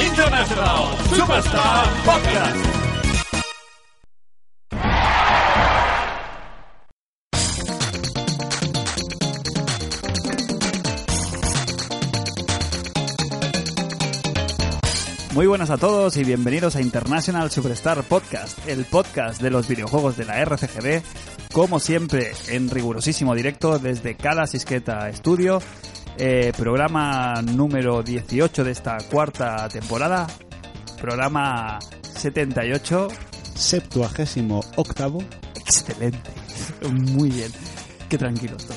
International Superstar Podcast. Muy buenas a todos y bienvenidos a International Superstar Podcast, el podcast de los videojuegos de la RCGB, como siempre en rigurosísimo directo desde Cala Sisqueta Studio, eh, programa número 18 de esta cuarta temporada, programa 78, septuagésimo octavo. excelente, muy bien, qué tranquilo estoy.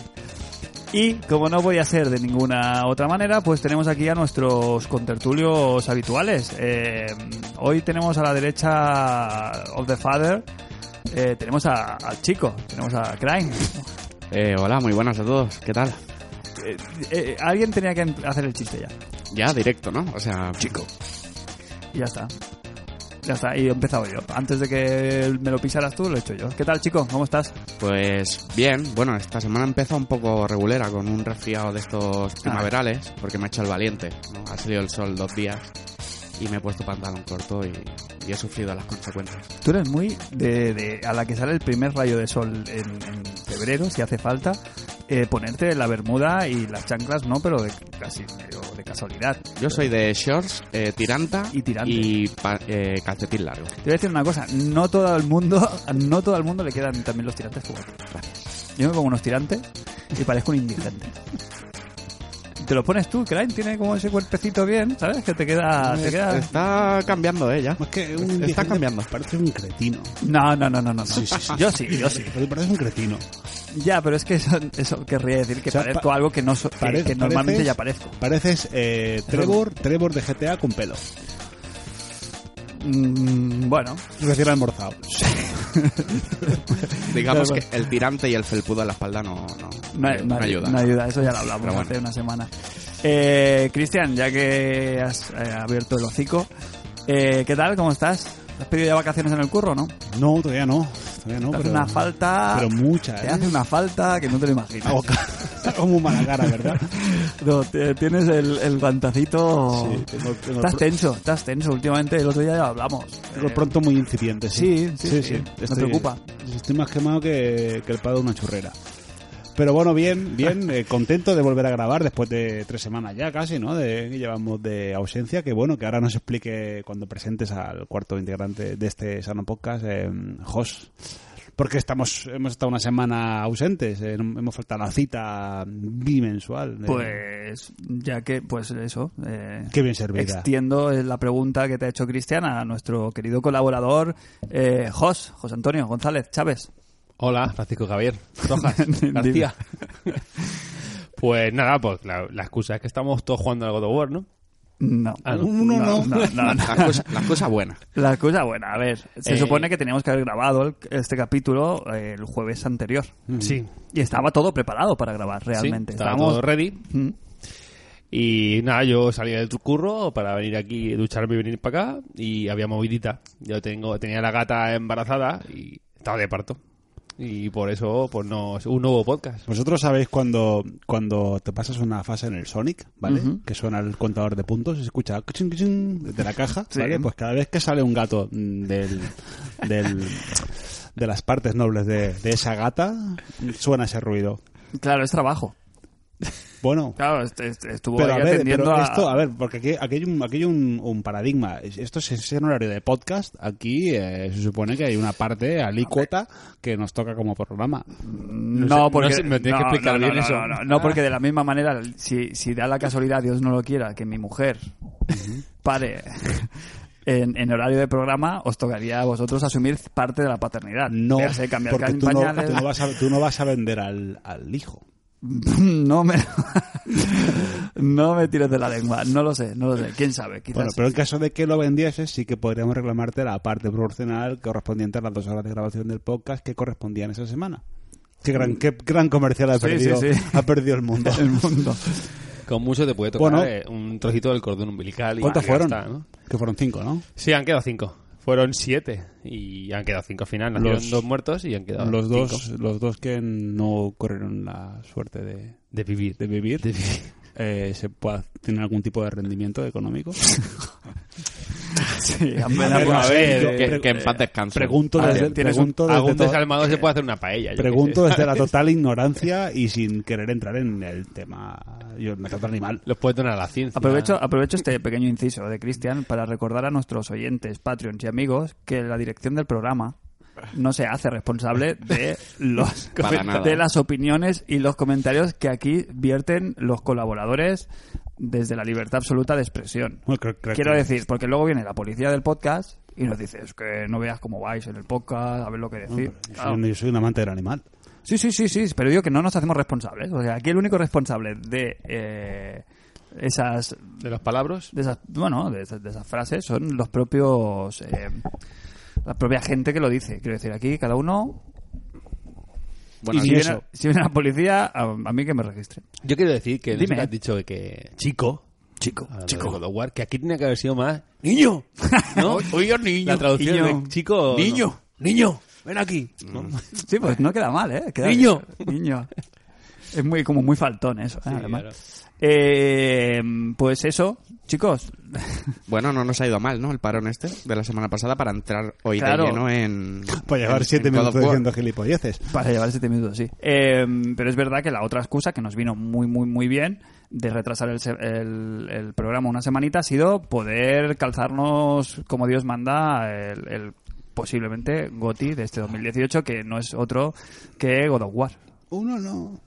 Y como no voy a ser de ninguna otra manera, pues tenemos aquí a nuestros contertulios habituales. Eh, hoy tenemos a la derecha of the father, eh, tenemos a- al chico, tenemos a Crime. Eh, hola, muy buenas a todos. ¿Qué tal? Eh, eh, alguien tenía que en- hacer el chiste ya. Ya directo, ¿no? O sea, chico. Y ya está. Ya está, y he empezado yo. Antes de que me lo pisaras tú, lo he hecho yo. ¿Qué tal, chico? ¿Cómo estás? Pues bien, bueno, esta semana empezó un poco regulera con un resfriado de estos Ah. primaverales, porque me ha hecho el valiente. ¿no? Ha salido el sol dos días y me he puesto pantalón corto y, y he sufrido las consecuencias. Tú eres muy de, de- a la que sale el primer rayo de sol en, en febrero, si hace falta, eh, ponerte la bermuda y las chanclas, no, pero de casi pero de casualidad. Yo soy de shorts, eh, tiranta Y tirante. y pa- eh, calcetín largo. Te voy a decir una cosa, no todo el mundo, no todo el mundo le quedan también los tirantes como a ti. Yo me pongo unos tirantes y parezco un indigente. Te lo pones tú, Crane, tiene como ese cuerpecito bien, ¿sabes? Que te queda, te queda. Está cambiando, ¿eh? Ya. Más que Está un indigente, cambiando. Parece un cretino. No, no, no, no, no. no. Sí, sí, sí. Yo sí, yo sí. Pero parece un cretino. Ya, pero es que eso, eso querría decir que O sea, parezco pa- algo que no so- que- Parece- que normalmente pareces- ya parezco. Pareces eh, Trevor, Trevor de GTA con pelo. Mm, bueno, Recién almorzado. Digamos Claro. que el tirante y el felpudo en la espalda no, no, no, no- no ayudan. no ayuda, eso ya lo hablamos Pero bueno. hace una semana. Eh, Cristian, ya que has eh, abierto el hocico, eh, ¿qué tal? ¿Cómo estás? ¿Has pedido ya vacaciones en el curro, no? No, todavía no. Todavía no. te hace pero, una falta. Pero mucha, Te ¿eh? hace una falta que no te lo imaginas. Hago ca- hago muy mala cara, ¿verdad? No, te- tienes el, el guantacito. Sí, tengo, tengo el Estás pro- tenso, estás tenso. Últimamente, el otro día ya lo hablamos. tengo el Eh, pronto muy incipiente, sí. Sí, sí, sí. No Estoy- preocupa. Estoy más quemado que, que el palo de una churrera. Pero bueno, bien, bien, eh, contento de volver a grabar después de tres semanas ya casi, ¿no? De, que llevamos de ausencia, que bueno, que ahora nos explique cuando presentes al cuarto integrante de este Sano Podcast, eh, Jos. Porque estamos, hemos estado una semana ausentes, eh, hemos faltado a la cita bimensual. eh, Pues ya que, pues eso. eh, Qué bien servida. Extiendo eh, la pregunta que te ha hecho Cristian a nuestro querido colaborador eh, Jos, José Antonio González Chávez. Hola, Francisco Javier. Rojas, García. Pues nada, pues la, la excusa es que estamos todos jugando al God of War, ¿no? No, Ah, no, no, no, no, no. no. La cosa, la cosa buena. La cosa buena, a ver, se Eh, supone que teníamos que haber grabado el- este capítulo eh, el jueves anterior. Mm, Sí. Y estaba todo preparado para grabar, realmente. Mm. estaba Estábamos- todo ready. Mm. Y nada, yo salí del curro para venir aquí, ducharme y venir para acá. Y había movidita. Yo tengo, tenía la gata embarazada y estaba de parto. Y por eso, pues no, un nuevo podcast. Vosotros sabéis cuando, cuando te pasas una fase en el Sonic, ¿vale? Que suena el contador de puntos y se escucha chin, chin, de la caja, Sí. ¿vale? Pues cada vez que sale un gato mm, del, del- de las partes nobles de, de esa gata, suena ese ruido. Claro, es trabajo. Bueno, Claro, est- est- estuvo pero ahí a ver, atendiendo pero a- esto, a ver, porque aquí, aquí hay, un, aquí hay un, un paradigma. Esto es, es en horario de podcast. Aquí eh, se supone que hay una parte alícuota que nos toca como programa. No, sé, porque no sé, me tienes que no, explicar no, no, bien no, eso. No, no, no, porque de la misma manera, si, si da la casualidad, Dios no lo quiera, que mi mujer pare en, en horario de programa, os tocaría a vosotros asumir parte de la paternidad. No, Ya sé, cambiar porque ca- tú no, pañales. tú no vas a, tú no vas a vender al, al hijo. No me, no me tires de la lengua. No lo sé, no lo sé. ¿Quién sabe? Quizás. Bueno, pero en caso de que lo vendieses, sí que podríamos reclamarte la parte proporcional correspondiente a las dos horas de grabación del podcast que correspondían esa semana. Qué gran, qué gran comercial ha Sí, perdido, sí, sí. Ha perdido el mundo. el mundo. Con mucho te puede tocar Bueno. eh, un trocito del cordón umbilical. y ¿Cuántos ya fueron? está, ¿no? Que fueron cinco, ¿no? Sí, han quedado cinco. Fueron siete y han quedado cinco al final. Nacieron Los- dos muertos y han quedado Los cinco. dos, los dos que no corrieron la suerte de, de vivir. de vivir, eh, se pueda- ¿tienen algún tipo de rendimiento económico? Sí, A ver, alguna a vez. ver, yo- Que, pre- que en paz descanse. Pregunto Ah, desde, tienes pregunto desde Algún to- desalmado se puede hacer una paella. yo qué pregunto sé. desde la total ignorancia y sin querer entrar en el tema. Yo me trato animal. Los puedes donar a la ciencia. Aprovecho, aprovecho este pequeño inciso de Cristian para recordar a nuestros oyentes, Patreons y amigos que la dirección del programa no se hace responsable de los Para nada. de las opiniones y los comentarios que aquí vierten los colaboradores desde la libertad absoluta de expresión. Bueno, creo- creo Quiero que- decir, porque luego viene la policía del podcast y nos dice, es que no veas cómo vais en el podcast, a ver lo que decís. Yo Claro. soy un- Yo soy un amante del animal. Sí, sí, sí, sí, pero digo que no nos hacemos responsables. O sea, aquí el único responsable de eh, esas De los palabras. de esas, bueno, de esas, de esas frases son los propios eh, la propia gente que lo dice. Quiero decir, aquí cada uno Bueno, y si y viene, eso. si viene la policía, a, a mí que me registre. Yo quiero decir que no sé Dime. si has dicho que eh. chico, Chico, hablando de chico. God of War, que aquí tenía que haber sido más niño. ¿no? Oiga, niño. La traducción Niño. de chico. no. Niño. Niño. Ven aquí. ¿no? Sí, pues no queda mal, ¿eh? Queda Niño. bien. Niño. Es muy, como muy faltón eso, ¿eh? además. claro. Eh, pues eso, chicos. Bueno, no nos ha ido mal, ¿no? El parón este de la semana pasada para entrar hoy Claro. de lleno en. Para llevar en- siete en God of minutos War. diciendo gilipolleces. Para llevar siete minutos, sí. Eh, pero es verdad que la otra excusa que nos vino muy, muy, muy bien de retrasar el, se- el- el programa una semanita ha sido poder calzarnos, como Dios manda, el, el posiblemente GOTI de este 2018, que no es otro que God of War. Uno no.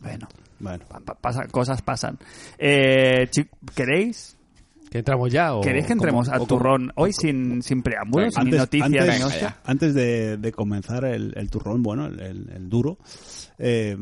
Bueno, Bueno. pa- pa- pasa- cosas pasan. Eh, chi- ¿Queréis? ¿Que entramos ya? O ¿Queréis que entremos cómo- a o cómo- turrón hoy sin, sin preámbulos, Antes- ni noticias, antes- ni Venga, hostia? ya. Antes de, de comenzar el, el turrón, bueno, el, el- el duro, eh,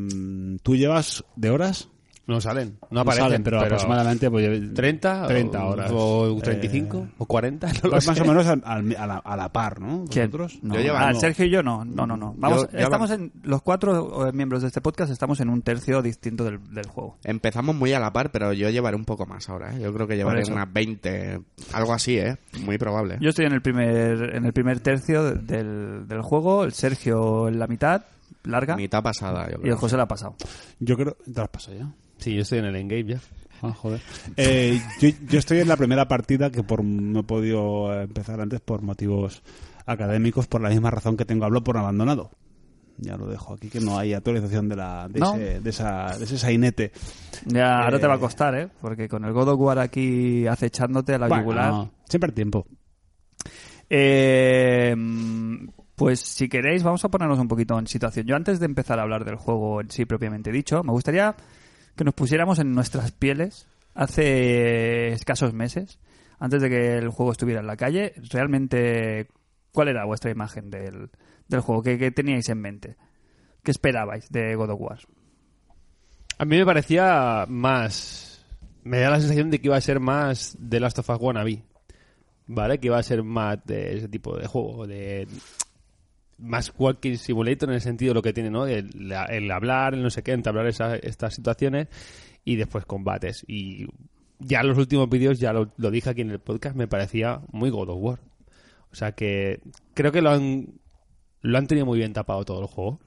tú llevas de horas, No salen. No, No aparecen. salen, pero, aproximadamente pues, lleve- 30, 30 horas. O 35. O 40. No lo Vas más sé. o menos al- al- a, la, a la par, ¿no? ¿Quién? ¿Vosotros? No. Yo llevo- Ah, no. Sergio y yo no, no, no, no. Vamos, Yo- yo estamos lo- en los cuatro eh, miembros de este podcast estamos en un tercio distinto del, del juego. Empezamos muy a la par, pero yo llevaré un poco más ahora, ¿eh? Yo creo que llevaré eso. unas 20, algo así, ¿eh? Muy probable. Yo estoy en el primer, en el primer tercio del, del juego, el Sergio en la mitad, larga, Mitad pasada, y yo el creo. José la ha pasado. Yo creo... ¿Te lo has pasado ya? Sí, yo estoy en el endgame ya. Ah, joder. Eh, yo, yo estoy en la primera partida que por no he podido eh, empezar antes por motivos académicos, por la misma razón que tengo hablo por abandonado. Ya lo dejo aquí, que no hay actualización de, la, de, No. ese, de, esa, de ese sainete. Ya, ahora Eh. te va a costar, ¿eh? Porque con el God of War aquí acechándote a la yugular. Bueno, siempre a tiempo. Eh, mm, pues si queréis, vamos a ponernos un poquito en situación. Yo antes de empezar a hablar del juego en sí propiamente dicho, me gustaría que nos pusiéramos en nuestras pieles hace escasos meses, antes de que el juego estuviera en la calle, realmente, ¿cuál era vuestra imagen del, del juego? ¿Qué, qué teníais en mente? ¿Qué esperabais de God of War? A mí me parecía más. Me da la sensación de que iba a ser más de Last of Us Wannabe. ¿Vale? Que iba a ser más de ese tipo de juego. De. Más walking simulator en el sentido de lo que tiene, ¿no? El, la- el hablar, el no sé qué, entablar esa- estas situaciones y después combates. Y ya los últimos vídeos, ya lo, lo dije aquí en el podcast, me parecía muy God of War. O sea que creo que lo han, lo han tenido muy bien tapado todo el juego.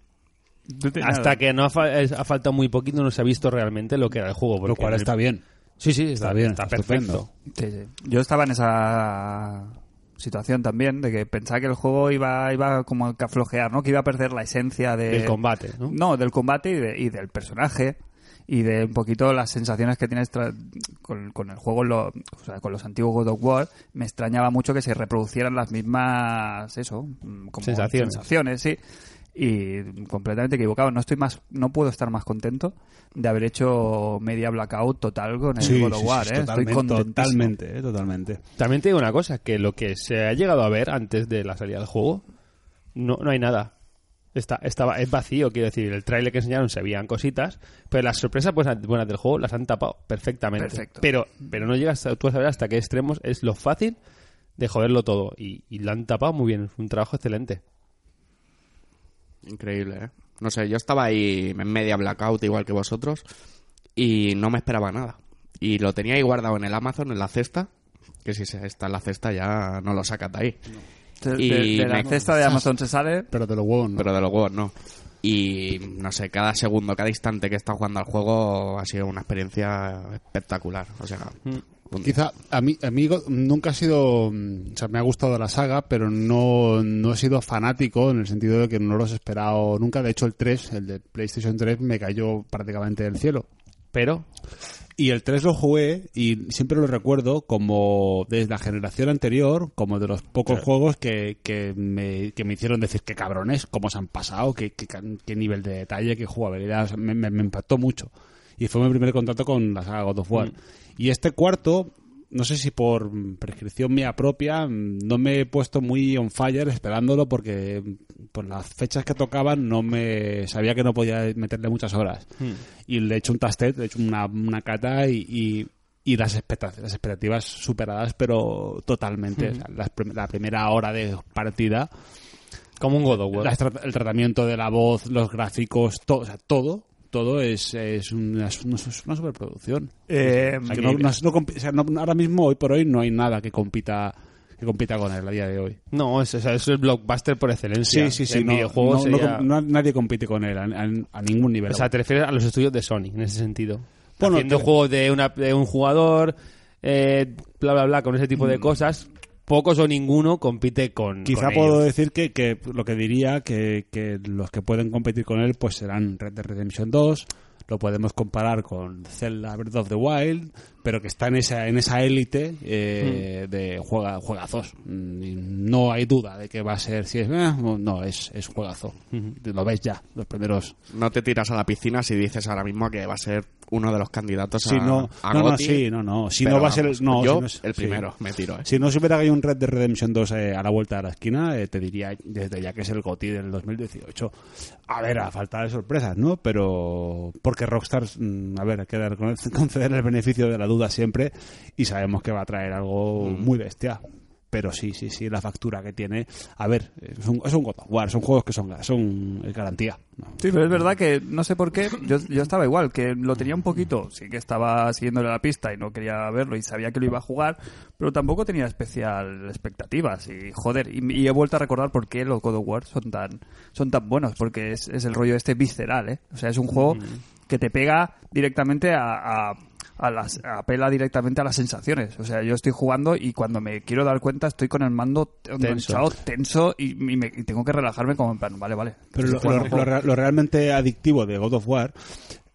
Hasta que no ha, fa- es- ha faltado muy poquito, no se ha visto realmente lo que era el juego. Lo porque en cual el- está bien. Sí, sí, está, está bien, Está, está perfecto. estupendo. Sí, sí. Yo estaba en esa situación también de que pensaba que el juego iba iba como que a flojear, ¿no? Que iba a perder la esencia de Eh, El combate, ¿no? No, del combate y, de- y del personaje y de un poquito las sensaciones que tienes tra- con, con el juego, lo- o sea, con los antiguos God of War, me extrañaba mucho que se reproducieran las mismas, eso, mm, como Sensaciones. sensaciones, sí. Y completamente equivocado. No estoy más, no puedo estar más contento de haber hecho media blackout total con el God of War. ¿eh? Estoy totalmente, contentísimo. totalmente, eh, totalmente. También te digo una cosa, que lo que se ha llegado a ver antes de la salida del juego, no, no hay nada. Está, estaba, es vacío, quiero decir, el tráiler que enseñaron se veían cositas, pero las sorpresas buenas, buenas del juego las han tapado perfectamente. Perfecto. Pero, pero no llegas a- tú a saber hasta qué extremos es lo fácil de joderlo todo. Y, y lo han tapado muy bien, es un trabajo excelente. Increíble, ¿eh? No sé, yo estaba ahí en media blackout, igual que vosotros, y no me esperaba nada. Y lo tenía ahí guardado en el Amazon, en la cesta, que si se está en la cesta ya no lo sacas de ahí. De, Y de- de la me- cesta de Amazon se sale. Pero te lo huevo, ¿no? Pero de los huevos no. Y no sé, cada segundo, cada instante que he estado jugando al juego ha sido una experiencia espectacular. O sea, punto. Quizá a mí, a mí go- nunca ha sido. mm, O sea, me ha gustado la saga, pero no, no he sido fanático en el sentido de que no los he esperado nunca. De hecho, el 3, el de PlayStation 3, me cayó prácticamente del cielo. Pero Y el 3 lo jugué y siempre lo recuerdo como desde la generación anterior, como de los pocos juegos que, que, me, que me hicieron decir qué cabrones, cómo se han pasado, qué, qué, can- qué nivel de detalle, qué jugabilidad. O sea, me, me- me impactó mucho. Y fue mi primer contacto con la saga God of War. Y este cuarto, no sé si por mm, prescripción mía propia, mm, no me he puesto muy on fire esperándolo porque mm, por las fechas que tocaban no me sabía que no podía meterle muchas horas. Y le he hecho un tastet, le he hecho una, una cata y, y- y las, expecta- las expectativas superadas, pero totalmente. O sea, las prim- la primera hora de partida como un God of War. las tra- el tratamiento de la voz, los gráficos, todo, o sea, todo, todo es, es una, es una- es una superproducción. Eh, O sea, que no- no- no compi- o sea, no- ahora mismo, hoy por hoy, no hay nada que compita que compita con él a día de hoy. No, es, o sea, es el blockbuster por excelencia. El no, videojuego no- no sería- com- no- nadie compite con él a, a- a ningún nivel. O sea, te refieres a los estudios de Sony en ese sentido. Bueno, Haciendo te- juegos de, una- de un jugador, eh, bla, bla, bla, con ese tipo de cosas. Pocos o ninguno compite con. Mm. Quizá con puedo ellos. decir que, que lo que diría que, que los que pueden competir con él pues serán Red Dead Redemption 2, lo podemos comparar con Zelda Breath of the Wild, pero que está en esa en esa élite eh, de juega, juegazos. Mm, y No hay duda de que va a ser si es eh, o no es es juegazo. Lo ves ya los primeros. No te tiras a la piscina si dices ahora mismo que va a ser uno de los candidatos Si a, no, a no, no, GOTY, sí, no, no, si pero no va a ser vamos, no, yo si no es- el sí. primero me tiro. ¿eh? Si no supiera que hay un Red de Redemption 2 eh, a la vuelta de la esquina, eh, te diría desde ya que es el GOTY del 2018. A ver, a falta de sorpresas, ¿no? Pero porque Rockstar, mm, a ver, hay que dar- conceder el beneficio de la duda siempre y sabemos que va a traer algo muy bestia. Pero sí, sí, sí, la factura que tiene. A ver, es un, es un God of War, son juegos que son, ga- son garantía. ¿no? Sí, pero es verdad que no sé por qué, yo, yo estaba igual, que lo tenía un poquito, sí que estaba siguiéndole la pista y no quería verlo y sabía que lo iba a jugar, pero tampoco tenía especial expectativas y joder, y, y he vuelto a recordar por qué los God of War son tan, son tan buenos, porque es, es el rollo este visceral, ¿eh? O sea, es un juego que te pega directamente a... a- a las, apela directamente a las sensaciones. O sea, yo estoy jugando y cuando me quiero dar cuenta estoy con el mando tenso, tenso y, y me- y tengo que relajarme como en plan, vale, vale. Pero lo, Estoy jugando lo- un juego. lo re- lo realmente adictivo de God of War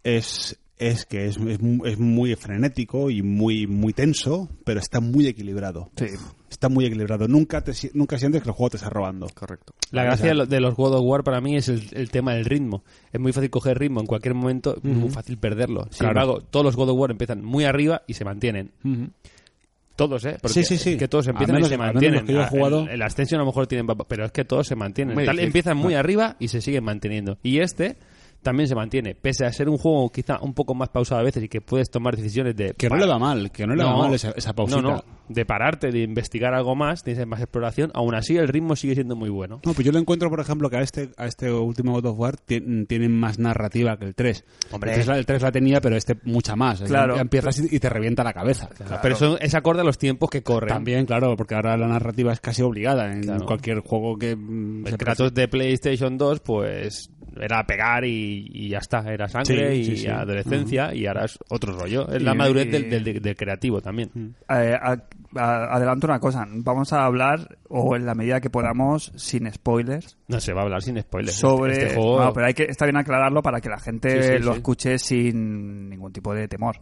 es, es que es, es mu- es muy frenético y muy, muy tenso, pero está muy equilibrado. Sí. Está muy equilibrado. Nunca, te, si- nunca sientes que el juego te está robando. Correcto. La gracia de lo- de los God of War para mí es el, el tema del ritmo. Es muy fácil coger ritmo en cualquier momento, es muy fácil perderlo. Sin Claro. embargo, todos los God of War empiezan muy arriba y se mantienen. Todos, ¿eh? Porque Sí, sí, sí. es Que todos Al empiezan menos- y se al menos mantienen. los que yo he Ah, jugado. El, el Ascension a lo mejor tienen, pa- pero es que todos se mantienen. Muy Tal- difícil. empiezan muy Ah. arriba y se siguen manteniendo. Y este también se mantiene, pese a ser un juego quizá un poco más pausado a veces y que puedes tomar decisiones de Que no "Vale, le va mal, que no le va mal esa, esa pausita. no, no. De pararte, de investigar algo más, tienes más exploración. Aún así, el ritmo sigue siendo muy bueno. No, pues yo le encuentro, por ejemplo, que a este, a este último God of War ti- tienen más narrativa que el 3. Hombre. El 3, la, el 3 la tenía, pero este mucha más. Claro. Ya Empiezas y y te revienta la cabeza. Pero eso es acorde a los tiempos que corren. También, claro, porque ahora la narrativa es casi obligada en Claro. cualquier juego que... mm, El se Kratos de PlayStation 2, pues era pegar y, y ya está, era sangre Sí, sí, y sí. adolescencia y ahora es otro rollo. Es Y- la madurez y- del, del- del creativo también. Eh, a- a- adelanto una cosa, vamos a hablar, o en la medida que podamos, sin spoilers, No se va a hablar sin spoilers. sobre... este juego. No, pero hay que, está bien aclararlo para que la gente Sí, sí, lo sí. escuche sin ningún tipo de temor.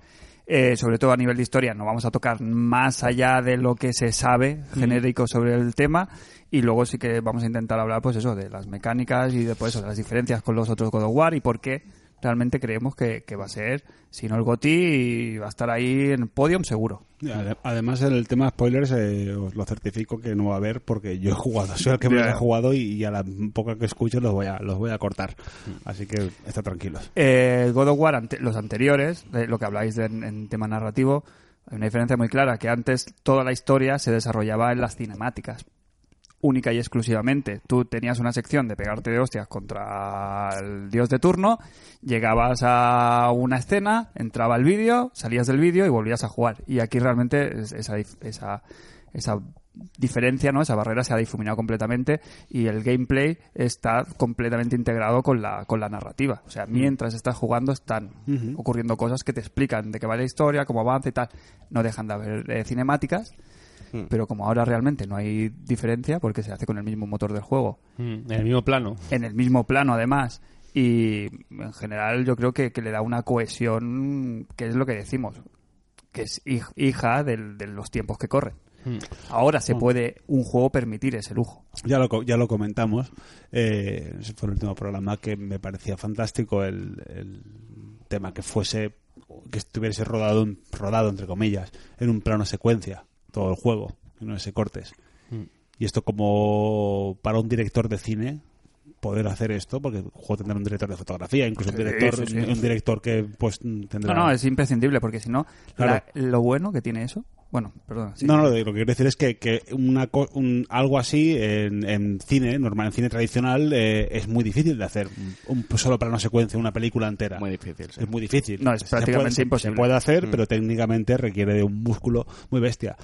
Eh, sobre todo a nivel de historia, no vamos a tocar más allá de lo que se sabe Mm. genérico sobre el tema y luego sí que vamos a intentar hablar pues eso de las mecánicas y después eso, de las diferencias con los otros God of War y por qué realmente creemos que, que va a ser, si no el GOTY, y va a estar ahí en podium seguro. Y ade- Además, el tema de spoilers eh, os lo certifico que no va a haber porque yo he jugado, soy el que me lo he Ya. jugado y, y a la poca que escucho los voy a, los voy a cortar. Así que está tranquilos. Eh, God of War, ante- los anteriores, de lo que habláis de- en, en tema narrativo, hay una diferencia muy clara, que antes toda la historia se desarrollaba en las cinemáticas, única y exclusivamente. Tú tenías una sección de pegarte de hostias contra el dios de turno, llegabas a una escena, entraba el vídeo, salías del vídeo y volvías a jugar. Y aquí realmente es- esa, dif- esa, esa diferencia, ¿no? Esa barrera se ha difuminado completamente y el gameplay está completamente integrado con la, con la narrativa. O sea, mientras estás jugando están ocurriendo cosas que te explican de qué va la historia, cómo avanza y tal. No dejan de haber eh, cinemáticas, Mm. pero como ahora realmente no hay diferencia porque se hace con el mismo motor del juego Mm, en el mismo plano. en el mismo plano además y en general yo creo que, que le da una cohesión que es lo que decimos que es hij- hija del- de los tiempos que corren Mm. ahora se puede un juego permitir ese lujo Ya lo, co- ya lo comentamos. Eh, ese fue el último programa que me parecía fantástico el, el tema que fuese, que estuviese rodado, en- rodado, entre comillas, en un plano secuencia, todo el juego, y no ese cortes. Mm. Y esto como para un director de cine poder hacer esto, porque el juego tendrá un director de fotografía, incluso un Sí, director, sí, sí. un director que pues no tendrá... no es imprescindible porque si no Claro. la- lo bueno que tiene eso bueno perdón sí. No, no, lo que quiero decir es que, que una, co- un- algo así en, en cine, normal, en cine tradicional, eh, es muy difícil de hacer. Mm. Un, un solo plano secuencia, una película entera. Muy difícil, sí. Es muy difícil. No, es Se prácticamente puede- se- imposible. Mm. Se puede hacer, pero técnicamente requiere de un músculo muy bestia.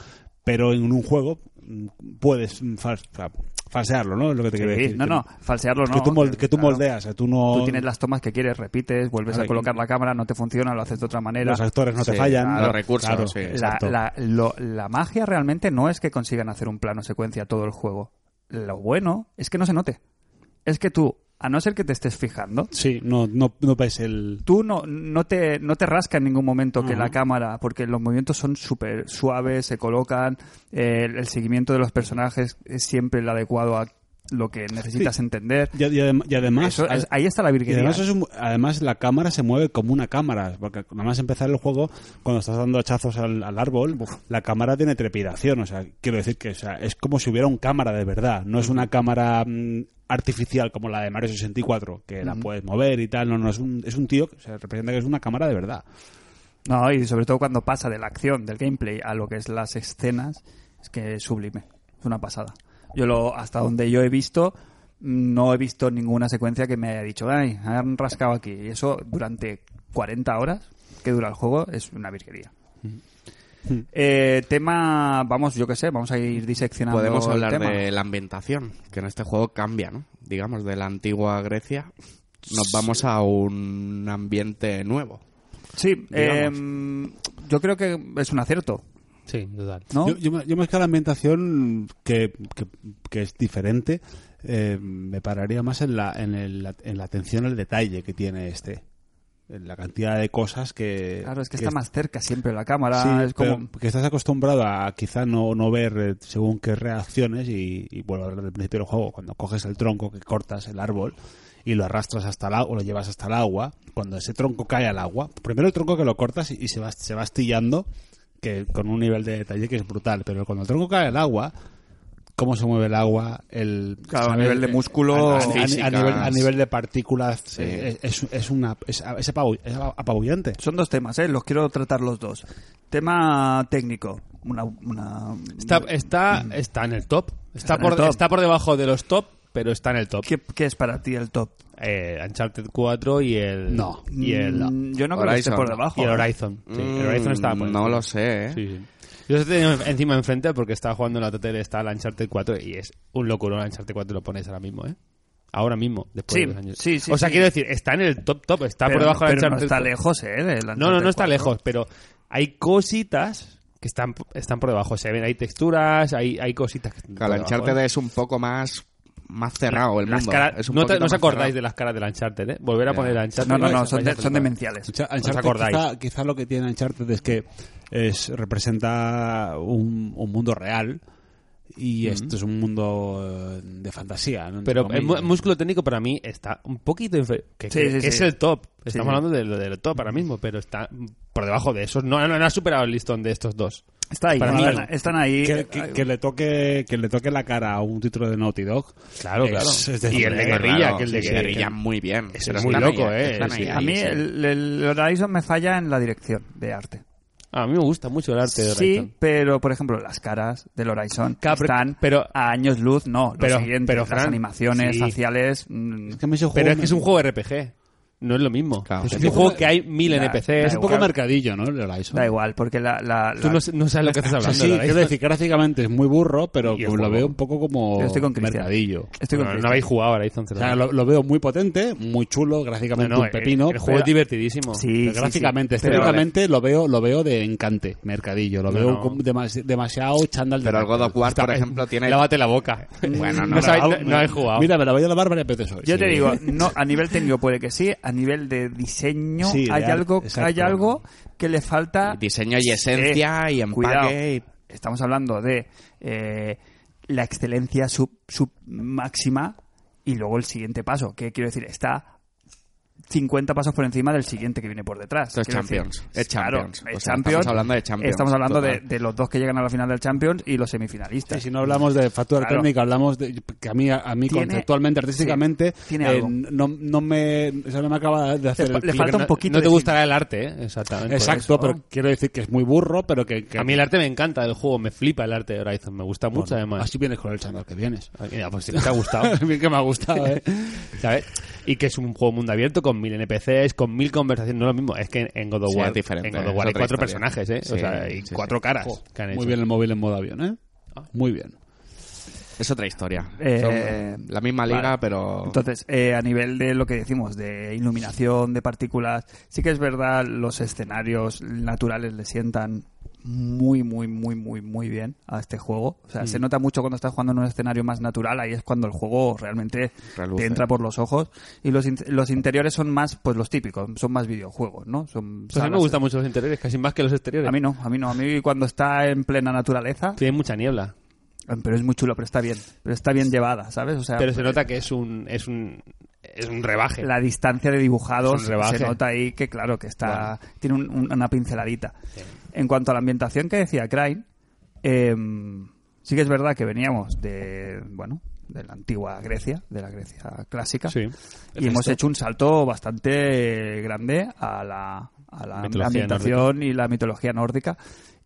Pero en un juego mm, puedes mm, fal- fa- falsearlo, ¿no? Es lo que te Sí, quiero decir. no no falsearlo que no eh, tú, mol- que tú claro. moldeas, o sea, tú no... Tú tienes las tomas que quieres repites vuelves Claro, a colocar la cámara no te funciona lo haces de otra manera los actores no te Sí, fallan. claro, los recursos, Claro, sí. la, exacto. la- lo- la magia realmente no es que consigan hacer un plano secuencia todo el juego. Lo bueno es que no se note. Es que tú, a no ser que te estés fijando, Sí, no, no, no ves el... tú no, no, te, no te rasca en ningún momento que Ajá. la cámara, porque los movimientos son súper suaves, se colocan, eh, el, el seguimiento de los personajes es siempre el adecuado a lo que necesitas entender. Y, y adem- y además... Eso al- es- ahí está la Y virguería. además, es un- además la cámara se mueve como una cámara, porque nada más empezar el juego, cuando estás dando hachazos al, al árbol, la cámara tiene trepidación, o sea, quiero decir que o sea, es como si hubiera un cámara de verdad, no es una cámara mm, artificial como la de Mario 64, que la puedes mover y tal, no, no, es un, es un tío que se representa que es una cámara de verdad. No, y sobre todo cuando pasa de la acción, del gameplay, a lo que es las escenas, es que es sublime. Es una pasada. Yo lo, hasta donde yo he visto, no he visto ninguna secuencia que me haya dicho, ay, han rascado aquí. Y eso durante 40 horas que dura el juego es una virguería. Eh, tema, vamos, yo qué sé, vamos a ir diseccionando. Podemos el hablar tema. de la ambientación, que en este juego cambia, ¿no? Digamos, de la antigua Grecia nos vamos a un ambiente nuevo. Sí, eh, yo creo que es un acierto, Sí, total. ¿no? Yo, yo, me- yo más que a la ambientación que, que- que es diferente, eh, me pararía más en la, en, el- en la atención al detalle que tiene este. En la cantidad de cosas que. Claro, es que está más cerca siempre la cámara, Sí, es como... pero que estás acostumbrado a quizá no, no ver eh, según qué reacciones y, y vuelvo a hablar del principio del juego, cuando coges el tronco que cortas el árbol y lo arrastras hasta el agua, o lo llevas hasta el agua, cuando ese tronco cae al agua, primero el tronco que lo cortas y, y se, va, se va astillando que con un nivel de detalle que es brutal, pero cuando el tronco cae al agua, cómo se mueve el agua, el Claro, ¿sabes? a nivel de músculo, a, a- a- a físicas. nivel, a nivel de partículas, eh, es, es una es- es apabu- es apabullante. Son dos temas, ¿eh? Los quiero tratar los dos. Tema técnico. Una, una... Está, está, está en el top. Está, Está en por, el top. está por debajo de los top, pero está en el top. ¿Qué, qué es para ti el top? Eh, Uncharted 4 y el. No. Y el, Mm, Yo no creo que esté Horizon. por debajo. y el Horizon. Sí, el Horizon estaba por Mm, encima. No lo sé, ¿eh? Sí, sí. Yo lo tenía encima enfrente porque estaba jugando en la tele, está el Uncharted 4 y es un locurón el Uncharted 4 lo pones ahora mismo, ¿eh? Ahora mismo, después Sí, de dos años. sí, sí, o sea, sí. quiero decir, está en el top top, está Pero- por debajo del pero no Uncharted está 4. lejos, ¿eh? del No, no, Uncharted no está 4. lejos, pero hay cositas que están, están por debajo. Se ven, hay texturas, hay, hay cositas que están por Claro, el debajo, Uncharted ¿eh? es un poco más, más cerrado el Las mundo. caras- Es un no, te- poquito no os más acordáis cerrado. de las caras del Uncharted, ¿eh? Volver a Ya. poner Uncharted. No, no, no, vais- son, vais a de- son flipar. demenciales. Uncha- ¿Os Uncharted acordáis? Quizá, quizá lo que tiene Uncharted es que es, representa un, un mundo real y esto es un mundo eh, de fantasía. ¿no? Entre Pero el mu- comillas. músculo técnico para mí está un poquito inferior. Que, Sí, que- sí, que sí. es el top. Sí, sí. Estamos hablando de lo- del top ahora mismo, pero está por debajo de esos. No, no, no ha superado el listón de estos dos. Está ahí, Para mí, están, están ahí. que, que- que le toque que le toque la cara a un título de Naughty Dog. Claro, Es- claro. es de- y el de es guerrilla, Claro, que el de sí, sí, guerrilla. guerrilla muy bien. Ese pero es muy están ahí, loco, ¿eh? están Sí, ahí, a mí sí. el, el Horizon me falla en la dirección de arte. A mí me gusta mucho el arte de sí, Horizon. pero por ejemplo, las caras del Horizon Claro, pero- están pero- a años luz, no. Lo pero- siguiente, pero, las Fran, animaciones sí. faciales. mm, que a mí ese juego Pero es me- que es un juego RPG. no es lo mismo. Claro. Es Es un que juego que hay mil NPCs. Es da un poco igual. mercadillo, ¿no? El Horizon. Da igual, porque la... la- Tú la- no, no sabes lo que estás O hablando. sea, ¿eh? sí, ¿verdad? quiero decir, gráficamente es muy burro, pero Y el pues lo juego. veo un poco como Yo estoy con Cristian. mercadillo. Estoy con no, no Cristian. habéis jugado a Horizon Zero O sea, Dawn. lo, lo veo muy potente, muy chulo, gráficamente No, no, un el- pepino. El, juego es pero- divertidísimo. Sí, pero sí, sí. gráficamente, Pero- estéticamente lo veo lo veo de encante, mercadillo. Lo No, veo no. como demas- demasiado chándal de Pero el God mercado. of War, por ejemplo, tiene... Lávate la boca. Bueno, no, no, sabéis- Ah, no- no habéis jugado. Mira, me la voy a lavar varias veces hoy. Yo te Sí. digo, no, a nivel técnico puede que sí, a nivel de diseño Sí, de hay, arte, algo, exacto. hay algo que le falta Diseño y esencia y empaque Cuidado. y... Estamos hablando de eh, la excelencia sub, sub máxima y luego el siguiente paso, que quiero decir, está 50 pasos por encima del siguiente que viene por detrás. Esto es Quiero decir, Champions, es claro, Champions. es O sea, Champions. estamos hablando de Champions, Estamos hablando de, total. de los dos que llegan a la final del Champions y los Sí, semifinalistas. si no hablamos de factura Claro. técnica, hablamos de que a mí, a mí Tiene- conceptualmente, artísticamente, sí, tiene eh, algo. no, no me, o sea, no me acaba de hacer Le- el le clic. falta un No- poquito No de te gustará el arte, ¿eh? exactamente. Exacto, por eso. pero quiero decir que es muy burro, pero que, que- A mí el arte me encanta del juego, me flipa el arte de Horizon, me gusta mucho además. Así vienes con el chándal que vienes. Ay, mira, pues sí, te ha gustado. Bien que me ha gustado, ¿eh? ¿Sabes? Y que es un juego mundo abierto con mil NPCs, con mil conversaciones. No es lo mismo, es que en God of Sí, War, es diferente, en God of es War hay otra cuatro historia. personajes, ¿eh? o Sí, sea, y sí, sí. cuatro caras Jo, que han hecho. Ah. Muy bien el móvil en modo avión, ¿eh? Muy bien. Es otra historia. Eh, Son la misma liga, pero... Entonces, eh, a nivel de lo que decimos, de iluminación, de partículas, sí que es verdad, los escenarios naturales le sientan muy, muy, muy, muy, muy bien a este juego. O sea, se nota mucho cuando estás jugando en un escenario más natural, ahí es cuando el juego realmente Reluce. te entra por los ojos. Y los, in- los interiores son más, pues los típicos, son más videojuegos, ¿no? Son Pues a mí me salas- gustan mucho los interiores, casi más que los exteriores. A mí no, a mí no, a mí cuando está en plena naturaleza, Tiene mucha niebla. pero es muy chulo, pero está bien, pero está bien llevada, ¿sabes? Ah, O sea, Pero pues se nota que es un, es un, es un rebaje. la distancia de dibujados Es un rebaje. se nota ahí que claro que está tiene un- un- una pinceladita en cuanto a la ambientación que decía Crane eh, sí que es verdad que veníamos de bueno de la antigua Grecia de la Grecia clásica Sí. y hemos hecho un salto bastante grande a la, a la Mitología ambientación y la mitología nórdica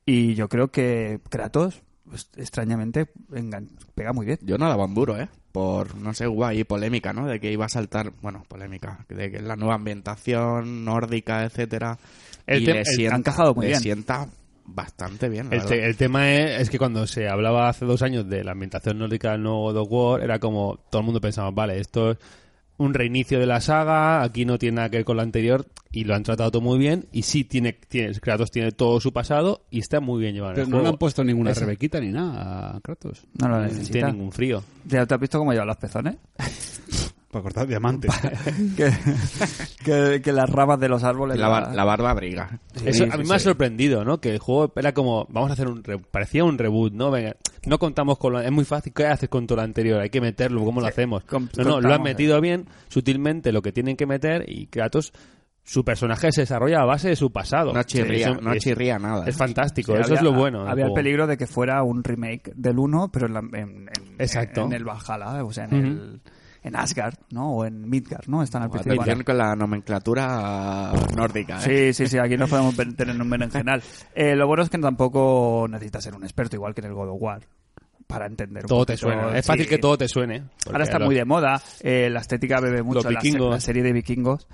y yo creo que Kratos pues, extrañamente engan- pega muy bien Yo no daba un duro, ¿eh? Por, no sé, hubo ahí polémica, ¿no? De que iba a saltar, bueno, polémica, de que la nueva ambientación nórdica, etcétera. El y tem- le el- sienta- ha encajado muy le bien. sienta bastante bien, la El, verdad. te- el tema es, es que cuando se hablaba hace dos años de la ambientación nórdica del nuevo God of War, era como todo el mundo pensaba, vale, esto es un reinicio de la saga, aquí no tiene nada que ver con lo anterior, y lo han tratado todo muy bien, y sí, tiene, tiene Kratos tiene todo su pasado, y está muy bien llevado en Pero el no le juego. han puesto ninguna Ese- rebequita ni nada a Kratos. no lo No necesita tiene ningún frío. ¿te has visto cómo lleva los pezones? Para cortar diamantes. que, que- que las ramas de los árboles La, bar- la- la barba briga. Eso a Sí, mí sí, me ha sí. sorprendido, ¿no? Que el juego era como, vamos a hacer un, re- parecía un reboot, ¿no? Venga, no contamos con lo, es muy fácil, ¿qué haces con todo lo anterior? Hay que meterlo, ¿cómo lo hacemos? con- no, no, lo han contamos, eh. metido bien, sutilmente, lo que tienen que meter y Kratos, su personaje se desarrolla a base de su pasado. No chirría, Eso no es, chirría nada. ¿eh? es fantástico, Sí, eso había- es lo bueno. del Había el juego. peligro de que fuera un remake del 1, pero en, la- en- en- Exacto. en el Valhalla, o sea, en, Ujú. el, en Asgard, ¿no? O en Midgard, ¿no? Están al principio. Atención con la nomenclatura nórdica, Sí, ¿eh? sí, sí, aquí no podemos ven- tener un berenjenal. Eh, lo bueno es que tampoco necesitas ser un experto, igual que en el God of War, para entender un Todo te poquito, suena. Es sí. fácil que todo te suene. Ahora está Porque muy de moda, eh, la estética bebe mucho, Los la, se- vikingos. Mm. la serie de vikingos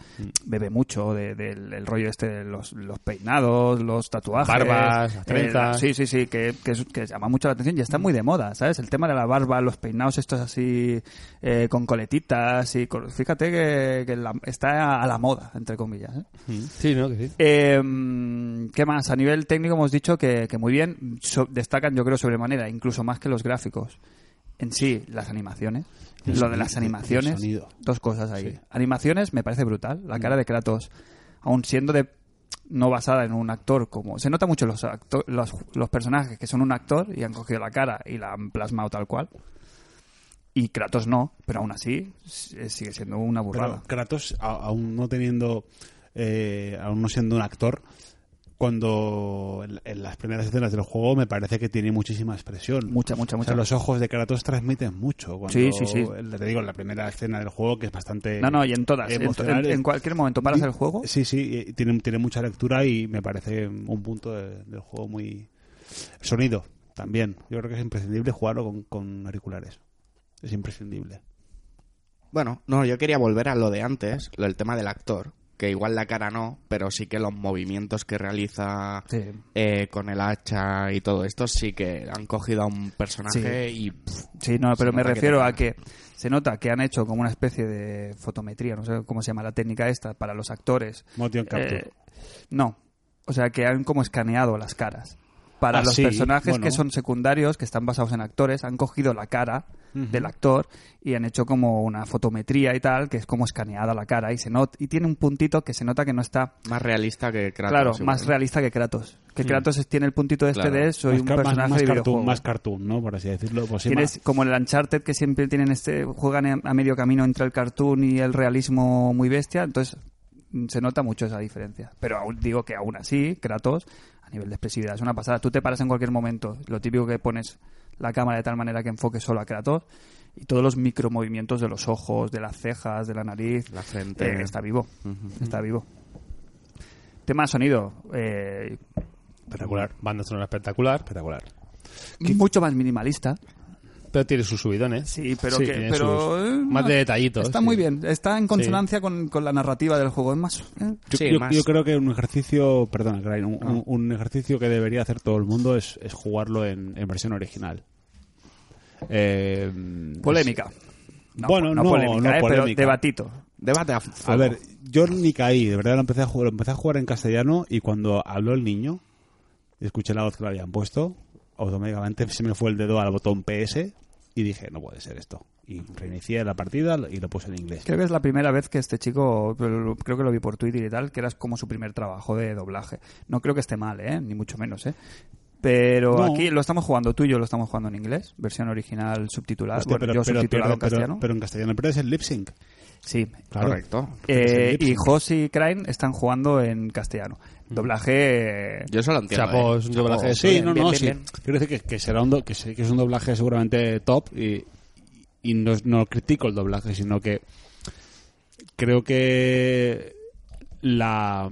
bebe mucho de- del del rollo este, de los, los peinados, los tatuajes. Barbas, las eh, la- trenzas. Mm. sí, sí, sí, que, que es- que llama mucho la atención y está muy de moda, ¿sabes? El tema de la barba, los peinados estos así eh, con coletitas y con- fíjate que, que la- está a la moda, entre comillas. ¿eh? Mm. Sí, ¿no? Que sí. Eh, ¿Qué más? A nivel técnico hemos dicho que, que muy bien. So- destacan, yo creo, sobremanera, incluso más que los gráficos. En sí, las animaciones. Lo de las el animaciones. sonido. Mm. Dos cosas ahí. Animaciones me parece brutal. La cara de Kratos, aun siendo de no basada en un actor como... Se nota mucho los, acto- los, los personajes que son un actor y han cogido la cara y la han plasmado tal cual. Y Kratos no, pero aún así s- sigue siendo una burrada. Pero Kratos, a- aún no teniendo, eh, aún no siendo un actor, cuando en, en las primeras escenas del juego me parece que tiene muchísima expresión. Mucha, mucha, O sea, mucha. los ojos de Kratos transmiten mucho. Cuando, Sí, sí, sí. el- Te digo, en la primera escena del juego que es bastante. No, no, y en todas. En, emocional, en- en cualquier momento paras el juego. Sí, sí, eh, tiene, tiene mucha lectura y me parece un punto de- del juego muy. Sonido también. Yo creo que es imprescindible jugarlo con, con auriculares. Es imprescindible. Bueno, no, yo quería volver a lo de antes, lo del tema del actor, que igual la cara no, pero sí que los movimientos que realiza Sí. eh, con el hacha y todo esto sí que han cogido a un personaje y... pff, Sí, no, se pero me nota que refiero te- a que se nota que han hecho como una especie de fotometría, no sé cómo se llama la técnica esta, para los actores. Motion capture. Eh, no, o sea que han como escaneado las caras. Para Ah, los sí, personajes bueno. que son secundarios, que están basados en actores, han cogido la cara del actor y han hecho como una fotometría y tal, que es como escaneada la cara y se not y tiene un puntito que se nota que no está Más realista que Kratos. claro, igual. más realista que Kratos. Que Kratos es- tiene el puntito este Claro. de soy Hmm. Más un ca- más- personaje más de videojuego. cartoon, más cartoon, ¿no? Por así decirlo. Pues sí, Tienes como el Uncharted que siempre tienen este juegan a- a medio camino entre el cartoon y el realismo muy bestia, entonces mm, se nota mucho esa diferencia. Pero aún digo que aún así, Kratos a nivel de expresividad es una pasada. Tú te paras en cualquier momento, lo típico que pones la cámara de tal manera que enfoque solo a Kratos y todos los micromovimientos de los ojos, de las cejas, de la nariz, La frente. eh, está vivo, está vivo. Tema sonido, eh, Espectacular. Banda sonora espectacular. espectacular. mucho más minimalista. Pero tiene sus subidones. Sí, pero que- tiene pero, sus- eh, más de detallitos. Está sí. muy bien, está en consonancia con, con la narrativa del juego. Es más. eh, Yo, Sí, yo- más- yo creo que un ejercicio, perdona, Krain, un, Ah. un- un ejercicio que debería hacer todo el mundo es, es jugarlo en, en versión original. Eh, Polémica. Bueno, no, no eh, pero polémica. debatito. Debate a, es- a ver, yo ni caí, de verdad lo empecé a jugar, lo empecé a jugar en castellano y cuando habló el niño, escuché la voz que le habían puesto, automáticamente se me fue el dedo al botón PS y dije, no puede ser esto. Y reinicié la partida y lo puse en inglés. Creo que es la primera vez que este chico, lo- creo que lo vi por Twitter y tal, que era como su primer trabajo de doblaje. No creo que esté mal, ¿eh? ni mucho menos. ¿eh? Pero No. aquí lo estamos jugando, tú y yo lo estamos jugando en inglés, versión original subtitulada. Hostia, bueno, yo subtitulado pero- en castellano. pero en castellano, pero es el lip sync. sí, Claro. Correcto. Eh, es el y lip-sync. Jos y Crane están jugando en castellano. Mm. Doblaje. Yo solo entiendo. Chapos, eh. un doblaje Chapos. Sí, Bien, no, bien, no, bien, sí. bien. Quiero decir que, que será un do- que, sé que es un doblaje seguramente top y, y no, no critico el doblaje, sino que creo que la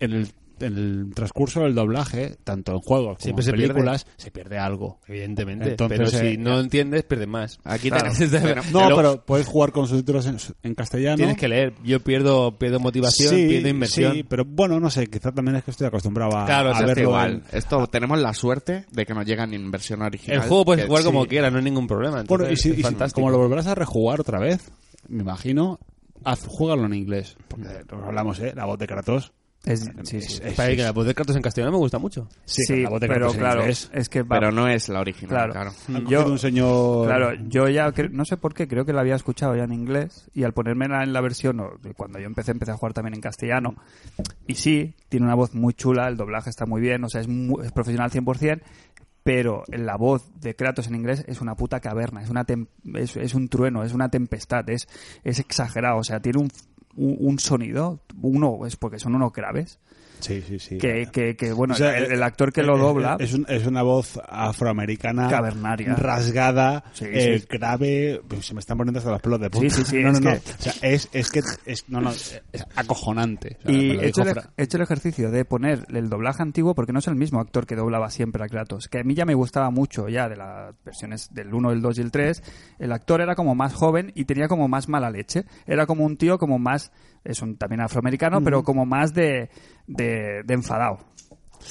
en el, en el transcurso del doblaje, tanto en juegos como Siempre en se pierde. películas, se pierde algo. Evidentemente. Entonces, pero si eh, no entiendes, pierdes más. Aquí Claro. tenemos- tenemos- No, Pero- pero puedes jugar con subtítulos en, en castellano. Tienes que leer. Yo pierdo, pierdo motivación, pierdo inversión. sí, pero bueno, no sé, quizá también es que estoy acostumbrado a, Claro, a o sea, es Esto verlo igual. en- Esto tenemos la suerte de que nos llegan en versión original. el juego puedes que- jugar sí. como quieras, no hay ningún problema. Bueno, y entonces si, es y si- fantástico. como lo volverás a rejugar otra vez, me imagino, haz, juégalo en inglés. Porque lo hablamos, ¿eh? La voz de Kratos. es- sí, sí. Es- Para que la voz de cartas en castellano me gusta mucho. Sí, Sí, la voz de pero Kratos en claro, inglés. es que va- Pero no es la original, Claro. claro. Han yo- cogido un señor... Claro, yo ya cre- no sé por qué, creo que la había escuchado ya en inglés y al ponérmela en la versión, o- cuando yo empecé, empecé a jugar también en castellano. Y sí, tiene una voz muy chula, el doblaje está muy bien, o sea, es, mu- es profesional 100%, pero la voz de Kratos en inglés es una puta caverna, es, una tem- es, es un trueno, es una tempestad, es, es exagerado, o sea, tiene un, un- un sonido, uno es porque son unos graves, Sí, sí, sí. que, que, que, bueno, O sea, eh, el, el actor que lo es- dobla... Es, un- es una voz afroamericana. Cavernaria. Rasgada, Sí, eh, sí. grave. pues se me están poniendo hasta las pelos de punta. Sí, sí, sí, No, es no, no. que- O sea, es, es que. Es, no, no, es acojonante. O sea, me Y lo he hecho, dijo el, Fra- he hecho el ejercicio de poner el doblaje antiguo porque no es el mismo actor que doblaba siempre a Kratos, que a mí ya me gustaba mucho ya de las versiones del 1, el 2 y el 3. El actor era como más joven y tenía como más mala leche. Era como un tío como más, es un también afroamericano, pero como más de, de, de enfadado.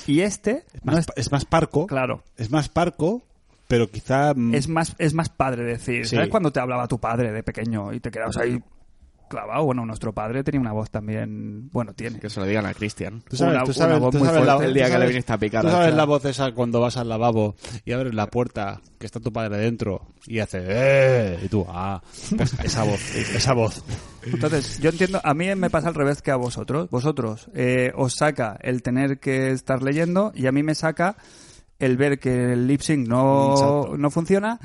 Y este no más es, pa- es más parco. claro, Es más parco, pero quizá. mm, es más, es más padre decir, Sí. ¿sabes cuando te hablaba tu padre de pequeño y te quedabas ahí clavado? Bueno, nuestro padre tenía una voz también, bueno, tiene. Que se lo digan a Cristian. Tú sabes, Una- tú una sabes, voz tú muy sabes la, fuerte. El día tú que le sabes- viene a picar, Tú sabes claro. la voz esa cuando vas al lavabo y abres la puerta que está tu padre dentro y hace ¡Eh! y tú ah pues esa voz, esa voz. Entonces, yo entiendo, a mí me pasa al revés que a vosotros. Vosotros eh, os saca el tener que estar leyendo y a mí me saca el ver que el lip sync no, Exacto. no funciona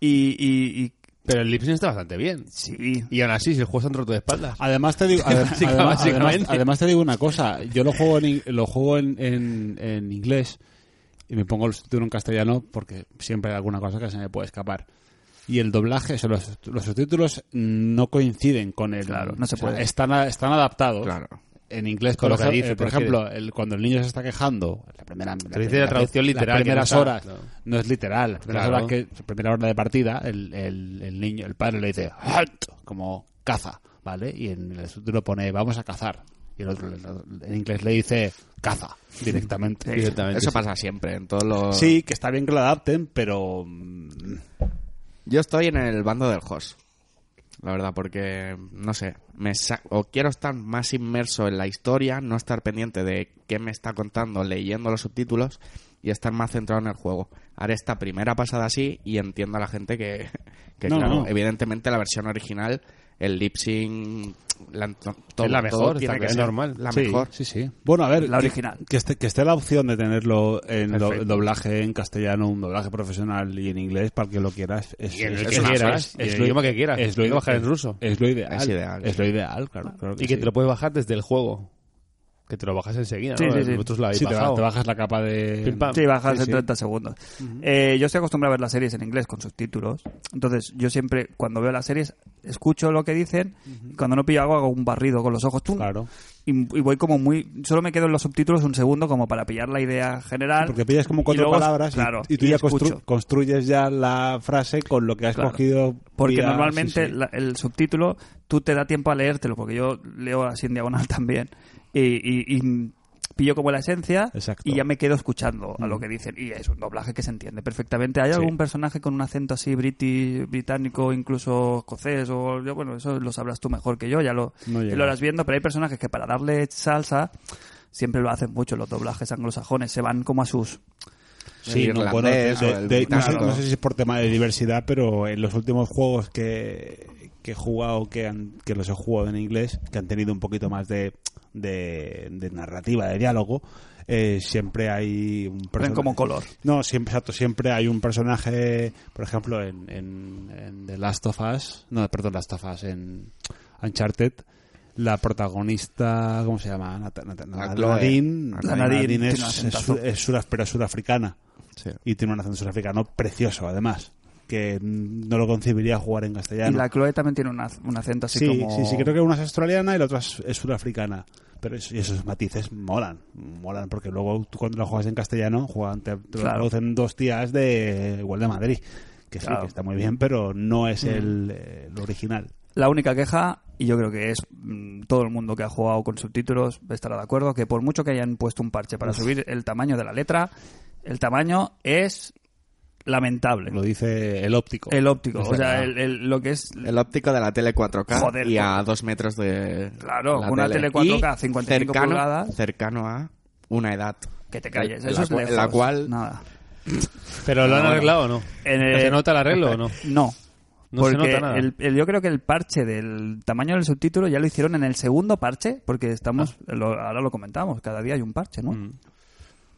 y, y- y- Pero el Lipsin está bastante bien. sí. Y aún así, si el juego está en roto de espaldas. Además te digo, adem- Básica- además- básicamente. además- además te digo una cosa, yo lo juego en, in- lo juego en, en- en inglés y me pongo el subtítulo en castellano porque siempre hay alguna cosa que se me puede escapar. Y el doblaje, o sea, los, los subtítulos no coinciden con el. Claro, no se o sea, puede. están, a- están adaptados. Claro. en inglés Con lo por que ejem- dice, eh, por prefiere. ejemplo el- cuando el niño se está quejando la primera la, dice la traducción literal, las que primeras no está- horas no. no. es literal las primeras Claro. horas que la primera hora de partida el, el- el niño el padre le dice "Halt", como caza vale y en el subtítulo pone vamos a cazar y el otro le- en inglés le dice caza directamente Directamente, Eso sí. pasa siempre en todos los... sí que está bien que lo adapten pero mm, Yo estoy en el bando del host. La verdad, porque, no sé, me sa- o quiero estar más inmerso en la historia, no estar pendiente de qué me está contando leyendo los subtítulos y estar más centrado en el juego. Haré esta primera pasada así y entienda la gente que, que No, claro, no. evidentemente la versión original, el lip sync, la, to- todo- la todo mejor, está tiene que claro, es ser normal. la Sí. mejor. Sí, sí. Bueno, a ver. La que- original. Que, esté, que esté la opción de tenerlo en do- Perfecto. doblaje en castellano, un doblaje profesional y en inglés para el que lo quieras. Es, Y en el es- que es una quieras, cosa. y en Es el lo- idioma que quieras. Es Lo lo puedes bajar ideal. en ruso. Es lo ideal. Es ideal. Es lo ideal, claro. claro que Y que sí. te lo puedes bajar desde el juego. Que te lo bajas enseguida. Sí, ¿no? sí, sí. Vosotros lo habéis Sí, te, bajado. ba- te bajas la capa de. Pim, pam. Sí, bajas Sí, en sí. 30 segundos. Eh, yo estoy acostumbrado a ver las series en inglés con subtítulos. Entonces, yo siempre, cuando veo las series, escucho lo que dicen. y Cuando no pillo algo, hago un barrido con los ojos. ¡tum! Claro. Y, y voy como muy. Solo me quedo en los subtítulos un segundo, como para pillar la idea general. Porque pillas como Y cuatro luego- palabras y- claro, y, tú y ya escucho. constru- construyes ya la frase con lo que has Claro. cogido. Porque vía- normalmente sí, sí. la- el subtítulo tú te da tiempo a leértelo, porque yo leo así en diagonal también. Y, y- y pillo como la esencia Exacto. Mm. y ya me quedo escuchando a lo que dicen. Y es un doblaje que se entiende perfectamente. ¿Hay algún personaje con un acento así briti- británico, incluso escocés? O, yo, bueno, eso lo sabrás tú mejor que yo, ya lo, No llega. lo harás viendo, pero hay personajes que para darle salsa siempre lo hacen mucho los doblajes anglosajones, se van como a sus... Sí, el no, irlandés bueno, de- o de- de- el no, sé, británico. no sé si es por tema de diversidad, pero en los últimos juegos que, que he jugado, que, han- que los he jugado en inglés, que han tenido un poquito más de, de, de narrativa, de diálogo, eh, siempre hay un personaje. como color. No, siempre, exacto, siempre hay un personaje, por ejemplo, en, en, en The Last of Us, no, perdón, Last of Us, en Uncharted. La protagonista, ¿cómo se llama? Nat- Nat- La Nat- Chloe. Nadine. La Nadine tiene es, un es acentazo. su- es sura- pero es sudafricana Sí. y tiene un acento sudafricano precioso, además, que mm, no lo concebiría jugar en Y castellano. la Chloe también tiene un, ac- un acento así sí, como... sí, sí, creo que una es australiana y la otra es, es sudafricana. Pero es- y esos matices molan, molan, porque luego tú cuando lo juegas en castellano, juegan, te, te lo Claro. traducen dos tías de igual de Madrid, que sí, Claro. Mm. que está muy bien, pero no es el, eh, el original. La única queja, y yo creo que es mm, todo el mundo que ha jugado con subtítulos estará de acuerdo, que por mucho que hayan puesto un parche para subir el tamaño de la letra, el tamaño es lamentable. Lo dice el óptico. El óptico, Es o sea, verdad. el- el- lo que es... El óptico de la tele 4K Joder, y a dos metros de. Claro, la una tele 4K, 55 cercano, pulgadas. Cercano a una edad. Que te calles, En eso la es cu- en lejos. la cual- Nada. Pero lo han bueno. arreglado o no. En el- ¿Se nota el arreglo o no? No. No se porque nota nada. el- el- yo creo que el parche del tamaño del subtítulo ya lo hicieron en el segundo parche, porque estamos, Ah. lo- ahora lo comentamos, cada día hay un parche, ¿no? Mm.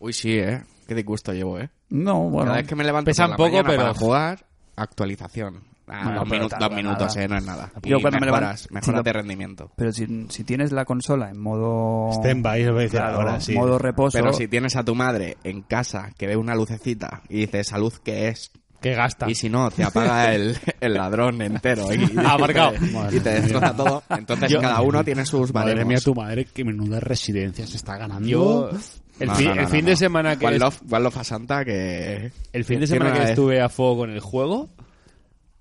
Uy, sí, ¿eh? Qué disgusto llevo, ¿eh? No, bueno. Cada vez que me levanto Pesa por la un poco, mañana pero- para jugar, actualización. Ah, Bueno, dos, pero minu- tarda dos minutos, nada. ¿eh? No es nada. Yo Y cuando me mejoras, levanto- mejoras sí, de lo- rendimiento. Pero si, si tienes la consola en modo... Stand-by, lo voy a decir Claro, ahora, sí. modo reposo. Pero si tienes a tu madre en casa que ve una lucecita y dice, salud, ¿qué es? Que gasta. Y si no, te apaga el, el ladrón entero. Y, Aparcado. Y te destroza todo. Entonces Yo- cada uno tiene sus Madre baremos. mía, tu madre, qué menuda residencia se está ganando. Yo. El, No, fin, no, no, el fin no, de no. semana que. One es- Love, One Love a Santa que... El fin que de semana tiene que una- estuve a fuego con el juego,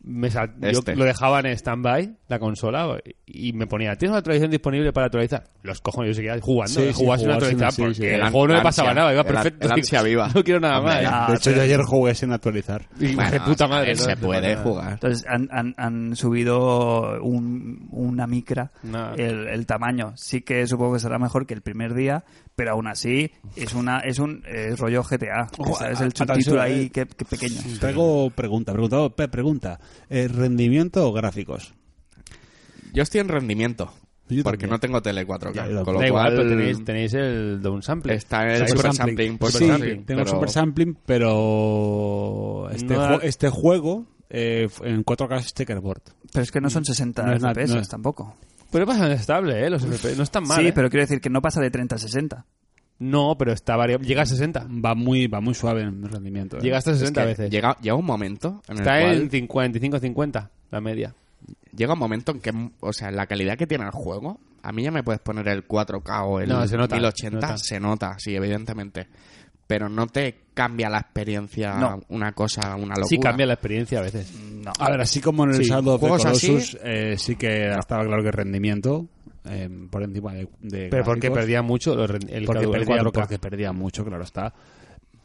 me sal- yo Este. lo dejaba en stand-by, la consola, y me ponía, ¿tienes una actualización disponible para actualizar? Los cojones, yo seguía jugando, Sí, eh, sí, jugabas una jugabas en- actualizar, sí, porque sí. el, El an- juego no me ansia, pasaba nada, iba el an- perfecto. el Digo, ansia viva. No quiero nada Hombre, más. ya. de Ah, hecho, yo pero- ayer jugué sin actualizar. Y Bueno, de puta a madre. ver, ¿no? se puede jugar. Entonces han, han- han subido un- una micra Nada. el, el tamaño. Sí que supongo que será mejor que el primer día, pero aún así es una es un es rollo GTA. Ojo, es a- el subtítulo atención, ahí eh. que, que pequeño. Traigo pregunta, pregunta, oh, pe- pregunta. Eh, ¿Rendimiento o gráficos? Yo estoy en rendimiento. Yo porque también. no tengo tele 4K. Ya, yo con lo Da igual, cual, pero tenéis, tenéis el downsample. Está en el super sampling. pues sí, sampling, tengo pero- super sampling, pero este, No ju- ha- este juego eh, f- en 4K es checkerboard. Pero es que no son 60 No es nada, FPS no es- tampoco. Pero es bastante estable, ¿eh? Los FPS. No están mal. sí, ¿eh? pero quiero decir que no pasa de 30 a 60. No, pero está variable. Llega a 60. Va muy, va muy suave en rendimiento. ¿eh? Llega hasta es 60 que veces. Llega, llega un momento en está el en cual- 55-50, la media. llega un momento en que, o sea, la calidad que tiene el juego A mí ya me puedes poner el 4K o el No, se nota, 1080, se nota. se nota, sí, evidentemente. Pero no te cambia la experiencia No. una cosa, una locura. Sí cambia la experiencia a veces. Mm, No. A ver, así como en el Sí, saldo de juegos así- Colossus, eh, sí que estaba claro que rendimiento eh, por encima de. de Pero porque gráficos. perdía mucho los ren- el porque cuadro- el perdía, 4K. porque perdía mucho, claro está.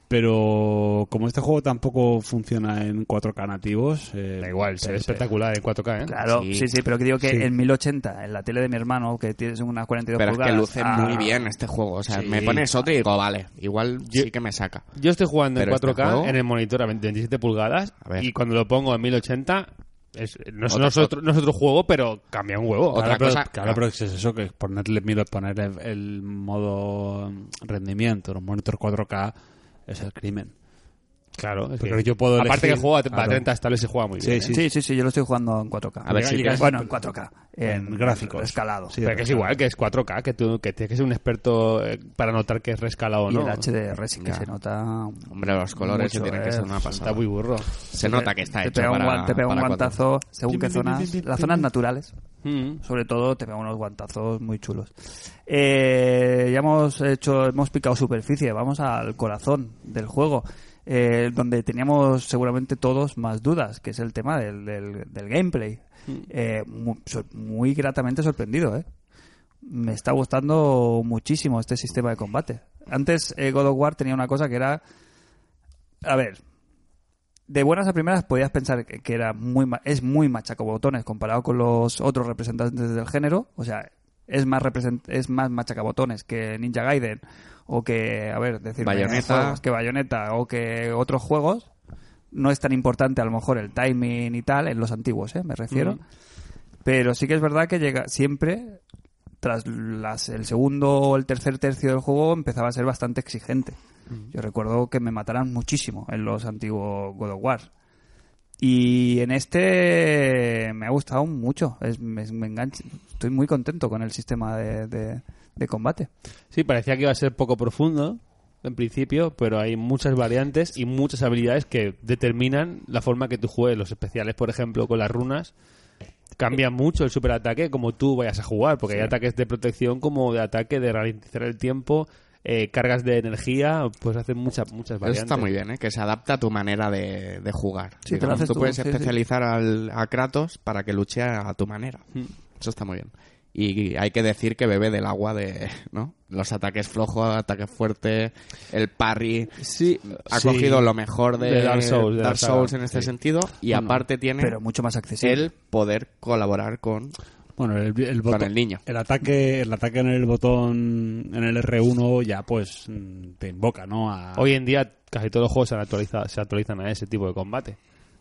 Pero como este juego tampoco funciona en 4K nativos, eh, Da igual, se ve pues, espectacular en 4K, ¿eh? Claro, sí. Sí. sí, pero que digo que Sí. en 1080, en la tele de mi hermano, que tienes unas 42 Pero es que pulgadas... luce ah, muy bien este juego. O sea, Sí. me pones otro y digo, vale, igual sí que me saca. Yo estoy jugando en Pero este 4K juego- en el monitor a 20 27 pulgadas A ver. y cuando lo pongo en 1080 es, no, es, Otra- no es otro, no es otro juego, pero cambia un huevo. Otra Claro, pero, cosa- claro, pero es eso, que ponerle, miro, poner el, el modo rendimiento, los monitor 4K, es el crimen. Claro, es Porque que- yo puedo Aparte que el elegir- juego a, claro. a 30 estables se juega muy bien. Sí, ¿eh? Sí, sí, sí, yo lo estoy jugando en 4K. A ver si Llega- te- Bueno, en 4K. En, En gráficos. Escalado. Sí, Pero que es igual, que es 4K, que tú que tienes que ser un experto eh, para notar que es rescalado o Y no. el HDR sí que Ya. se nota... Hombre, los colores Mucho, tienen eh, que ser una está pasada. Está muy burro. Se nota que está te hecho pega un, para, guan- te pega un para cuatro. guantazo, según qué zonas. Las zonas naturales, Mm. sobre todo, te pega unos guantazos muy chulos. Eh, ya hemos hecho, hemos picado superficie, vamos al corazón del juego, eh, donde teníamos seguramente todos más dudas, que es el tema del, del- del gameplay. Eh, mu- sor- muy, gratamente sorprendido, ¿eh? Me está gustando muchísimo este sistema de combate. Antes eh, God of War tenía una cosa que era... A ver, de buenas a primeras podías pensar que, que era muy ma- es muy machacabotones comparado con los otros representantes del género, o sea, es más represent- es más machacabotones que Ninja Gaiden o que a ver, decir Bayonetta. que Bayonetta o que otros juegos no es tan importante a lo mejor el timing y tal en los antiguos, ¿eh? me refiero. Ujú. Pero sí que es verdad que llega siempre tras las, el segundo o el tercer tercio del juego empezaba a ser bastante exigente. Yo recuerdo que me mataran muchísimo en los antiguos God of War. Y en este me ha gustado mucho. Es- me, me engancha. Estoy muy contento con el sistema de, de- de combate. Sí, parecía que iba a ser poco profundo en principio, pero hay muchas variantes y muchas habilidades que determinan la forma que tú juegues. Los especiales, por ejemplo, con las runas, cambia mucho el superataque como tú vayas a jugar, porque hay ataques de protección como de ataque, de ralentizar el tiempo, eh, cargas de energía, pues hacen muchas, muchas Eso variantes. está muy bien, ¿eh? que se adapta a tu manera de, de jugar. Sí, te lo Digamos, haces tú, tú, puedes sí, sí. especializar al- a Kratos para que luche a tu manera. Mm. Eso está muy bien. Y hay que decir que bebe del agua de ¿no? los ataques flojos, ataques fuertes, el parry. Sí, Ha cogido lo mejor de, De Dark Souls, de la Dark saga, Souls en este sí. sentido. Y aparte tiene Pero mucho más accesible. el poder colaborar con Bueno, el, el Con botón, el niño. ataque, el ataque en el botón, en el R1 ya pues mm, te invoca, ¿no? A, Hoy en día casi todos los juegos se han actualiza- se actualizan, a ese tipo de combate.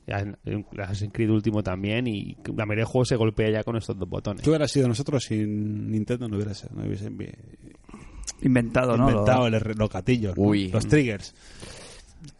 Ya en- en Assassin's Creed último también y la mayoría de juegos se golpea ya con estos dos botones. ¿Qué hubiera sido nosotros sin Nintendo? No hubiese, no hubiese invi- inventado, ¿no? inventado Lo- el R- los gatillos, ¿no? Uy. los triggers.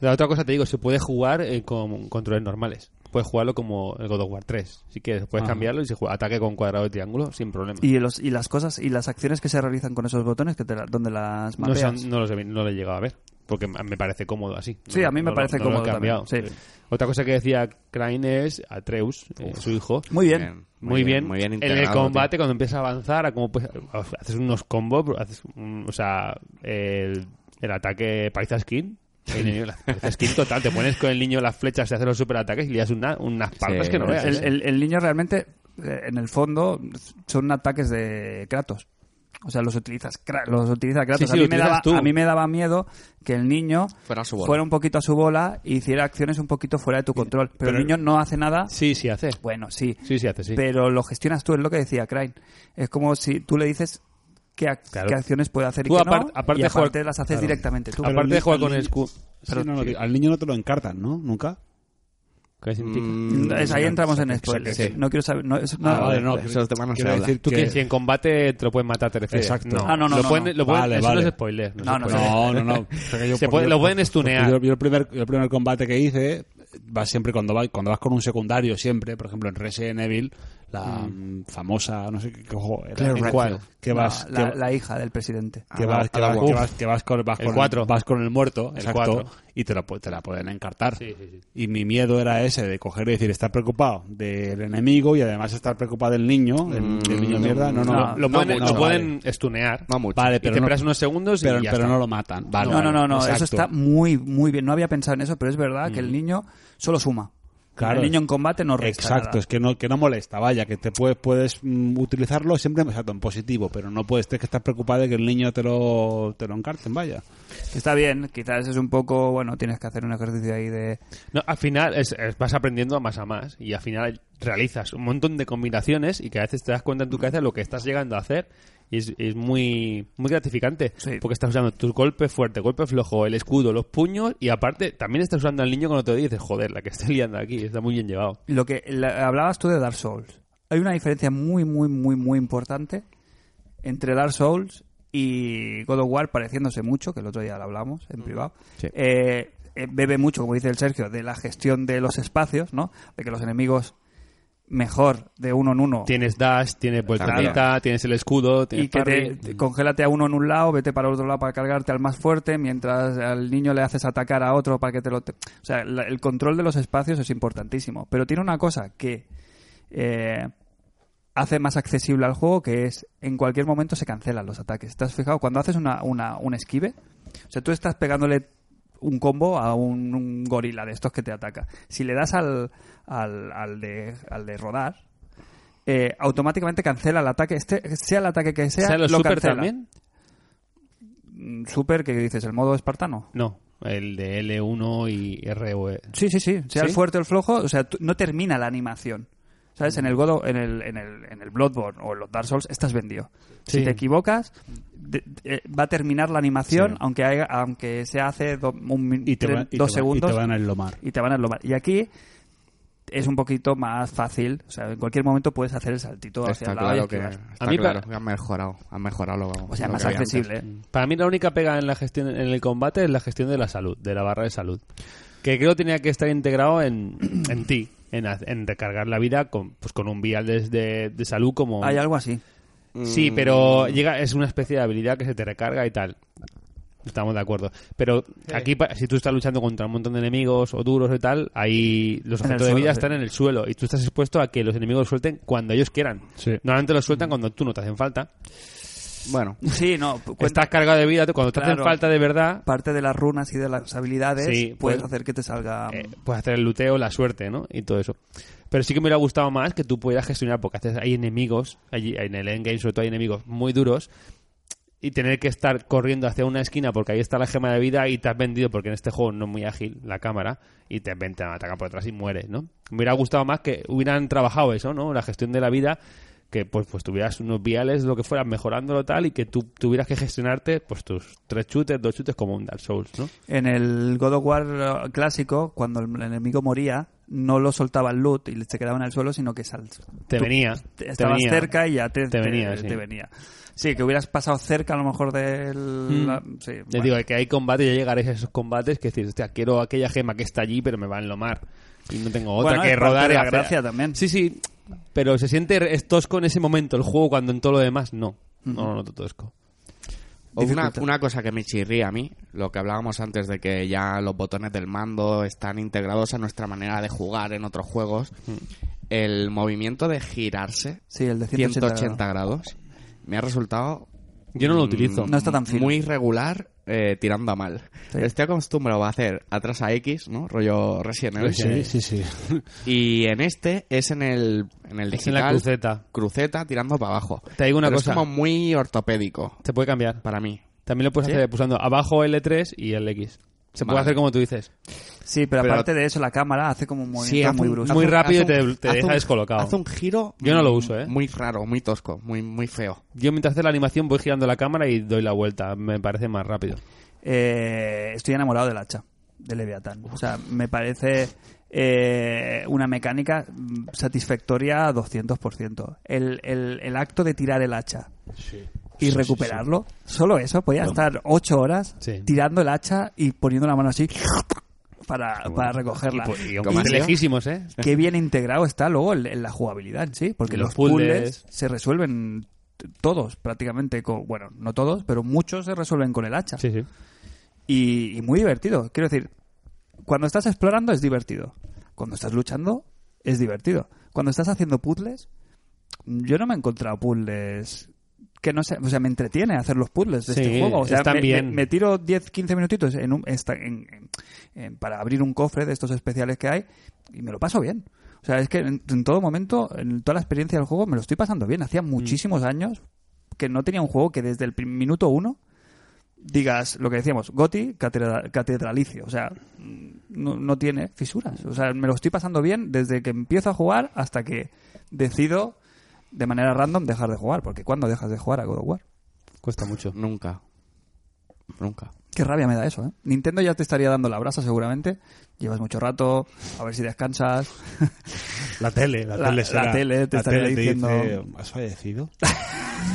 La otra cosa te digo, se puede jugar eh, con controles normales. Puedes jugarlo como el God of War 3. Si quieres, puedes Ajá. cambiarlo y se juega ataque con cuadrado y triángulo sin problema. y, los, y las cosas y las acciones que se realizan con esos botones, que te la- donde las no, mapeas. sé- no los he- no lo he llegado a ver. Porque me me parece cómodo así. Sí, No- a mí me no lo- parece no lo he cómodo también, cambiado. sí. Otra cosa que decía Crane es Atreus, eh, su hijo. Muy bien. Muy bien, muy bien en el integrado, combate, tío. cuando empiezas a avanzar, a cómo puedes- haces unos combos, bro, haces un- o sea, el, el ataque paliza skin. El niño, la paliza skin total, te pones con el niño las flechas, te haces los superataques y le das una- unas palmas Sí, que no veas. ¿eh? el, el- el niño realmente, eh, en el fondo, son ataques de Kratos. O sea, los utilizas, Kra- los utiliza Kratos. Sí, sí, a, mí lo me utilizas daba, tú. a mí me daba miedo que el niño Fuera a su bola. un poquito a su bola y hiciera acciones un poquito fuera de tu control. Pero, el niño no hace nada. Sí, sí hace. Bueno, sí. Sí, sí hace, sí. Pero lo gestionas tú, es lo que decía Crane. Es como si tú le dices qué, ac- Claro. qué acciones puede hacer y Tú qué apar- no, aparte y de jugar- aparte las haces directamente tú. Aparte de jugar con el escudo. Sí, no, no, al niño no te lo encartan, ¿no? Nunca. ¿Qué significa? Mm, Mm, es- ahí entramos en saque- spoilers. saque- sí. No quiero saber... No, es- no, Ah, vale, no, no, de esos temas no se quiero habla. decir Tú que- que si en combate te lo pueden matar, te refieres. Exacto. No, Ah, no, no, lo no, pueden, no. Lo pueden, Vale, eso no vale. es spoiler. No, es no, spoiler. No, no, no. Porque yo Se por- puede- yo- lo pueden por- stunear. Yo, yo el primer, yo el primer combate que hice va siempre cuando, va, cuando vas con un secundario, siempre. Por ejemplo, en Resident Evil, la mm, famosa, no sé qué cojo era. Claire ¿En Redfield. cuál? Que No, vas, la, que- la hija del presidente. que a vas, la- que a la vas, Wolf. que vas, que vas con, vas El con- cuatro. vas con el muerto, El exacto, cuatro. y te la, pu- te la pueden encartar. Sí, sí, sí. Y mi miedo era ese, de coger y decir, estar preocupado del enemigo y además estar preocupado del niño, del, del niño mierda. No, no, lo, no, pueden, no, lo vale. pueden estunear. No mucho. Vale, Y te pero no- esperas unos segundos y pero, ya pero está. no lo matan. Ah, Vale, no, no, no, no, exacto. Mm. eso está muy, muy bien. No había pensado en eso, pero es verdad que el niño solo suma. Claro. El niño en combate no resta. Exacto, nada. es que no, que no molesta, vaya, que te puedes, puedes mm, utilizarlo siempre exacto, en positivo, pero no puedes tener que estar preocupado de que el niño te lo, te lo encarten, vaya. Está bien, quizás es un poco, bueno, tienes que hacer un ejercicio ahí de... No, al final es- es- vas aprendiendo a más a más y al final realizas un montón de combinaciones y que a veces te das cuenta en tu cabeza lo que estás llegando a hacer y es, es muy, muy gratificante Sí. porque estás usando tu golpe fuerte, golpe flojo, el escudo, los puños y aparte también estás usando al niño cuando te dices, joder, la que estoy liando aquí, está muy bien llevado. Lo que la- hablabas tú de Dark Souls. Hay una diferencia muy, muy, muy, muy importante entre Dark Souls y God of War, pareciéndose mucho, que el otro día lo hablamos Mm. en privado. Sí. Eh, eh, bebe mucho, como dice el Sergio, de la gestión de los espacios, ¿no? De que los enemigos mejor de uno en uno Tienes dash, tienes vuelta Claro. alta, tienes el escudo, tienes y que te, parry. te- congélate a uno en un lado, vete para el otro lado para cargarte al más fuerte, mientras al niño le haces atacar a otro para que te lo... te- O sea, la- el control de los espacios es importantísimo, pero tiene una cosa que eh, hace más accesible al juego, que es en cualquier momento se cancelan los ataques. ¿Te has fijado? Cuando haces una, una- un esquive, o sea, tú estás pegándole un combo a un, un gorila de estos que te ataca. Si le das al, al, al de, al de rodar, eh, automáticamente cancela el ataque, este, sea el ataque que sea, ¿Sabes los lo super cancela. también? Mm, Super, que dices, el modo espartano. No, el de L1 y E. ROE. Sí, sí, sí. Sea ¿Sí? el fuerte o el flojo, o sea, tú- no termina la animación. ¿Sabes? En el, God of- en, el, en, el, en el Bloodborne o en los Dark Souls estás vendido. Si Sí. te equivocas, de- de- eh, va a terminar la animación, Sí. aunque haya- aunque se hace do- un min- Y te, tre- van- y dos te van- segundos y te van a enlomar. y te van a enlomar. Y aquí es un poquito más fácil. O sea, en cualquier momento puedes hacer el saltito hacia Está el lado y claro que esquivar. está A mí claro que han mejorado, han mejorado lo O sea, lo más que había accesible. antes. ¿eh? Para mí la única pega en la gestión en el combate es la gestión de la salud, de la barra de salud, que creo tenía que estar integrado en, en ti, en, haz- en recargar la vida con, pues con un vial de, de- de salud como Hay algo Mm. así. sí, pero llega es una especie de habilidad que se te recarga y tal. Estamos de acuerdo. Pero aquí, pa- si tú estás luchando contra un montón de enemigos o duros y tal, ahí los En el objetos de suelo, vida sí. están en el suelo y tú estás expuesto a que los enemigos suelten cuando ellos quieran. Sí. Normalmente los sueltan cuando tú no te hacen falta. Bueno, Sí, no. cu- cuenta- Estás cargado de vida, tú- cuando te hacen Claro. falta de verdad, parte de las runas y de las habilidades Sí, puedes pues- hacer que te salga. eh, puedes hacer el luteo, la suerte, ¿no? Y todo eso. Pero sí que me hubiera gustado más que tú pudieras gestionar, porque haces- hay enemigos, allí, en el endgame sobre todo hay enemigos muy duros, y tener que estar corriendo hacia una esquina porque ahí está la gema de vida y te has vendido, porque en este juego no es muy ágil la cámara, y te ven, te atacan por detrás y mueres, ¿no? Me hubiera gustado más que hubieran trabajado eso, ¿no? La gestión de la vida que pues, pues tuvieras unos viales, lo que fueras, mejorándolo tal, y que tú tuvieras que gestionarte pues tus tres chutes, dos chutes como un Dark Souls, ¿no? En el God of War eh, clásico, cuando el enemigo moría, no lo soltaba el loot y se quedaba en el suelo, sino que sal... Te tú venía. te- te estabas venía. cerca y ya te, Te venía, sí. te venía. Sí, que hubieras pasado cerca a lo mejor del. Mm. la- sí, Les bueno. digo que hay combates, ya llegaréis a esos combates que dices, hostia, quiero aquella gema que está allí, pero me va a enlomar. Y no tengo otra Bueno, que es parte rodar de y la hacer- gracia también. Sí, sí, pero se siente re- tosco en ese momento el juego cuando en todo lo demás no. No lo noto tosco. O una, Dificultad. una cosa que me chirría a mí, lo que hablábamos antes de que ya los botones del mando están integrados a nuestra manera de jugar en otros juegos, Hmm. el movimiento de girarse Sí, el de 180. 180, grados me ha resultado Yo no lo mm, utilizo. No está tan fino. muy regular eh, tirando a mal. Sí. Estoy acostumbrado a hacer atrás a X, ¿no? Rollo Resident Evil. Sí, sí, sí. Y en este es en el, en el Es en digital. la cruceta. cruceta tirando para abajo. Te digo una Pero cosa. Es como muy ortopédico Se puede cambiar. para mí. También lo puedes ¿Sí? hacer pulsando abajo L3 y LX. Se puede Vale. hacer como tú dices. Sí, pero, Pero- aparte de eso, la cámara hace como un movimiento hace muy un- brusco. muy hace un- rápido y hace te- un- te hace deja un- descolocado. Hace un giro. Yo no lo mm, uso, ¿eh? Muy raro, muy tosco, muy, muy feo. Yo mientras hace la animación voy girando la cámara y doy la vuelta. Me parece más rápido. Eh, estoy enamorado del hacha, de Leviatán. O sea, me parece eh, una mecánica mm, satisfactoria a 200%. El, el, el acto de tirar el hacha y recuperarlo, solo eso, podía estar 8 horas Sí. tirando el hacha y poniendo la mano así para, para recogerla. Pues, y ¿Ah, ¿Cómo ha sido? lejísimos, ¿eh? Qué bien integrado está luego el- en la jugabilidad, en sí, porque Los los, puzzles, puzzles. se resuelven t- todos prácticamente con, bueno, no todos, pero muchos se resuelven con el hacha. Sí, sí. y, y muy divertido. Quiero decir, cuando estás explorando es divertido. Cuando estás luchando es divertido. Cuando estás haciendo puzzles, yo no me he encontrado puzzles que no sé, o sea, me entretiene hacer los puzzles de Sí, este juego. O sea, están me, bien. me- me tiro 10, 15 minutitos en un, esta- en- en- en- para abrir un cofre de estos especiales que hay y me lo paso bien. O sea, es que en, en todo momento, en toda la experiencia del juego, me lo estoy pasando bien. Mm. Hacía muchísimos años que no tenía un juego que desde el prim- minuto uno digas lo que decíamos, Goti catedra- catedralicio, o sea, mm, no, no tiene fisuras. O sea, me lo estoy pasando bien desde que empiezo a jugar hasta que decido de manera random dejar de jugar, porque ¿cuándo dejas de jugar a God of War? Cuesta mucho. Nunca. Nunca. Qué rabia me da eso, ¿eh? Nintendo ya te estaría dando la brasa seguramente. Llevas mucho rato, a ver si descansas. La tele, la, La- tele la será. tele te estaría diciendo- dice, ¿Has fallecido?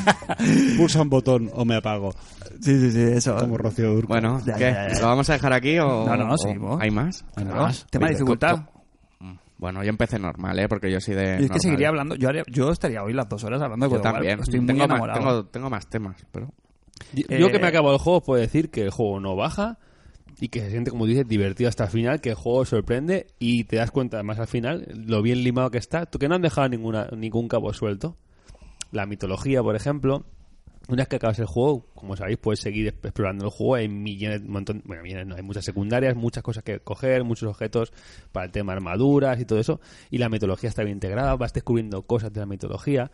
Pulsa un botón o me apago. sí, sí, sí, eso. Como Rocío Durco. Bueno, Ya, ¿qué? ya, ya. ¿Lo vamos a dejar aquí o.? No, no, o- seguimos. ¿Hay más? Claro, Tema de Oye, dificultad. co- co- Bueno, yo empecé normal, ¿eh? Porque yo soy de. Y es que normal. seguiría hablando, yo, haría- yo estaría hoy las dos horas hablando de God Yo of War. también. Estoy muy tengo, más, enamorado. tengo, tengo más temas, pero. Yo que me Eh, acabo el juego puedo decir que el juego no baja y que se siente, como dices, divertido hasta el final, que el juego sorprende y te das cuenta además al final lo bien limado que está, que no han dejado ninguna, ningún cabo suelto. La mitología, por ejemplo, una vez que acabas el juego, como sabéis, puedes seguir exp- explorando el juego, hay millones, un montón, bueno, millones no, hay muchas secundarias, muchas cosas que coger, muchos objetos para el tema armaduras y todo eso, y la mitología está bien integrada, vas descubriendo cosas de la mitología,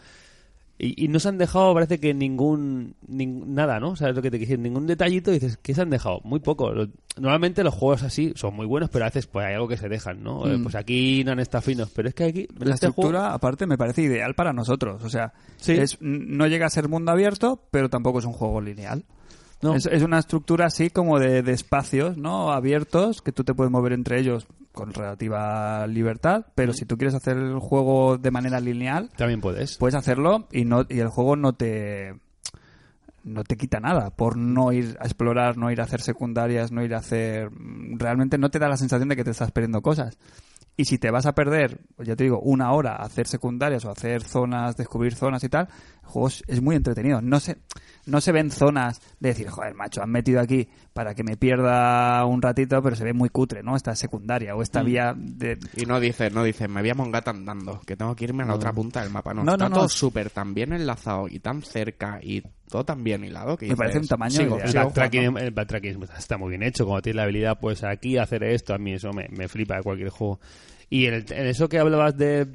y, y no se han dejado, parece que ningún, nin- nada, ¿no? ¿Sabes lo que te quiero decir? Ningún detallito y dices, ¿qué se han dejado? Muy poco. Lo- normalmente los juegos así son muy buenos, pero a veces pues hay algo que se dejan, ¿no? Eh, Pues aquí no han estado finos, pero es que aquí... Mm. La este juego- estructura, aparte, me parece ideal para nosotros. O sea, Sí. es, n- no llega a ser mundo abierto, pero tampoco es un juego lineal. No. Es, es una estructura así como de, de espacios no abiertos que tú te puedes mover entre ellos con relativa libertad, pero si tú quieres hacer el juego de manera lineal, También puedes. puedes hacerlo y no y el juego no te no te quita nada por no ir a explorar, no ir a hacer secundarias, no ir a hacer realmente no te da la sensación de que te estás perdiendo cosas. Y si te vas a perder, pues ya te digo, una hora a hacer secundarias o a hacer zonas, descubrir zonas y tal, el juego es, es muy entretenido. No se, no se ven zonas de decir, joder, macho, han metido aquí para que me pierda un ratito, pero se ve muy cutre, ¿no? Esta secundaria o esta vía de, Y no dices, no dices, me voy a Mongata andando, que tengo que irme a la otra punta del mapa. No, No, está no, no. todo súper tan bien enlazado y tan cerca y todo tan bien hilado que Me parece dices, un tamaño sigo, ideal. El sigo backtracking, jugando. el backtracking está muy bien hecho. Cuando tienes la habilidad, pues aquí hacer esto, a mí eso me, me flipa de cualquier juego. Y en, el- en eso que hablabas de,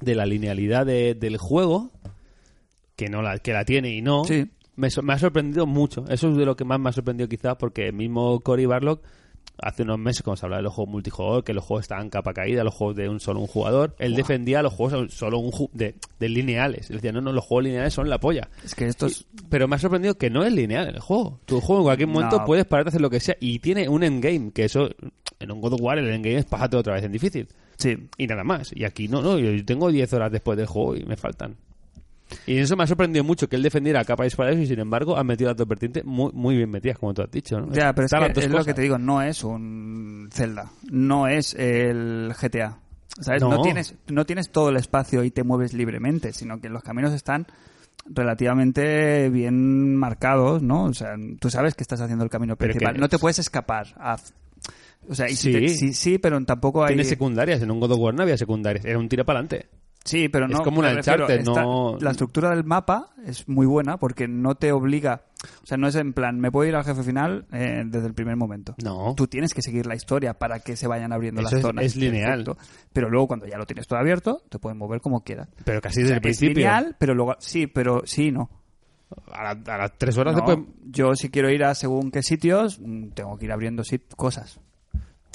de la linealidad de- del juego, que no la, que la tiene y no, Sí. me, so- me ha sorprendido mucho. Eso es de lo que más me ha sorprendido quizás porque el mismo Cory Barlock hace unos meses cuando se hablaba de los juegos multijugador, que los juegos estaban capa caída, los juegos de un solo un jugador, él defendía los juegos solo un ju- de, de lineales. Él decía, no, no, los juegos lineales son la polla. es que estos Pero me ha sorprendido que no es lineal el juego. Tu juego en cualquier momento No. puedes pararte a hacer lo que sea y tiene un endgame, que eso en un God of War el endgame es pásate otra vez en difícil. sí, Y nada más. Y aquí no, no, yo tengo 10 horas después del juego y me faltan. Y eso me ha sorprendido mucho que él defendiera a capa y espada eso y sin embargo han metido las dos vertientes muy, muy bien metidas, como tú has dicho. ¿no? Ya, pero es, Están que las dos es lo cosas. que te digo, no es un Zelda, no es el GTA. ¿Sabes? No. No. tienes, no tienes todo el espacio y te mueves libremente, sino que los caminos están relativamente bien marcados, ¿no? O sea, tú sabes que estás haciendo el camino Pero principal, que- no te puedes escapar. a- O sea, y si Sí. te- sí, sí, pero tampoco hay... Tiene secundarias, en un God of War no había secundarias, era un tira para adelante. Sí, pero Es no. como una me refiero, Uncharted, no- La estructura del mapa es muy buena porque no te obliga. O sea, no es en plan, me puedo ir al jefe final eh, desde el primer momento. No. Tú tienes que seguir la historia para que se vayan abriendo Eso las es- zonas. es lineal. Pero luego, cuando ya lo tienes todo abierto, te puedes mover como quieras. Pero casi desde el es principio. lineal, pero luego. Sí, pero sí y no. A, la- a las 3 horas No, después Yo, si quiero ir a según qué sitios, mm, tengo que ir abriendo sí, cosas.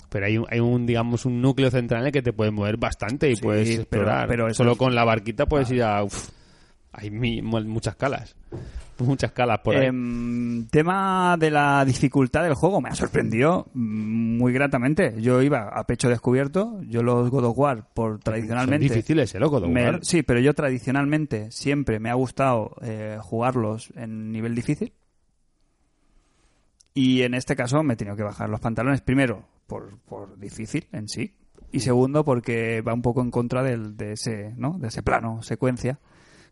Pero hay, un- hay un, digamos, un núcleo central en el que te puedes mover bastante y Sí, puedes pero- explorar. pero eso Solo es- Ah. con la barquita puedes ir a... uf, hay mi- mu- muchas calas. Muchas calas por ahí. Em, tema de la dificultad del juego, me ha sorprendido mm, muy gratamente. Yo iba a pecho descubierto, yo los God of War, por tradicionalmente... Son difíciles, ¿eh, loco? de me- jugar. sí, pero yo tradicionalmente siempre me ha gustado eh, jugarlos en nivel difícil. Y en este caso me he tenido que bajar los pantalones. Primero, por, por difícil en sí. Y segundo, porque va un poco en contra del, de, ese, ¿no? de ese plano, secuencia.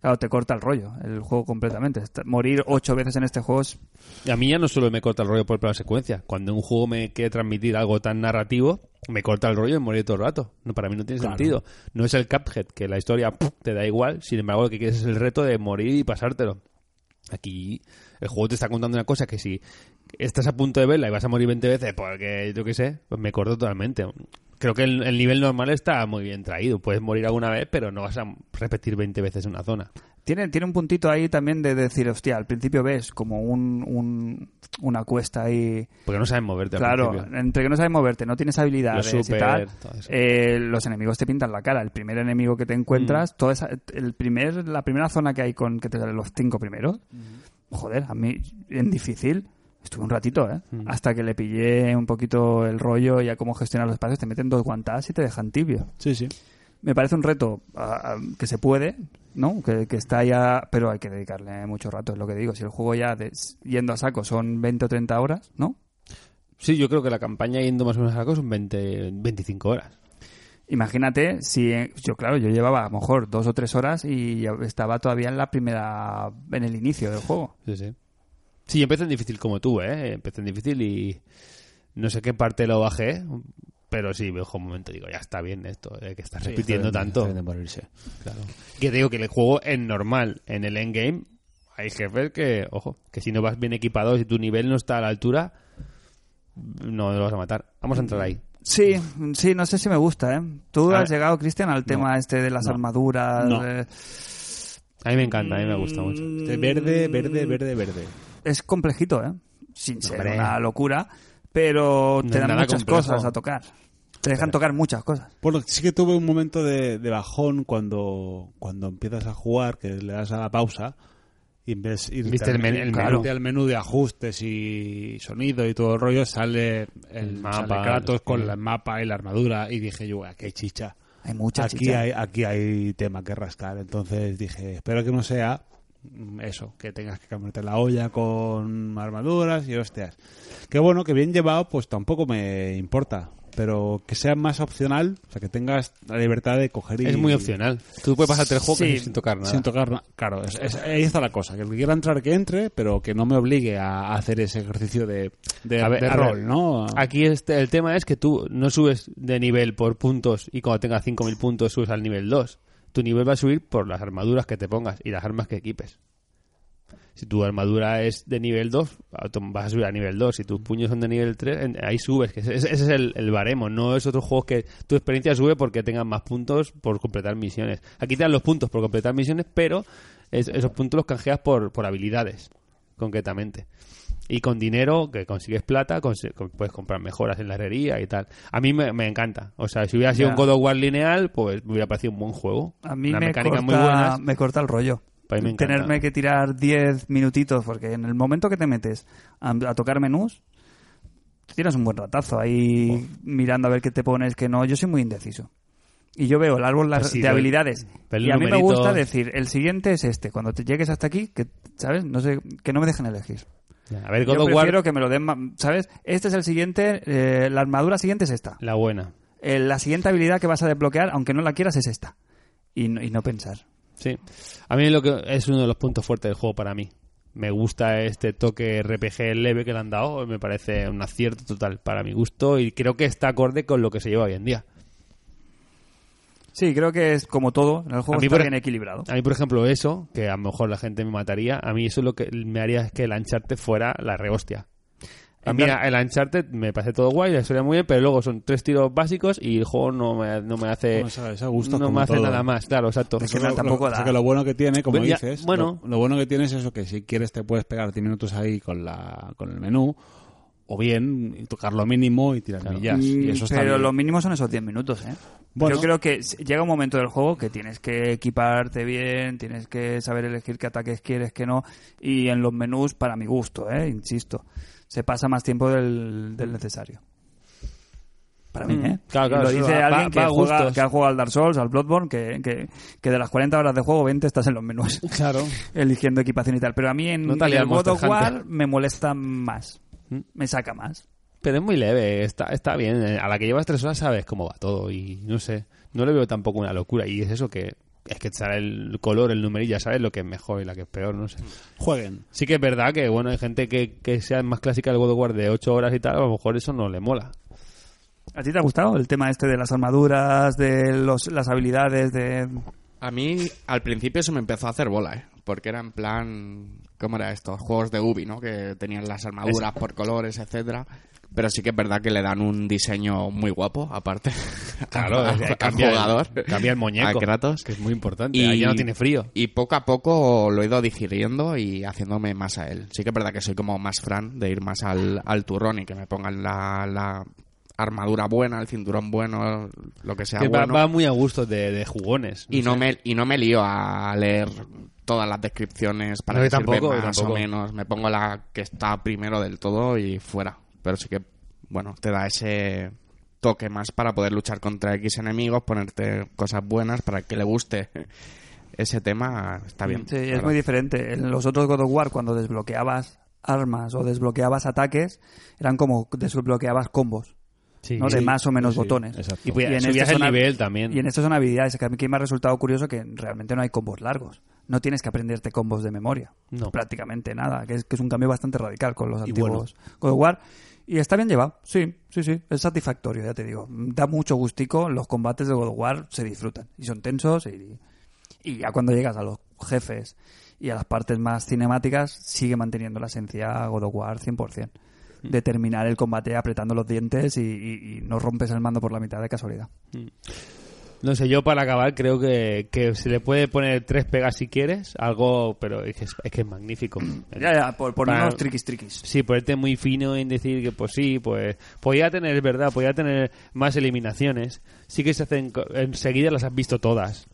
Claro, te corta el rollo, el juego completamente. Est- Morir ocho veces en este juego es Y a mí ya no solo me corta el rollo por la secuencia. Cuando un juego me quiere transmitir algo tan narrativo, me corta el rollo y morir todo el rato. No, para mí no tiene sentido. No es el Cuphead, que la historia ¡puf! te da igual. Sin embargo, lo que quieres es el reto de morir y pasártelo. Aquí el juego te está contando una cosa que si estás a punto de verla y vas a morir 20 veces, porque yo qué sé, pues me corto totalmente. Creo que el, el nivel normal está muy bien traído. Puedes morir alguna vez, pero no vas a repetir 20 veces una zona. Tiene, tiene un puntito ahí también de decir, hostia, al principio ves como un, un- una cuesta ahí. Porque no sabes moverte. al claro, principio. entre que no sabes moverte, no tienes habilidades Los super, y tal, todo eso. eh, los enemigos te pintan la cara. El primer enemigo que te Mm. encuentras, toda esa- el primer, la primera zona que hay con que te salen los cinco primeros, Mm. joder, a mí en difícil estuve un ratito, ¿eh? Mm. Hasta que le pillé un poquito el rollo y a cómo gestionar los espacios, te meten dos guantadas y te dejan tibio Sí, sí. me parece un reto a- a- que se puede, ¿no? Que, que está ya, pero hay que dedicarle mucho rato, es lo que digo. Si el juego ya de- yendo a saco son 20 o 30 horas, ¿no? Sí, yo creo que la campaña yendo más o menos a saco son 20, 25 horas. Imagínate si eh, yo, claro, yo llevaba a lo mejor dos o tres horas y ya estaba todavía en la primera, en el inicio del juego. Sí, sí. Sí, yo empecé en difícil como tú, ¿eh? Empecé en difícil y no sé qué parte lo bajé, pero sí, veo un momento y digo, ya está bien esto, eh, que estás repitiendo tanto. Claro. Que te digo que el juego es normal. En el endgame hay jefes que, ojo, que si no vas bien equipado, si tu nivel no está a la altura, no lo vas a matar. Vamos a entrar ahí. Sí, sí, no sé si me gusta, ¿eh? Tú A has ver. llegado, Cristian, al tema este de las no, armaduras. no. eh, A mí me encanta, a mí me gusta mucho. Este verde, verde, verde, verde. es complejito, ¿eh? Sin ser Hombre. una locura, pero No te es dan nada muchas complejo. cosas a tocar. Te dejan tocar muchas cosas. Bueno, sí que tuve un momento de, de bajón cuando, cuando empiezas a jugar, que le das a la pausa y en vez de irte Viste al el men- el claro, menú. al menú de ajustes y sonido y todo el rollo, sale el mapa, Mm. mapa, Kratos con sí. el mapa y la armadura y dije yo, "Buah, qué chicha. Hay muchas aquí chicha. hay aquí hay tema que rascar, entonces dije, espero que no sea mm, eso, que tengas que cambiarte la olla con armaduras y hostias. Que bueno, que bien llevado, pues tampoco me importa. Pero que sea más opcional, o sea, que tengas la libertad de coger y... Es muy opcional. Tú puedes pasarte el juego Sí. casi sin tocar nada. Sin tocar nada. Claro, es- es- ahí está la cosa. Que el que quiera entrar, que entre, pero que no me obligue a hacer ese ejercicio de, de, A ver, de a rol, ver. ¿no? Aquí este, el tema es que tú no subes de nivel por puntos y cuando tengas 5.000 puntos subes al nivel 2. Tu nivel va a subir por las armaduras que te pongas y las armas que equipes. Si tu armadura es de nivel 2, autom- vas a subir a nivel 2. Si tus puños son de nivel 3, en- ahí subes. Que ese, ese es el, el baremo. No es otro juego que tu experiencia sube porque tengas más puntos por completar misiones. Aquí te dan los puntos por completar misiones, pero es- esos puntos los canjeas por, por habilidades, concretamente. Y con dinero que consigues plata, consi- con- puedes comprar mejoras en la herrería y tal. A mí me, me encanta. O sea, si hubiera sido Ya. un God of War lineal, pues me hubiera parecido un buen juego. A mí Una me mecánica corta, muy buena. me corta el rollo. Pa' mí Pues me encanta. Tenerme que tirar 10 minutitos, porque en el momento que te metes a, a tocar menús, te tiras un buen ratazo ahí mirando a ver qué te pones, que no. Yo soy muy indeciso. Y yo veo el árbol la- Pues sí, de doy- habilidades. ve los Y a mí me numeritos. gusta decir, el siguiente es este. Cuando te llegues hasta aquí, que, ¿sabes? No sé, que no me dejen elegir. A ver, God Yo of War, prefiero que me lo den, ma- ¿sabes? Este es el siguiente, eh, la armadura siguiente es esta. la buena. Eh, la siguiente habilidad que vas a desbloquear, aunque no la quieras, es esta. Y no, y no pensar. Sí. A mí lo que es uno de los puntos fuertes del juego para mí. Me gusta este toque RPG leve que le han dado. Me parece un acierto total para mi gusto y creo que está acorde con lo que se lleva hoy en día. Sí, creo que es como todo, en el juego A mí, está por- bien equilibrado. A mí, por ejemplo, eso, que a lo mejor la gente me mataría, a mí eso lo que me haría es que el Uncharted fuera la rehostia. A mí Entonces- el Uncharted me parece todo guay, la historia muy bien, pero luego son tres tiros básicos y el juego no me, no me hace... Bueno, sabes, a gusto, no como me hace todo. nada más, claro, exacto. Es que no, tampoco lo, da. o sea, que lo bueno que tiene, como Bueno, ya, dices, bueno. Lo, lo bueno que tiene es eso, que si quieres te puedes pegar 10 minutos ahí con la con el menú, o bien tocar lo mínimo y tirar Claro. millas. Y eso está Pero bien. lo mínimo son esos 10 minutos, ¿eh? Mm, Bueno. Yo creo que s- llega un momento del juego que tienes que equiparte bien, tienes que saber elegir qué ataques quieres, qué no, y en los menús, para mi gusto, ¿eh? Insisto, se pasa más tiempo del, del necesario. Para mí, ¿eh? Mm. Claro, claro, Y lo eso dice va- alguien va- que, va a juega, gustos. que ha jugado al Dark Souls, al Bloodborne, que, que, que de las 40 horas de juego, 20 estás en los menús. Claro. eligiendo equipación y tal. Pero a mí en, No te en lía el el God Monster of War Hunter. me molesta más. ¿Mm? Me saca más. Pero es muy leve, está, está bien. A la que llevas tres horas sabes cómo va todo y no sé, no le veo tampoco una locura. Y es eso que es que te sale el color, el numerillo, ya sabes lo que es mejor y la que es peor, no sé. Jueguen. Sí que es verdad que, bueno, hay gente que, que sea más clásica del God of War de 8 horas y tal, a lo mejor eso no le mola. ¿A ti te ha gustado el tema este de las armaduras, de los, las habilidades, de... A mí al principio se me empezó a hacer bola, ¿eh? Porque era en plan, ¿cómo era esto? Juegos de Ubi, ¿no? Que tenían las armaduras por colores, etcétera. Pero sí que es verdad que le dan un diseño muy guapo, aparte. Claro, al, es que al cambia el- jugador. cambia el muñeco. A Kratos. Que es muy importante, Y- ahí ya no tiene frío. Y poco a poco lo he ido digiriendo y haciéndome más a él. Sí que es verdad que soy como más fan de ir más al, al turrón y que me pongan la, la armadura buena, el cinturón bueno, lo que sea Que va, Ah, bueno. va muy a gusto de, de jugones. y, no me, y no me lío a leer todas las descripciones para No, que yo tampoco, sirve yo más tampoco. o menos. Me pongo la que está primero del todo y fuera. Pero sí que, bueno, te da ese toque más para poder luchar contra X enemigos, ponerte cosas buenas para que le guste ese tema. Está bien. Sí, es claro. muy diferente. En los otros God of War, cuando desbloqueabas armas o desbloqueabas ataques, eran como desbloqueabas combos, Sí. ¿no? De más o menos botones. exacto. Y, pues, en subías este el son hab- nivel también. Y en esto son habilidades. Que a mí que me ha resultado curioso que realmente no hay combos largos. No tienes que aprenderte combos de memoria. No. Prácticamente nada. Que es, que es un cambio bastante radical con los Y bueno. antiguos God of War. Y está bien llevado. Sí, sí, sí. Es satisfactorio, ya te digo. Da mucho gustico. Los combates de God of War se disfrutan. Y son tensos. Y, y ya cuando llegas a los jefes y a las partes más cinemáticas, sigue manteniendo la esencia God of War 100%. Mm. De terminar el combate apretando los dientes y- y- y no rompes el mando por la mitad de casualidad. No sé, yo para acabar creo que, que se le puede poner tres pegas si quieres, algo, pero es que es, es que es magnífico. Ya, ya, por, por Para- unos triquis triquis. Sí, ponerte muy fino en decir que pues sí, pues podía tener, es verdad, podía tener más eliminaciones. Sí que se hacen, co- enseguida las has visto todas.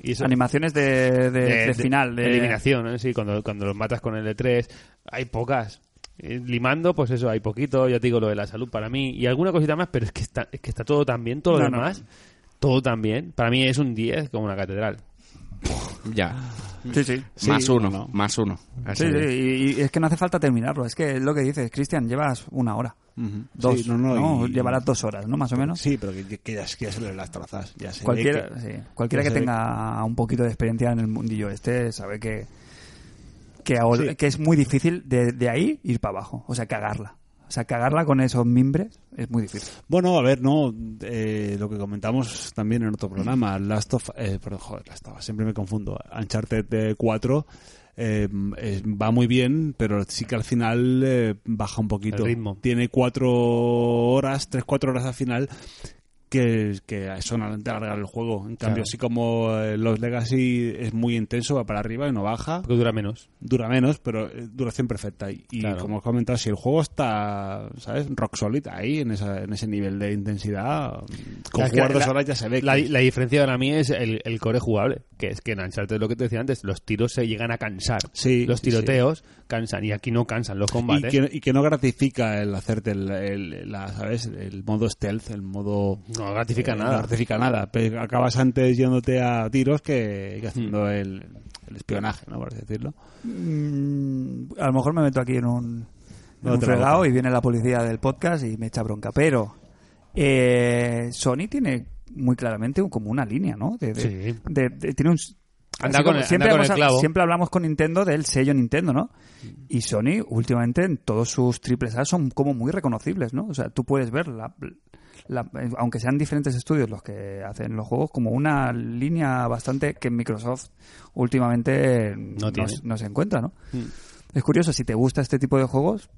Y eso, Animaciones de, de- de final, de Eh, eliminación, ¿eh? sí, cuando, cuando los matas con el E3, hay pocas. Eh, Limando, pues eso, hay poquito, ya te digo lo de la salud para mí, y alguna cosita más, pero es que está, es que está todo tan bien, todo lo No, no. demás, todo tan bien. Para mí es un 10 como una catedral. Ya. Sí, sí. más no, uno, no. más uno. Así Sí, sí, que- y, y es que no hace falta terminarlo. Es que es lo que dices, Cristian, llevas una hora. Dos, Sí, no, no, y- Llevarás dos horas, ¿no? Más o menos. Sí, pero que, que ya, que ya se le las trazas. Ya se ve cualquiera que- sí, cualquiera ya que se ve tenga un poquito de experiencia en el mundillo este sabe que que, ahora- Sí. que es muy difícil de, de ahí ir para abajo. O sea, cagarla. O sea, cagarla con esos mimbres es muy difícil. Bueno, a ver, no, eh, lo que comentamos también en otro programa, Last of, eh, perdón, joder, Last of Us, siempre me confundo, Uncharted eh, 4 eh, es- va muy bien, pero sí que al final eh, baja un poquito. El ritmo. Tiene cuatro horas, tres, cuatro horas al final, que, que son de alargar el juego. En cambio, Claro. sí como eh, los Legacy es muy intenso, va para arriba y no baja Porque dura menos. dura menos, pero eh, duración perfecta. Y, y Claro. como he comentado, si el juego está, ¿sabes? Rock solid ahí, en, esa- en ese nivel de intensidad, mm, con O sea, es que jugar la- dos horas ya se ve. La, que- la diferencia para mí es el, el core jugable, que es que en Uncharted lo que te decía antes, los tiros se llegan a cansar. Sí, los sí, sí. tiroteos cansan y aquí no cansan los y, combates. que, y que no gratifica el hacerte el, el- la, ¿sabes? el modo stealth, el modo... No gratifica eh, nada. No gratifica nada. Pe- Acabas antes yéndote a tiros que, Hmm. que haciendo el, el espionaje, ¿no? Por así decirlo. Mm, a lo mejor me meto aquí en un, en No un te la fregado botas. y viene la policía del podcast y me echa bronca. Pero eh, Sony tiene muy claramente un- como una línea, ¿no? De- de- Sí. de- de- tiene un, Anda con así como el- siempre, anda con hemos- el clavo. Mm. siempre hablamos con Nintendo del sello Nintendo, ¿no? Y Sony últimamente en todos sus triples A son como muy reconocibles, ¿no? O sea, tú puedes ver la- la- aunque sean diferentes estudios los que hacen los juegos, como una línea bastante que Microsoft últimamente no, tiene. se- no se encuentra, ¿no? Es curioso, si te gusta este tipo de juegos,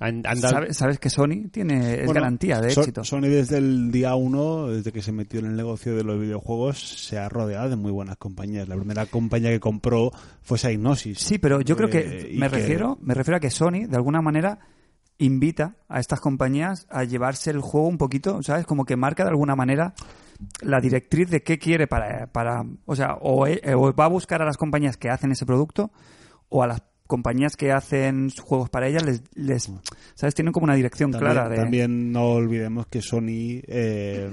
Han- han dado- sabes, sabes que Sony tiene es Bueno, garantía de So- éxito. Sony desde el día uno, desde que se metió en el negocio de los videojuegos, se ha rodeado de muy buenas compañías. La primera compañía que compró fue Saignosis. Sí, pero yo creo Eh, que y me que- refiero, me refiero a que Sony de alguna manera invita a estas compañías a llevarse el juego un poquito, ¿sabes? Como que marca de alguna manera la directriz de qué quiere para, para o sea, o, e- o va a buscar a las compañías que hacen ese producto o a las compañías que hacen juegos para ellas les, les ¿sabes? Tienen como una dirección También, clara de también no olvidemos que Sony eh,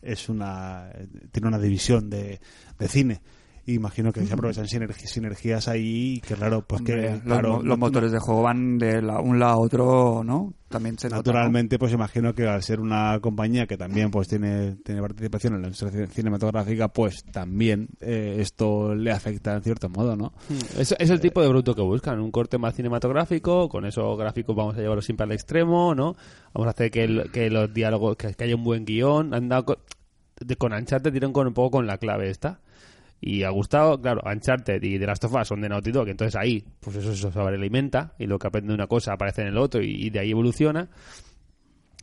es una tiene una división de, de cine imagino que se aprovechan sinergi- sinergias ahí, y que claro, pues que Mm. Hombre, los, claro, mo- los motores de juego van de la- un lado a otro, ¿no? También se nota, ¿no? Naturalmente, pues imagino que al ser una compañía que también pues tiene, tiene participación en la industria cinematográfica, pues también eh, esto le afecta en cierto modo, ¿no? Hmm. Es, es el tipo de bruto que buscan, un corte más cinematográfico, con esos gráficos vamos a llevarlo siempre al extremo, ¿no? Vamos a hacer que, el- que los diálogos, que, que haya un buen guión, han dado con, de, con Uncharted dieron con, un poco con la clave esta. Y ha gustado, claro, Uncharted y The Last of Us son de Naughty Dog, entonces ahí, pues eso se sobrealimenta, y lo que aprende una cosa aparece en el otro, y- y de ahí evoluciona.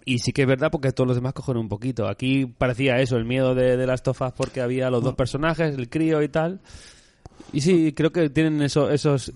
Y sí que es verdad porque todos los demás cogen un poquito. Aquí parecía eso, el miedo de, de las tofas porque había los dos personajes, el crío y tal. Y sí, creo que tienen eso, esos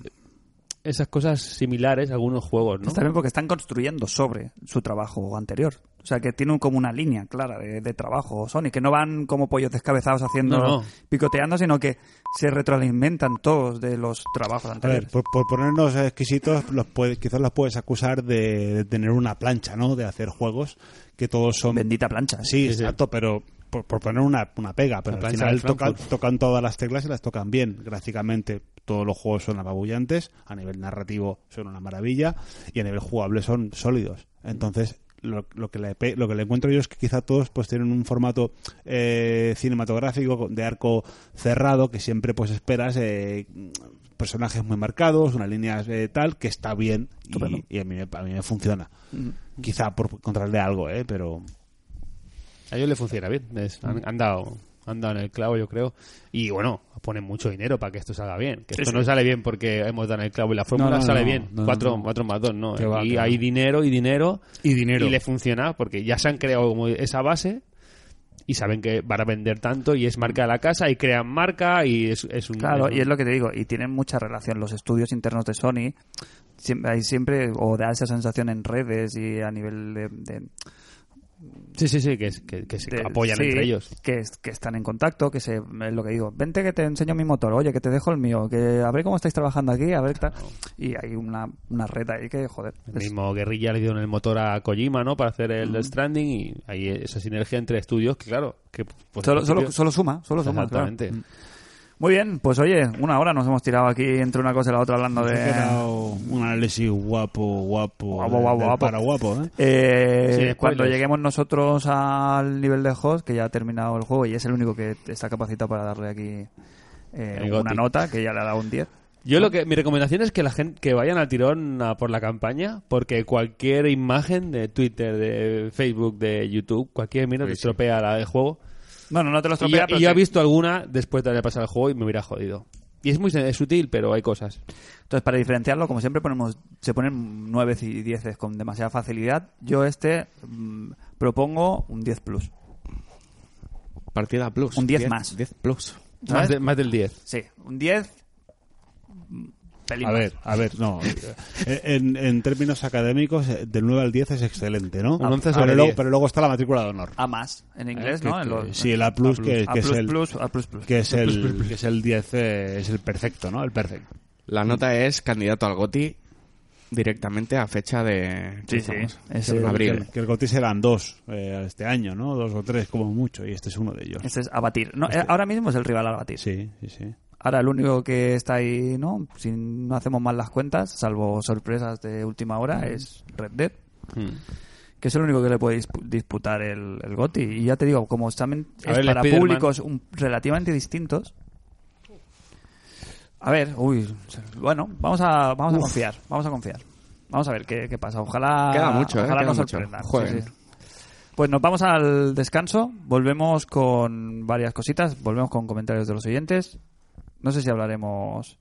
esas cosas similares a algunos juegos, ¿no? Está bien porque están construyendo sobre su trabajo anterior. O sea, que tienen como una línea clara de, de trabajo Sony, que no van como pollos descabezados haciendo, No, no. picoteando, sino que se retroalimentan todos de los trabajos A ver, anteriores. por, por ponernos exquisitos, los puede- quizás los puedes acusar de, de tener una plancha, ¿no? De hacer juegos que todos son Bendita plancha. Sí, exacto, pero por, por poner una, una pega, pero La al plancha final de tocan, Frankfurt. tocan todas las teclas y las tocan bien. Gráficamente todos los juegos son apabullantes, a nivel narrativo son una maravilla y a nivel jugable son sólidos. Entonces, lo, lo que, le, pe- lo que le encuentro yo es que quizá todos pues tienen un formato eh, cinematográfico de arco cerrado que siempre pues esperas eh, personajes muy marcados, una línea eh, tal que está bien Estupendo. y, y a, mí, me- a mí me funciona. Mm. Quizá por contrarle algo, eh, pero A ellos les funciona bien, es- Mm. han, han dado han dado en el clavo, yo creo. Y bueno, ponen mucho dinero para que esto salga bien. Que esto no sale bien porque hemos dado en el clavo y la fórmula No, no, sale no, bien. no, cuatro, no. cuatro más dos, ¿no? Que va, y que hay va. dinero y dinero y dinero y le funciona porque ya se han creado como esa base y saben que van a vender tanto y es marca de la casa y crean marca y es, es un Claro, es un- y es lo que te digo, y tienen mucha relación los estudios internos de Sony. Siempre, hay siempre, o da esa sensación en redes y a nivel de- de, sí sí sí que, es- que, que se de- apoyan sí, entre ellos Que, es- que están en contacto, que se, es lo que digo, vente que te enseño mi motor, oye, que te dejo el mío, que a ver cómo estáis trabajando aquí, a ver tal. Y hay una, una red ahí que, joder, el es- mismo Guerrilla le dieron el motor a Kojima no para hacer el Stranding y hay esa sinergia entre estudios que claro que pues, solo, al solo, principio- solo suma, solo suma. claro. exactamente Muy bien, pues oye, una hora nos hemos tirado aquí entre una cosa y la otra hablando Ha de... quedado un análisis guapo, guapo, Guapo, del- guapo, del guapo. para guapo, ¿eh? pues, Eh, Sin spoilers. cuando lleguemos nosotros al nivel de host, que ya ha terminado el juego y es el único que está capacitado para darle aquí eh, El una goti. nota, que ya le ha dado un 10. Yo lo que mi recomendación es que la gente que vayan al tirón a por la campaña, porque cualquier imagen de Twitter, de Facebook, de YouTube, cualquier mierda te estropea la del juego. Bueno, no te lo Y, yo- estropea, pero y yo te- he visto alguna después de haber pasado el juego y me hubiera jodido. Y es muy sen- es sutil, pero hay cosas. Entonces, para diferenciarlo, como siempre, ponemos, se ponen 9 y 10 con demasiada facilidad. Yo este mm, propongo un 10 plus. Partida plus. Un 10 más. 10 plus. Más, ¿Sabes? de- más del 10. Sí, un 10. mm, pelín A más. ver, a ver, no. Eh, En, en términos académicos, eh, del 9 al 10 es excelente, ¿no? Un 11 sobre pero, luego, 10. pero luego está la matrícula de honor. A más, en inglés, Eh, Que- ¿no? En que- los- sí, el A plus, que, A que es plus, el plus, A plus plus. que es el que es el 10 eh, es el perfecto, ¿no? El perfecto. La nota es candidato al GOTI directamente a fecha de... Sí, ¿qué sí, estamos? es En el- abril. Que, que el Gotis eran dos eh, este año, ¿no? Dos o tres como mucho y este es uno de ellos. Ese es abatir. No, Este. eh, Ahora mismo es el rival a batir. Sí, sí, sí. Ahora el único que está ahí, ¿no? Si no hacemos mal las cuentas, salvo sorpresas de última hora, es Red Dead. Hmm. que es el único que le puede dispu- disputar el, el GOTI. Y ya te digo, como examen A es ver, el para Spiderman. públicos un- relativamente distintos. A ver, uy, bueno, vamos a, vamos a confiar, vamos a confiar. Vamos a ver qué, qué pasa. Ojalá, Queda mucho, ¿eh? ojalá Queda nos mucho. sorprendan. Sí, Jueguen. sí. Pues nos vamos al descanso, volvemos con varias cositas, volvemos con comentarios de los oyentes. No sé si hablaremos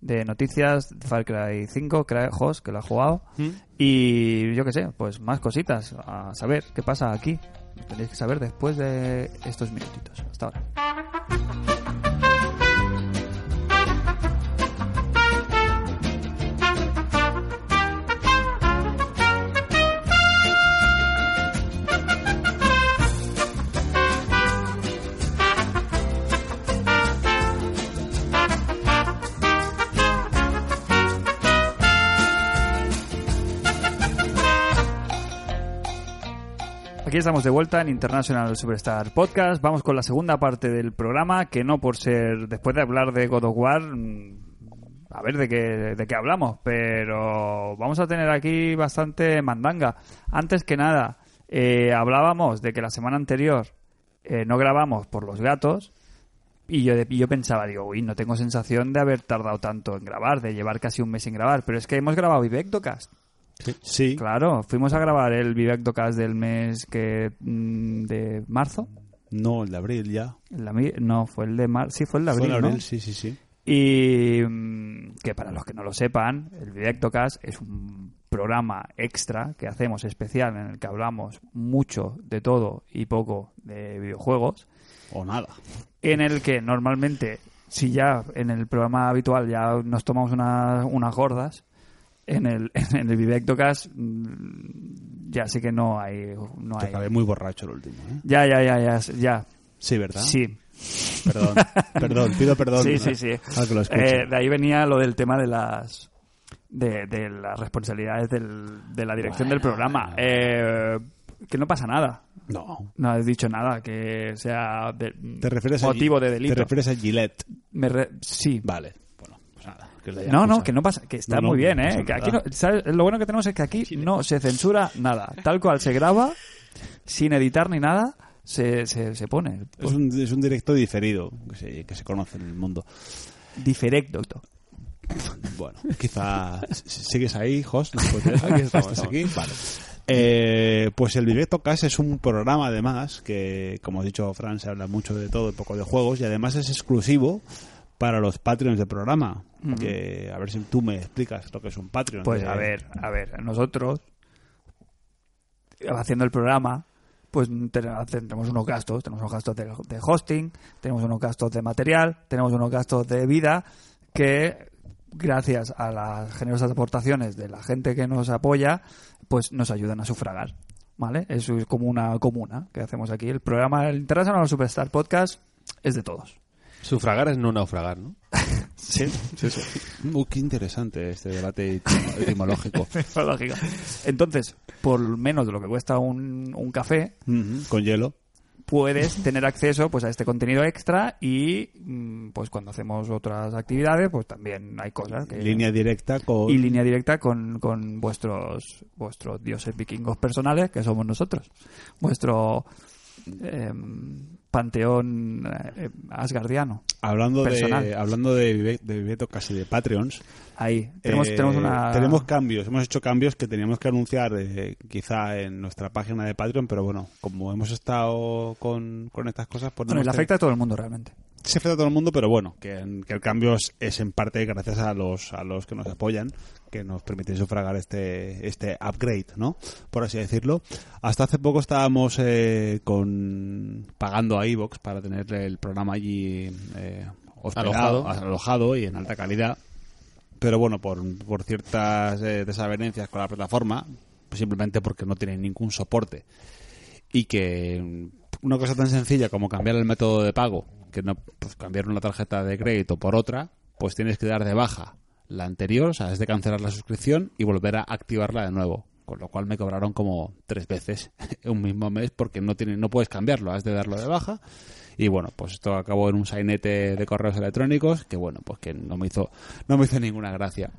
de noticias, de Far Cry 5, Cry Host, que lo ha jugado. ¿Mm? Y yo qué sé, pues más cositas a saber qué pasa aquí. Lo tenéis que saber después de estos minutitos. Hasta ahora. Aquí Aquí estamos de vuelta en International Superstar Podcast. Vamos con la segunda parte del programa, que no por ser, después de hablar de God of War, mm, a ver de qué, de qué hablamos, pero vamos a tener aquí bastante mandanga. Antes que nada, eh, hablábamos de que la semana anterior eh, no grabamos por los gatos, y yo, de- y yo pensaba, digo, uy, no tengo sensación de haber tardado tanto en grabar, de llevar casi un mes sin grabar, pero es que hemos grabado Vivectocast. Sí. Claro, fuimos a grabar el Vivectocast del mes que mm, de marzo. No, el de abril ya. La mi- no, fue el de marzo. Sí, fue el de Fue abril. en ¿no? abril, sí, sí, sí. Y mm, que para los que no lo sepan, el Directocast es un programa extra que hacemos especial en el que hablamos mucho de todo y poco de videojuegos O nada. en el que normalmente, si ya en el programa habitual ya nos tomamos una- unas gordas, en el, en el Vivectocast mm, ya sé que no hay... No Te hay. acabé muy borracho el último, ¿eh? Ya, ya, ya, ya, ya. Sí, ¿verdad? Sí, Perdón, perdón, pido perdón. sí, sí, sí. Al que lo escuche. Eh, de ahí venía lo del tema de las de, de las responsabilidades del- de la dirección del programa. Eh, que no pasa nada. no. No has dicho nada que sea de- ¿Te refieres a motivo Gi- de delito. ¿Te refieres a Gillette? Me re- sí. Vale. Bueno, pues nada. que le haya No, no, escuchado. que no pasa, que está No, no, muy bien, no ¿eh? pasa Que aquí nada. no- ¿sabes? Lo bueno que tenemos es que aquí no se censura nada. Tal cual se graba, sin editar ni nada, se, se, se pone. Es un, es un directo diferido que se, que se conoce en el mundo. Diferecto. Bueno, quizá sigues ahí, Jos, después de eso, estás aquí. Vale. Eh, pues el Directo Cast es un programa además que, como ha dicho Fran, se habla mucho de todo, y poco de juegos y además es exclusivo para los Patreons del programa. que, a ver si tú me explicas lo que es un Patreon. Pues Eh, a ver, a ver, nosotros haciendo el programa, pues te- hace- tenemos unos gastos, tenemos unos gastos de, de hosting, tenemos unos gastos de material, tenemos unos gastos de vida que gracias a las generosas aportaciones de la gente que nos apoya, pues nos ayudan a sufragar, ¿vale? Eso es como una comuna que hacemos aquí. El programa del International Superstar Podcast es de todos. Sufragar es no naufragar, ¿no? Sí, sí, sí. Uh, qué interesante este debate etim- etimológico. Lógico. Entonces, por menos de lo que cuesta un, un café, Ujú, Con hielo. puedes tener acceso pues a este contenido extra y mm, pues cuando hacemos otras actividades, pues también hay cosas que Línea directa con... y línea directa con, con vuestros vuestros dioses vikingos personales que somos nosotros. Vuestro eh, panteón eh, asgardiano. Hablando Personal. de hablando de, Vive- de Viveto, casi de Patreons, Ahí tenemos eh, tenemos una tenemos cambios. Hemos hecho cambios que teníamos que anunciar eh, quizá en nuestra página de Patreon, pero bueno, como hemos estado con, con estas cosas, pues no bueno, y le hemos afecta a todo el mundo realmente. se afecta a todo el mundo, pero bueno, que, en- que el cambio es, es en parte gracias a los a los que nos apoyan, que nos permiten sufragar este este upgrade, ¿no? Por así decirlo. Hasta hace poco estábamos eh, con pagando a Evox para tener el programa allí eh, hospedado, Alojado. alojado y en alta calidad. Pero bueno, por, por ciertas eh, desavenencias con la plataforma, pues simplemente porque no tienen ningún soporte y que mm, una cosa tan sencilla como cambiar el método de pago, que no pues, cambiar una tarjeta de crédito por otra, pues tienes que dar de baja la anterior, o sea, es de cancelar la suscripción y volver a activarla de nuevo. Con lo cual me cobraron como tres veces en un mismo mes porque no tiene, no puedes cambiarlo, has de darlo de baja. Y bueno, pues esto acabó en un sainete de correos electrónicos que bueno, pues que no me hizo, no me hizo ninguna gracia.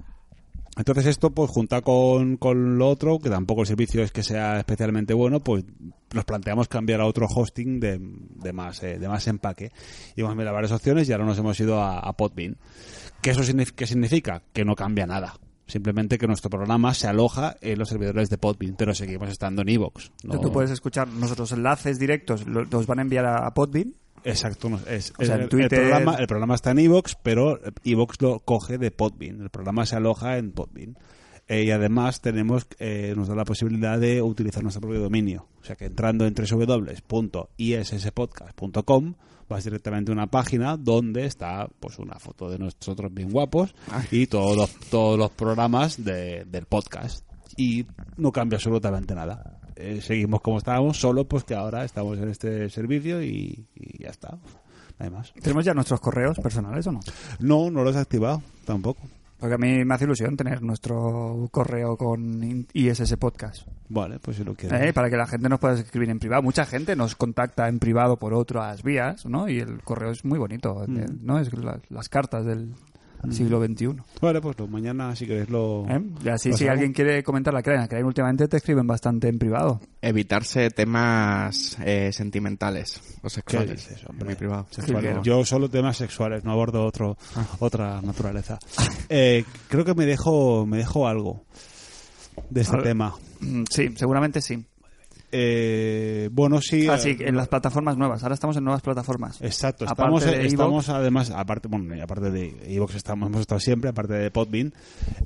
Entonces esto, pues junta con, con lo otro, que tampoco el servicio es que sea especialmente bueno, pues nos planteamos cambiar a otro hosting de, de más, eh, de más empaque. Y hemos mirado varias opciones y ahora nos hemos ido a, a Podbean. ¿Qué eso signif- qué significa? Que no cambia nada. Simplemente que nuestro programa se aloja en los servidores de Podbean, pero seguimos estando en Evox. Tú puedes escuchar nuestros enlaces directos, lo- los van a enviar a, a Podbean Exacto, no, es, O sea, el, en Twitter- el programa, el programa está en Evox, pero Evox lo coge de Podbean. El programa se aloja en Podbean. Eh, y además tenemos eh, nos da la posibilidad de utilizar nuestro propio dominio. O sea que entrando en www.issspodcast.com vas directamente a una página donde está pues una foto de nosotros bien guapos y todos los, todos los programas de- del podcast. Y no cambia absolutamente nada. Eh, seguimos como estábamos, solo pues que ahora estamos en este servicio y, y ya está. Nada más. ¿Tenemos ya nuestros correos personales o no? No, no los he activado tampoco. Porque a mí me hace ilusión tener nuestro correo con in- ISS Podcast. Vale, pues si lo quieres. ¿eh? Para que la gente nos pueda escribir en privado. Mucha gente nos contacta en privado por otras vías, ¿no? Y el correo es muy bonito, Mm. de- ¿no? Es la- las cartas del siglo XXI. Vale, pues lo, mañana si queréis lo... ¿eh? Y así, lo si hacemos. alguien quiere comentar la Crane, la Crane últimamente te escriben bastante en privado. Evitarse temas eh, sentimentales o sexuales. dices, hombre? pues Muy privado. Sexuales. Yo solo temas sexuales, no abordo otro, otra naturaleza. Eh, creo que me dejo, me dejo algo de este Al- tema. Mm, Sí, seguramente sí. Eh, bueno, sí. Así, eh, en las plataformas nuevas. Ahora estamos en nuevas plataformas. Exacto, Aparte estamos, de estamos además, aparte, bueno, y aparte de Evox estamos, hemos estado siempre, aparte de Podbean,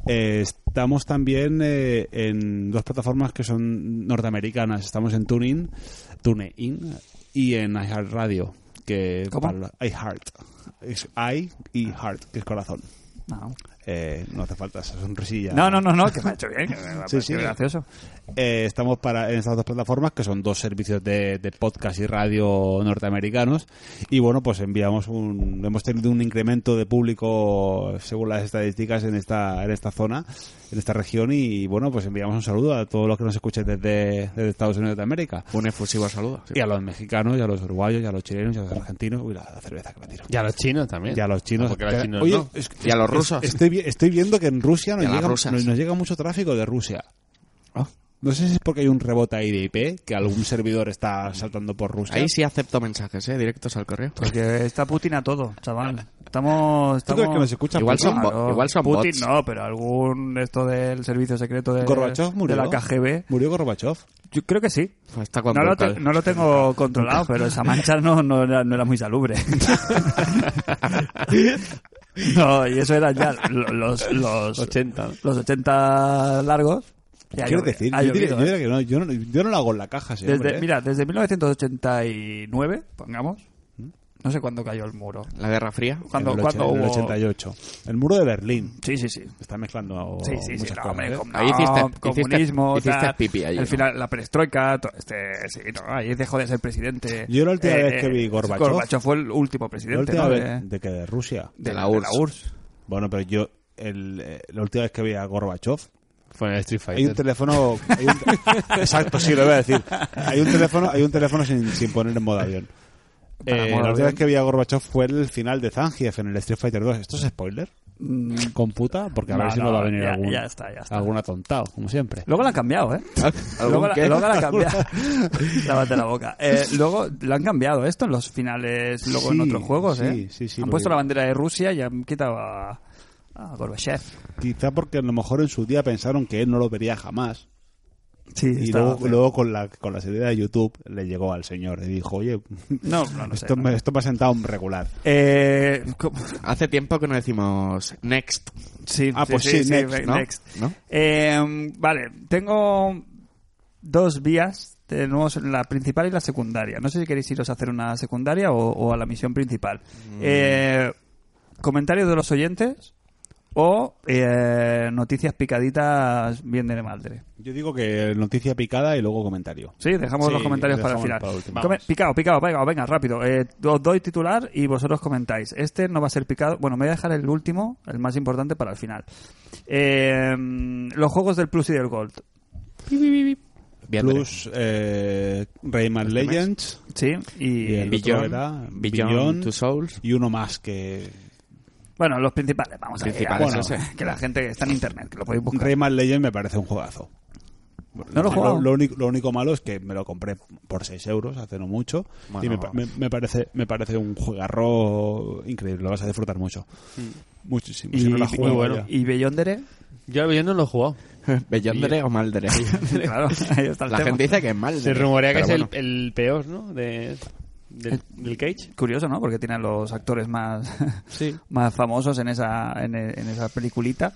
eh, estamos también eh, en dos plataformas que son norteamericanas, estamos en TuneIn, TuneIn y en iHeartRadio, que ¿Cómo? para- iHeart, es I y Heart, que es corazón. No. Eh, no hace falta esa sonrisilla. no, no, no, no, que me ha hecho bien. que me ha Sí, parecido sí. gracioso. Eh, estamos para, en estas dos plataformas, que son dos servicios de, de podcast y radio norteamericanos. Y bueno, pues enviamos un. Hemos tenido un incremento de público, según las estadísticas, en esta, en esta zona, en esta región. Y bueno, pues enviamos un saludo a todos los que nos escuchen desde, desde Estados Unidos de América. Un efusivo saludo. sí. Y a los mexicanos, y a los uruguayos, y a los chilenos, y a los argentinos. Uy, la, la cerveza que me tiro. Y a los chinos también. Y a los Ah, chinos. Eh, Porque a los chinos Oye, no. es- Y a los es- rusos. Estoy, vi- estoy viendo que en Rusia nos Y a las llega, nos, rusas. nos llega mucho tráfico de Rusia. Ah. No sé si es porque hay un rebote ahí de IP, que algún servidor está saltando por Rusia. Ahí sí acepto mensajes, ¿eh? Directos al correo. Porque está Putin a todo, chaval. Estamos. ¿Tú estamos... crees que nos escucha Igual Putin? son bo- igual son Putin bots. no, pero algún esto del servicio secreto de, Gorbachev murió. de la KGB. Murió Gorbachev. Yo creo que sí. Pues Está con No lo, te- vocal. no lo tengo controlado, pero esa mancha no, no, era, no era muy salubre. No, y eso eran ya lo- los, los, 80. los 80 largos. Y ha Quiero llovi- decir, ha yo diría, llovido, yo ¿eh? diría que no, yo, no, yo no lo hago en la caja, sí, hombre, Desde, ¿eh? mira, desde 1989, pongamos, ¿Mm? no sé cuándo cayó el muro. La Guerra Fría. Cuando, en el, cuando och- en el hubo... 88. El muro de Berlín. Sí, sí, sí. Está mezclando Sí, sí, sí. muchas no, cosas, hombre, ¿eh? com- Ahí no, hiciste- hiciste- comunismo, hiciste tal, pipi allí, el ¿no? final, la perestroika, todo este, sí, no, ahí dejó de ser presidente. Eh, Yo la última vez que vi Gorbachev- Gorbachev fue el último La presidente, última ¿no? Eh. vez de, de que de Rusia. de de la la de la URSS. URSS. Bueno, pero yo, el, eh, la última vez que vi a Gorbachev, Fue en el Street Fighter. Hay un teléfono. hay un- exacto, sí, lo voy a decir. Hay un teléfono, hay un teléfono sin, sin poner en modo avión. Para modo Eh, la avión. última vez que vi a Gorbachev fue el final de Zangief en el Street Fighter 2. ¿Esto es spoiler? Computa, porque a Mm, No, ver si no, no va a venir ya- algún, ya está, ya está. algún atontado, como siempre. Luego la han cambiado, ¿eh? Luego la, luego la han cambiado. Lávate la boca. Eh, luego lo han cambiado esto en los finales, luego en Sí, otros juegos, sí, ¿eh? sí, sí, han lo puesto vi. la bandera de Rusia y han quitado a, a Gorbachev. Quizá porque a lo mejor en su día pensaron que él no lo vería jamás. Sí, Y estaba luego, feo. luego con, la, con la salida de YouTube le llegó al señor y dijo: Oye, No, no, no sé. esto, no. me, esto me ha sentado un regular. Eh, ¿cómo? Hace tiempo que no decimos next. Sí, Ah, pues sí, next, ve- ¿no? next. ¿No? Eh, vale, tengo dos vías. Tenemos la principal y la secundaria. No sé si queréis iros a hacer una secundaria o, o a la misión principal. Mm. Eh, comentarios de los oyentes o eh, noticias picaditas bien de madre. Yo digo que noticia picada y luego comentario. Sí, dejamos Sí, los comentarios dejamos para el para final. último. Come- Vamos. picado, picado, venga, venga, rápido. Eh, os doy titular y vosotros comentáis. Este no va a ser picado. Bueno, me voy a dejar el último, el más importante, para el final. Eh, los juegos del Plus y del Gold. Bien, Plus eh, Rayman Este mes. Legends Sí, y. y el otro Beyond- era Beyond Two Souls. y uno más que Bueno, los principales, vamos a decir. Principales, Bueno, ese. que la gente está en internet, que lo podéis buscar. Rayman Legends me parece un juegazo. No lo he jugado. lo único, lo único malo es que me lo compré por 6 euros hace no mucho y Bueno. me, pa- me- me parece me parece un juegarro increíble, lo vas a disfrutar mucho. Muchísimo. Y, si no lo has y- jugado, bueno. ya. y Beyondere. Yo, yo no lo he jugado. Bellondere o Maldere. claro, ahí está el La tema. gente dice que es Maldere. Se rumorea que pero es bueno. el, el peor, ¿no? De, del, del Cage. Curioso, ¿no? Porque tiene a los actores más, Sí. más famosos en esa, en, e- en esa peliculita.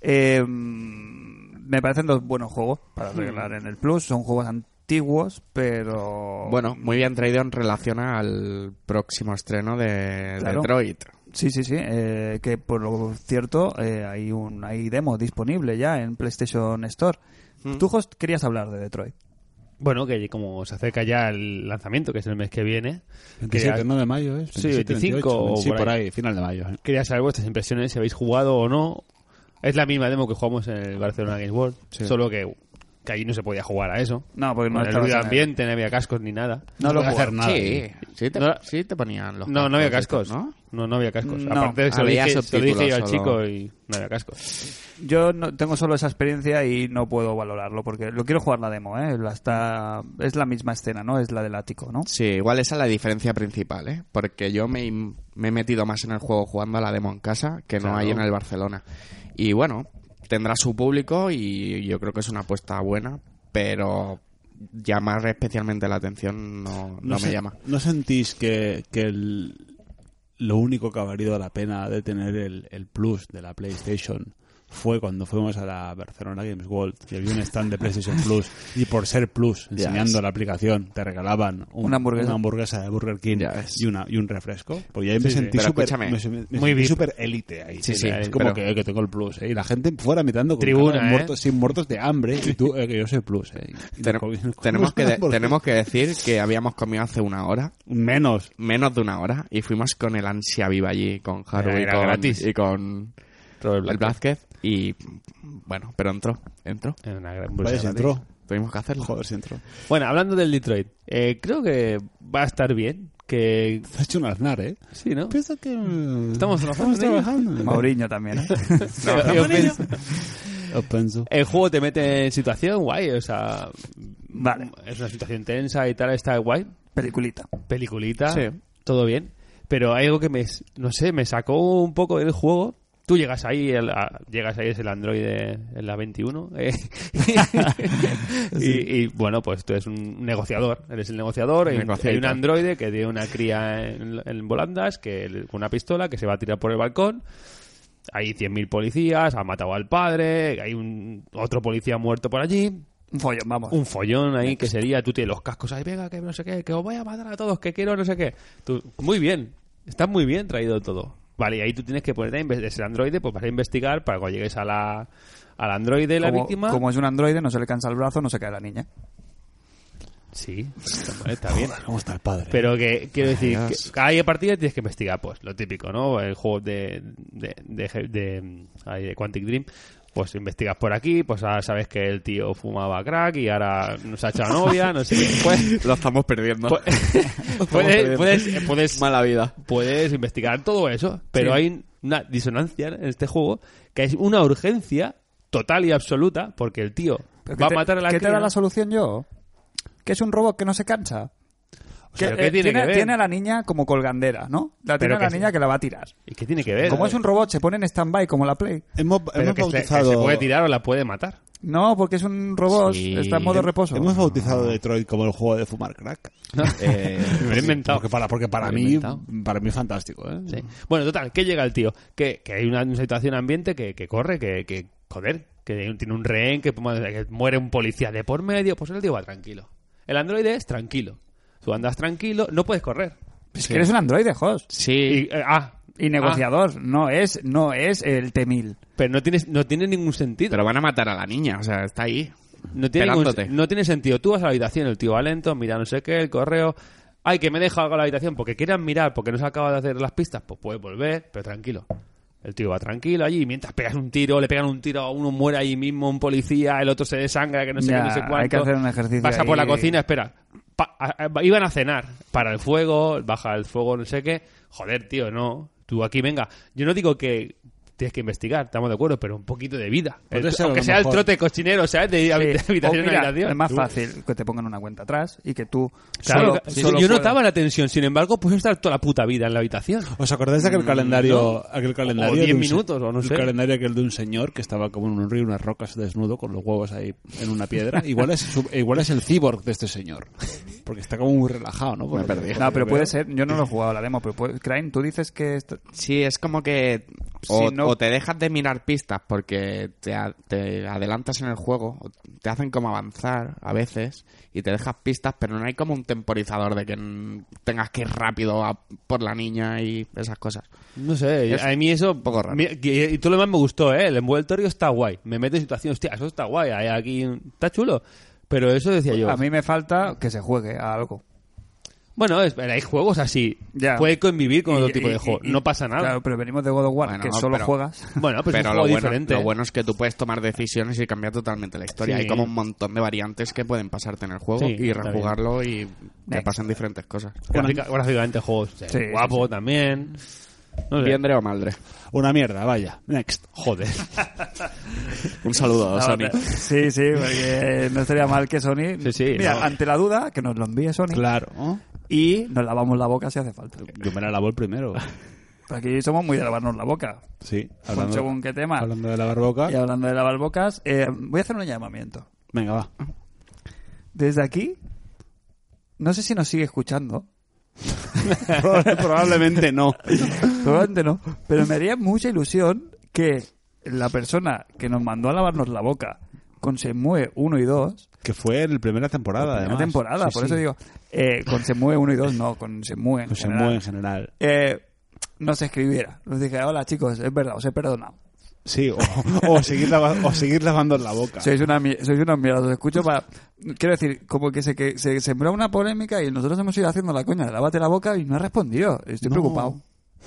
Eh, me parecen dos buenos juegos para Hmm. regalar en el Plus. Son juegos antiguos, pero... Bueno, muy bien traído en relación al próximo estreno de Claro. Detroit. Sí, sí, sí. eh, que por lo cierto, eh, hay un hay demo disponible ya en PlayStation Store. Hmm. Tú, Host, querías hablar de Detroit. Bueno, que como se acerca ya el lanzamiento, que es el mes que viene, 27, quería, ¿no? de mayo, ¿eh? Sí, 25 o sí, por por ahí, final de mayo. ¿eh? quería saber vuestras impresiones, si habéis jugado o no, Es la misma demo que jugamos en el Barcelona Games World, Sí. solo que, que allí no se podía jugar a eso. No, porque no Con el estabas ruido en el- ambiente, no había cascos ni nada. No lo puedes hacer nada. Sí, sí te, No. sí te ponían los No, no había estos, cascos. ¿no? No, no, había cascos. No. Aparte, se lo, Había dije, se lo dije yo al subtítulos chico y no había cascos. Yo no, tengo solo esa experiencia y no puedo valorarlo porque lo quiero jugar la demo, ¿eh? La está, es la misma escena, ¿no? Es la del ático, ¿no? Sí, igual esa es la diferencia principal, ¿eh? Porque yo me, im- me he metido más en el juego jugando a la demo en casa que no Claro. hay en el Barcelona. Y bueno, tendrá su público y yo creo que es una apuesta buena, pero llamar especialmente la atención no, no, me se- llama. ¿No sentís que, que el- lo único que ha valido la pena de tener el, el plus de la PlayStation fue cuando fuimos a la Barcelona Games World y había un stand de PlayStation Plus y por ser Plus, Ya enseñando ves. la aplicación, te regalaban un- Una hamburguesa. de Burger King Ya ves. y, una, y un refresco? Porque ahí Sí, me sí. sentí Pero súper escúchame, me- me- me muy sentí VIP. súper élite ahí. Sí, tío. sí, es como pero- que, que tengo el Plus. ¿eh? Y la gente fuera mirando con Tribuna, cara de ¿eh? muertos, sin muertos de hambre. Y tú, eh, que yo soy Plus. ¿eh? Y Ten- no comí- no comí tenemos, que de- una hamburguesa. tenemos que decir que habíamos comido hace una hora, Menos. menos de una hora, y fuimos con el ansia viva allí, con Haru y Era con, gratis. y con Todo el el blanco. Blázquez. Y bueno, pero entró, entró. Era una gran Vaya, se bursa. entró. Tuvimos que hacerlo. Joder, se entró. Bueno, hablando del Detroit, eh, creo que va a estar bien. Que Pues, Te has hecho un aznar, ¿eh? sí, ¿no? Piensa que... eh, Estamos trabajando en ello. Mauriño también, ¿eh? Yo pienso- Yo pienso. el juego te mete en situación guay, o sea, Vale. es una situación tensa y tal, está guay, Peliculita. peliculita, Sí. todo bien, pero hay algo que me, no sé, me sacó un poco del juego. Tú llegas ahí, el- a- llegas ahí es el androide en la 21 eh, y, y, bueno, pues tú eres un negociador, eres el negociador, hay un, Negociador. hay un androide que tiene una cría en, en volandas que le- con una pistola que se va a tirar por el balcón hay 100.000 policías, ha matado al padre, hay un otro policía muerto por allí, Un follón, vamos. un follón ahí que sería, tú tienes los cascos ahí, venga, que no sé qué, que os voy a matar a todos, que quiero no sé qué. Tú, muy bien, está muy bien traído todo. Vale, y ahí tú tienes que ponerte a investigar, el androide, pues vas a investigar para cuando llegues a la, al androide, la como, víctima. como es un androide, no se le cansa el brazo, no se cae la niña. Sí, está- está bien. ¿Cómo está el padre? Pero que quiero decir, Dios. que cada partida tienes que investigar, pues lo típico, ¿no? El juego de, de, de, de- ahí, de Quantic Dream, pues investigas por aquí, pues ahora sabes que el tío fumaba crack y ahora nos ha echado novia, no sé qué. Pues, Lo estamos perdiendo. pues- puedes, puedes, puedes, Mala vida. puedes investigar todo eso, pero Sí. hay una disonancia en este juego que es una urgencia total y absoluta porque el tío Pero va a ¿qué te- matar a la ¿Qué te da cría. la solución yo? Que es un robot que no se cansa. O sea, Que, ¿qué eh, tiene que ver? tiene a la niña como colgandera, ¿no? La tiene Pero a la que- niña que la va a tirar. ¿Y qué tiene que ver? Como es un robot, se pone en stand-by como la Play. hemos Pero hemos que se- que bautizado... se puede tirar o la puede matar. No, porque es un robot, Sí. está en modo reposo. Hemos bautizado Detroit como el juego de fumar crack. Ah. Eh, me lo he inventado. Porque para, porque para Me lo he mí, inventado. para mí es fantástico, ¿eh? Sí. Bueno, total, que llega el tío. Que, que hay una situación ambiente que, que corre, que, que joder, que hay un- tiene un rehén, que, que muere un policía de por medio. Pues el tío va tranquilo. El androide es tranquilo. Tú andas tranquilo, no puedes correr. Es que eres un androide, host. Sí, Y, eh, ah, Y negociador, no es no es el T-1000. ah, pero no, tienes, no tiene ningún sentido. pero van a matar a la niña, o sea, está ahí. No tiene, ningún- Pelándote. no tiene sentido. Tú vas a la habitación, el tío va lento, mira no sé qué, el correo. Ay, que me deja algo en la habitación porque quieran mirar, porque no se acaba de hacer las pistas. Pues puedes volver, pero tranquilo. El tío va tranquilo allí, y mientras pegas un tiro, le pegan un tiro a uno, muere ahí mismo un policía, el otro se desangra, que no sé Ya, qué, no sé hay cuánto. que hacer un ejercicio Pasa por ahí. la cocina, espera. Pa- a- a- iban a cenar, para el fuego, baja el fuego, no sé qué. Joder, tío, no. Tú aquí, venga. Yo no digo que tienes que investigar, estamos de acuerdo, pero un poquito de vida. Pues El- eso, a aunque lo sea el mejor. trote cochinero, ¿sabes? De, Sí. habit- habitación O en Eh, oh, mira, habitación. Es más Tú- fácil que te pongan una cuenta atrás y que tú Claro, solo, que- sí, solo yo puedas- notaba la tensión, sin embargo, puedes estar toda la puta vida en la habitación. ¿Os acordáis de aquel calendario? Aquel calendario Mm, O diez de un se- minutos, o no sé. El calendario aquel de un señor que estaba como en un río, unas rocas desnudo, con los huevos ahí en una piedra. igual, es, su- igual es el cyborg de este señor. Porque está como muy relajado, ¿no? Porque- perdí. porque No, pero veo- puede ser, yo no lo he jugado a la demo, pero puede, Crane, tú dices que esto- Sí, es como que o, Si no- o te dejas de mirar pistas porque te, a- te adelantas en el juego, o te hacen como avanzar a veces y te dejas pistas, pero no hay como un temporizador de que mm, tengas que ir rápido a- por la niña y esas cosas. No sé, Es Eh, a mí eso... Un poco raro. Y todo lo demás me gustó, ¿eh? El envoltorio está guay. Me mete en situación, hostia, eso está guay, hay aquí... Está chulo. Pero eso decía yo. a mí me falta que se juegue a algo. Bueno, es- hay juegos así. Ya. Puede convivir con Y- otro tipo y- de juego. y- y- No pasa nada. Claro, pero venimos de God of War, Bueno, que solo pero- juegas. Bueno, pero, Ah, pues es un lo juego bueno, diferente. lo bueno es que tú puedes tomar decisiones y cambiar totalmente la historia. Sí. Hay como un montón de variantes que pueden pasarte en el juego Sí, y está rejugarlo y te Next. pasan diferentes cosas. Gráfica- gráficamente el juego es Sí, guapo también. No sé. Viendre o maldre. Una mierda, vaya. Next. Joder. Un saludo, Ah, Sony. pero- Sí, sí, porque no estaría mal que Sony. Sí, sí, Mira, no. ante la duda, que nos lo envíe Sony Claro. ¿no? y nos lavamos la boca si hace falta. Yo me la lavo el primero. Aquí somos muy de lavarnos la boca. Sí. Con Hablando, según qué tema. hablando de la barboca. Y hablando de lavar bocas, eh, voy a hacer un llamamiento. Venga, va. Desde aquí, no sé si nos sigue escuchando, Proba- Probablemente no. probablemente no, pero me haría mucha ilusión que la persona que nos mandó a lavarnos la boca con Se Mueve 1 y 2, Que fue el primera temporada, la primera además. temporada, Sí, por sí. eso digo, eh, con Se Mueve 1 y 2, no, con Se Mueve. en Pues se general, mueve en general. eh, nos escribiera. Nos dije, hola chicos, es verdad, os he perdonado. Sí, o, o seguir lava- o seguir lavando la boca. Sois una, mi- sois una mierda, os escucho para... Quiero decir, como que se, que se sembró una polémica y nosotros hemos ido haciendo la coña de lávate la boca y no ha respondido. Estoy No. preocupado.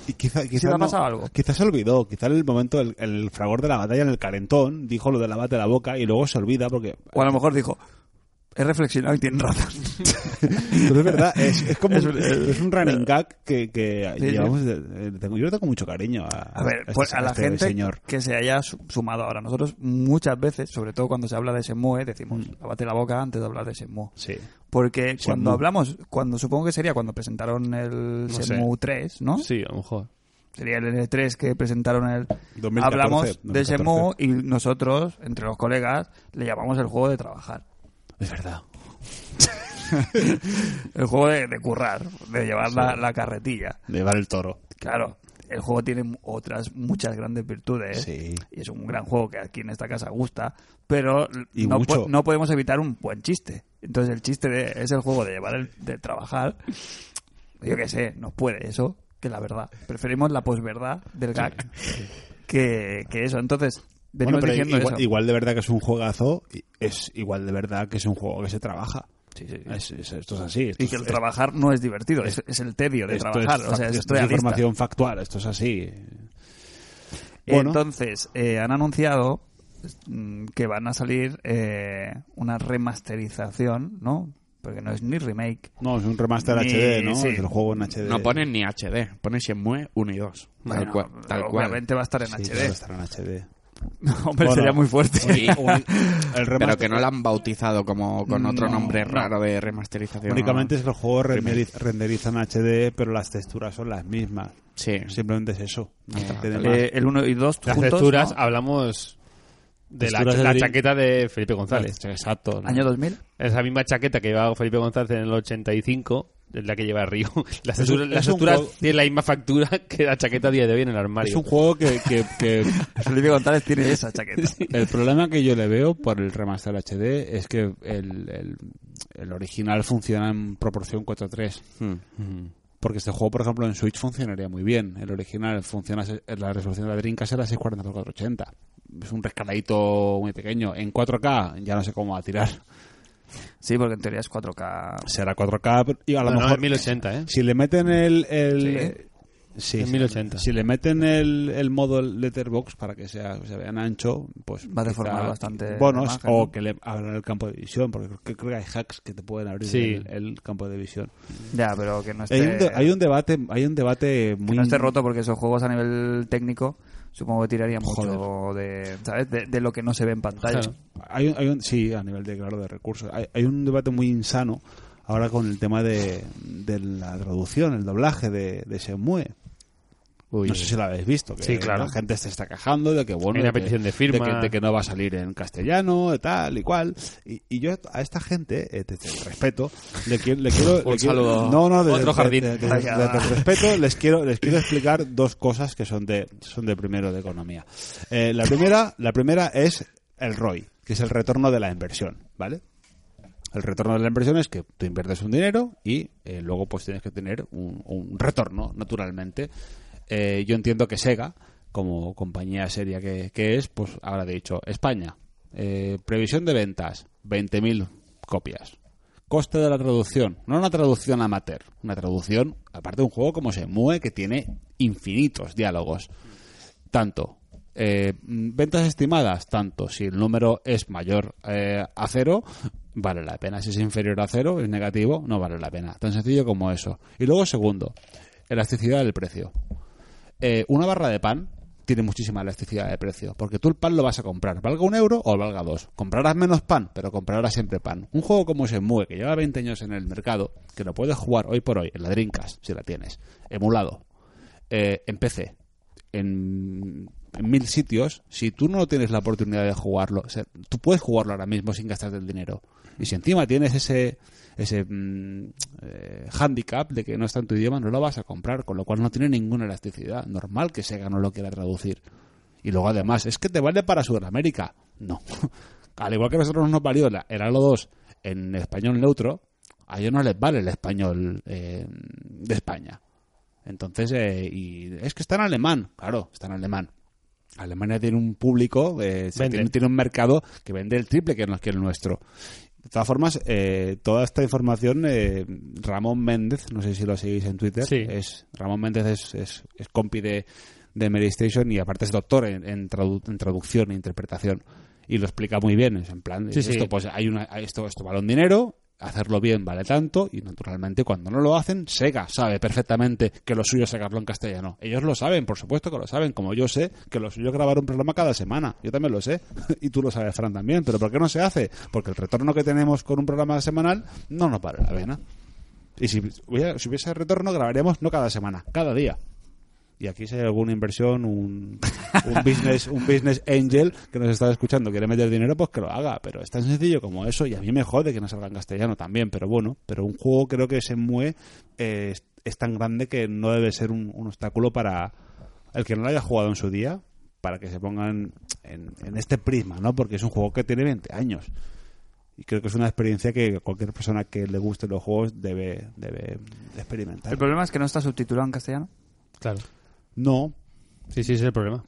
Y quizá, quizá le ha no- pasado algo. Quizás se olvidó. Quizá en el momento, el, el fragor de la batalla en el calentón, dijo lo de lavate la boca y luego se olvida porque... O a lo mejor dijo, he reflexionado y tienen razón. Pero es verdad, es, es como Es un, un- es un running gag que, que Sí, sí. llevamos... de- de- tengo- yo le tengo mucho cariño a, A ver, este- pues a la este gente señor. que se haya su- sumado ahora. Nosotros muchas veces, sobre todo cuando se habla de Semue, decimos, lávate la boca antes de hablar de Semue. Mm. Sí. Porque cuando Shenmue. hablamos, cuando supongo que sería cuando presentaron el sé. Semue 3, ¿no? Sí, a lo mejor. sería el N3 que presentaron el 2014, hablamos de 2014. Shenmue y nosotros entre los colegas le llamamos el juego de trabajar Es verdad. el juego de, de currar de llevar la, la carretilla De llevar el toro. claro el juego tiene mu- otras muchas grandes virtudes ¿eh? Sí. y es un gran juego que aquí en esta casa gusta pero l- Y no, mucho. po- no podemos evitar un buen chiste entonces el chiste de- es el juego de llevar el de trabajar yo qué sé nos puede eso que la verdad preferimos la posverdad del gag que, que eso entonces venimos Bueno, pero diciendo igual, eso igual de verdad que es un juegazo, y es igual de verdad que es un juego que se trabaja. Sí, sí, sí. Es- es- esto es así. esto y es- que el trabajar no es divertido es, es el tedio de esto trabajar es o sea fac- es esto es realista. información factual, esto es así. Bueno. Entonces, eh, han anunciado mm, que van a salir eh, una remasterización, ¿no? Porque no es ni remake. No, es un remaster Ni- HD, ¿no? sí. Es el juego en HD. No ponen ni HD, ponen Shenmue 1 y 2. Bueno, tal cual. Tal cual. Obviamente va a estar en Sí, HD. claro, estará en HD. Hombre, Bueno. sería muy fuerte. Eh, Sí, El pero remaster que no la han bautizado como con otro No, nombre no. raro de remasterización. únicamente es que el juego renderiz- renderiza en HD, pero las texturas son las mismas. Sí. Simplemente es eso. No Hasta- tiene más. Eh, el 1 y 2 Las juntos. texturas, ¿no? hablamos de la, Texturas de la Dream. chaqueta de Felipe González. Exacto. Año 2000. Esa misma chaqueta que llevaba Felipe González en el 85 es la que lleva Río. Las Es un- texturas, las es un texturas juego- tienen la misma factura que la chaqueta a día de hoy en el armario. Es un juego que, que- que Felipe González tiene esa chaqueta. el problema que yo le veo por el remaster HD es que el, el- el original funciona en proporción 4-3. Hmm. Porque este juego, por ejemplo, en Switch funcionaría muy bien. El original funciona se- en la resolución de la Dreamcast era 640 x 480. Es un rescaladito muy pequeño. En 4K ya no sé cómo va a tirar. Sí, porque en teoría es 4K. Será 4K pero- y a lo No, no, mejor es 1080, ¿eh? si le meten el, el Sí. sí, En sí. 1080. Si le meten el, el modo letterbox para que sea se vean ancho, pues Va a deformar bastante Bueno, la es- imagen, o ¿no? que le abran el campo de visión, porque creo que, creo que hay hacks que te pueden abrir Sí. el, el campo de visión. Ya, pero que no esté. Hay, un de- hay un debate, hay un debate Este que muy no esté roto porque esos juegos a nivel técnico supongo que tirarían mucho Joder. de, ¿sabes? De, de lo que no se ve en pantalla. Claro. Hay un, hay un- sí, a nivel de claro de recursos. Hay, hay un debate muy insano ahora con el tema de, de la traducción, el doblaje de, de Shenmue. Uy. No sé si lo habéis visto. Que Sí, claro. La gente se está quejando de que bueno, Hay una de que- petición de firma. que, de que no va a salir en castellano, de tal y cual. Y, y yo a esta gente, eh, desde el respeto, le, qui- le quiero. le Un quiero- saludo. No, no, desde, Otro jardín. de- de- de- Vaya. desde el respeto les quiero les quiero explicar dos cosas que son de son de primero de economía. Eh, la primera la primera es el ROI, que es el retorno de la inversión, ¿vale? El retorno de la inversión es que tú inviertes un dinero y eh, luego pues tienes que tener un, un retorno, naturalmente. Eh, yo entiendo que Sega, como compañía seria que, que es, pues habrá dicho, España, eh, previsión de ventas, 20.000 copias. Coste de la traducción. No una traducción amateur. Una traducción, aparte de un juego como se mueve, que tiene infinitos diálogos. Tanto. eh, mm, ventas estimadas, tanto. Si el número es mayor eh, a cero, vale la pena. Si es inferior a cero, es negativo, no vale la pena. Tan sencillo como eso. Y luego, segundo, elasticidad del precio. Eh, una barra de pan tiene muchísima elasticidad de precio, porque tú el pan lo vas a comprar, valga un euro o valga dos. Comprarás menos pan, pero comprarás siempre pan. Un juego como Shenmue, que lleva 20 años en el mercado, que lo puedes jugar hoy por hoy, en la Dreamcast, si la tienes, emulado, eh, en PC, en, en mil sitios, si tú no tienes la oportunidad de jugarlo, o sea, tú puedes jugarlo ahora mismo sin gastarte el dinero. Y si encima tienes ese ese mm, eh, handicap de que no está en tu idioma, no lo vas a comprar, con lo cual no tiene ninguna elasticidad. Normal que Sega no lo quiera traducir. Y luego además, es que te vale para Sudamérica. No. Al igual que a nosotros nos valió la- el Halo 2 en español neutro, a ellos no les vale el español eh, de España. Entonces, eh, y es que está en alemán, claro, está en alemán. Alemania tiene un público, eh, se Vende. tiene, tiene un mercado que vende el triple que, no- que el nuestro. De todas formas, eh, toda esta información, eh, Ramón Méndez, no sé si lo seguís en Twitter, Sí. es Ramón Méndez es, es, es compi de, de Mary Station y aparte es doctor en, en tradu- en traducción e interpretación. Y lo explica muy bien, es en plan, Sí, sí. esto pues hay una, esto, esto vale un dinero, hacerlo bien vale tanto, y naturalmente cuando no lo hacen, Sega sabe perfectamente que lo suyo es sacarlo en castellano. Ellos lo saben, por supuesto que lo saben, como yo sé que lo suyo es grabar un programa cada semana. Yo también lo sé, y tú lo sabes, Fran, también. Pero ¿por qué no se hace? Porque el retorno que tenemos con un programa semanal no nos vale la pena. Y si hubiera- si hubiese retorno, grabaríamos no cada semana, cada día. Y aquí si hay alguna inversión, un, un business un business angel que nos está escuchando, quiere meter dinero, pues que lo haga. Pero es tan sencillo como eso. Y a mí me jode que no salga en castellano también, pero bueno. Pero un juego creo que se mueve eh, es, es tan grande que no debe ser un, un obstáculo para el que no lo haya jugado en su día, para que se pongan en, en este prisma, ¿no? Porque es un juego que tiene 20 años. Y creo que es una experiencia que cualquier persona que le guste los juegos debe, debe experimentar. El problema es que no está subtitulado en castellano. Claro. No, Sí, sí, ese es el problema.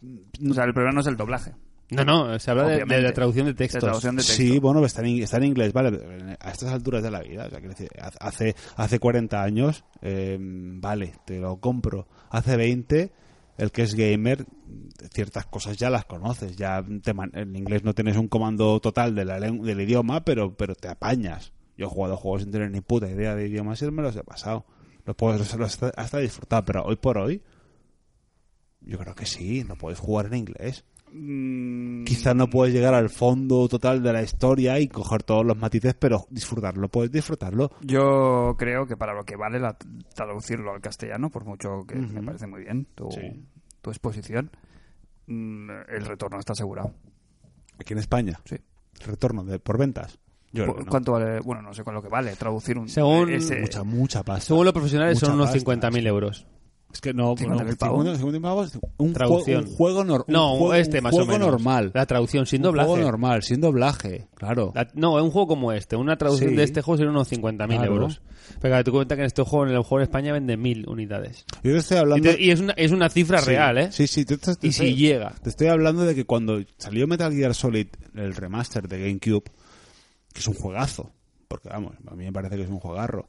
O sea, el problema no es el doblaje. No, no, se habla de- de, Obviamente. la traducción de De textos. traducción de texto. Sí, bueno, está en, está en inglés, vale. pero en- A estas alturas de la vida, o sea, quiero decir, haz- hace, hace 40 años, eh, vale, te lo compro. Hace 20, el que es gamer, ciertas cosas ya las conoces. Ya te man- en inglés no tienes un comando total de la len- del idioma, pero, pero te apañas. Yo he jugado juegos sin tener ni puta idea de idiomas y me los he pasado. Los puedo los- los hasta, hasta disfrutar, pero hoy por hoy, yo creo que sí, no puedes jugar en inglés Mm, quizás no puedes llegar al fondo total de la historia y coger todos los matices, pero disfrutarlo, puedes disfrutarlo. Yo creo que para lo que vale la- traducirlo al castellano, por mucho que me parece muy bien tu, Sí. tu exposición, mm, el retorno está asegurado. Aquí en España, Sí. retorno de, por ventas. Yo creo Cu- que no. Eh, ¿Cuánto vale? Bueno, no sé con lo que vale traducir un. eh, Según- ese- Mucha, mucha pasta. Según los profesionales Mucha son unos pasta. 50.000 euros. Es que no, 50.000 bueno, pavos. 50.000 pavos, un, Traducción. juego- un juego normal. No, un juego, este un más juego o menos. normal. La traducción sin un juego doblaje. normal, sin doblaje, claro. La- no, es un juego como este. Una traducción Sí. de este juego sería unos 50.000 Claro. euros. Pero claro, tú cuenta que en este juego, en el juego en España, venden 1.000 unidades. Yo te estoy Y, hablando... te- y es, una, es una cifra Sí, real, ¿eh? Sí, sí, te, te- te- y si te- llega. Te estoy hablando de que cuando salió Metal Gear Solid, el remaster de GameCube, que es un juegazo, porque vamos, a mí me parece que es un juegarro,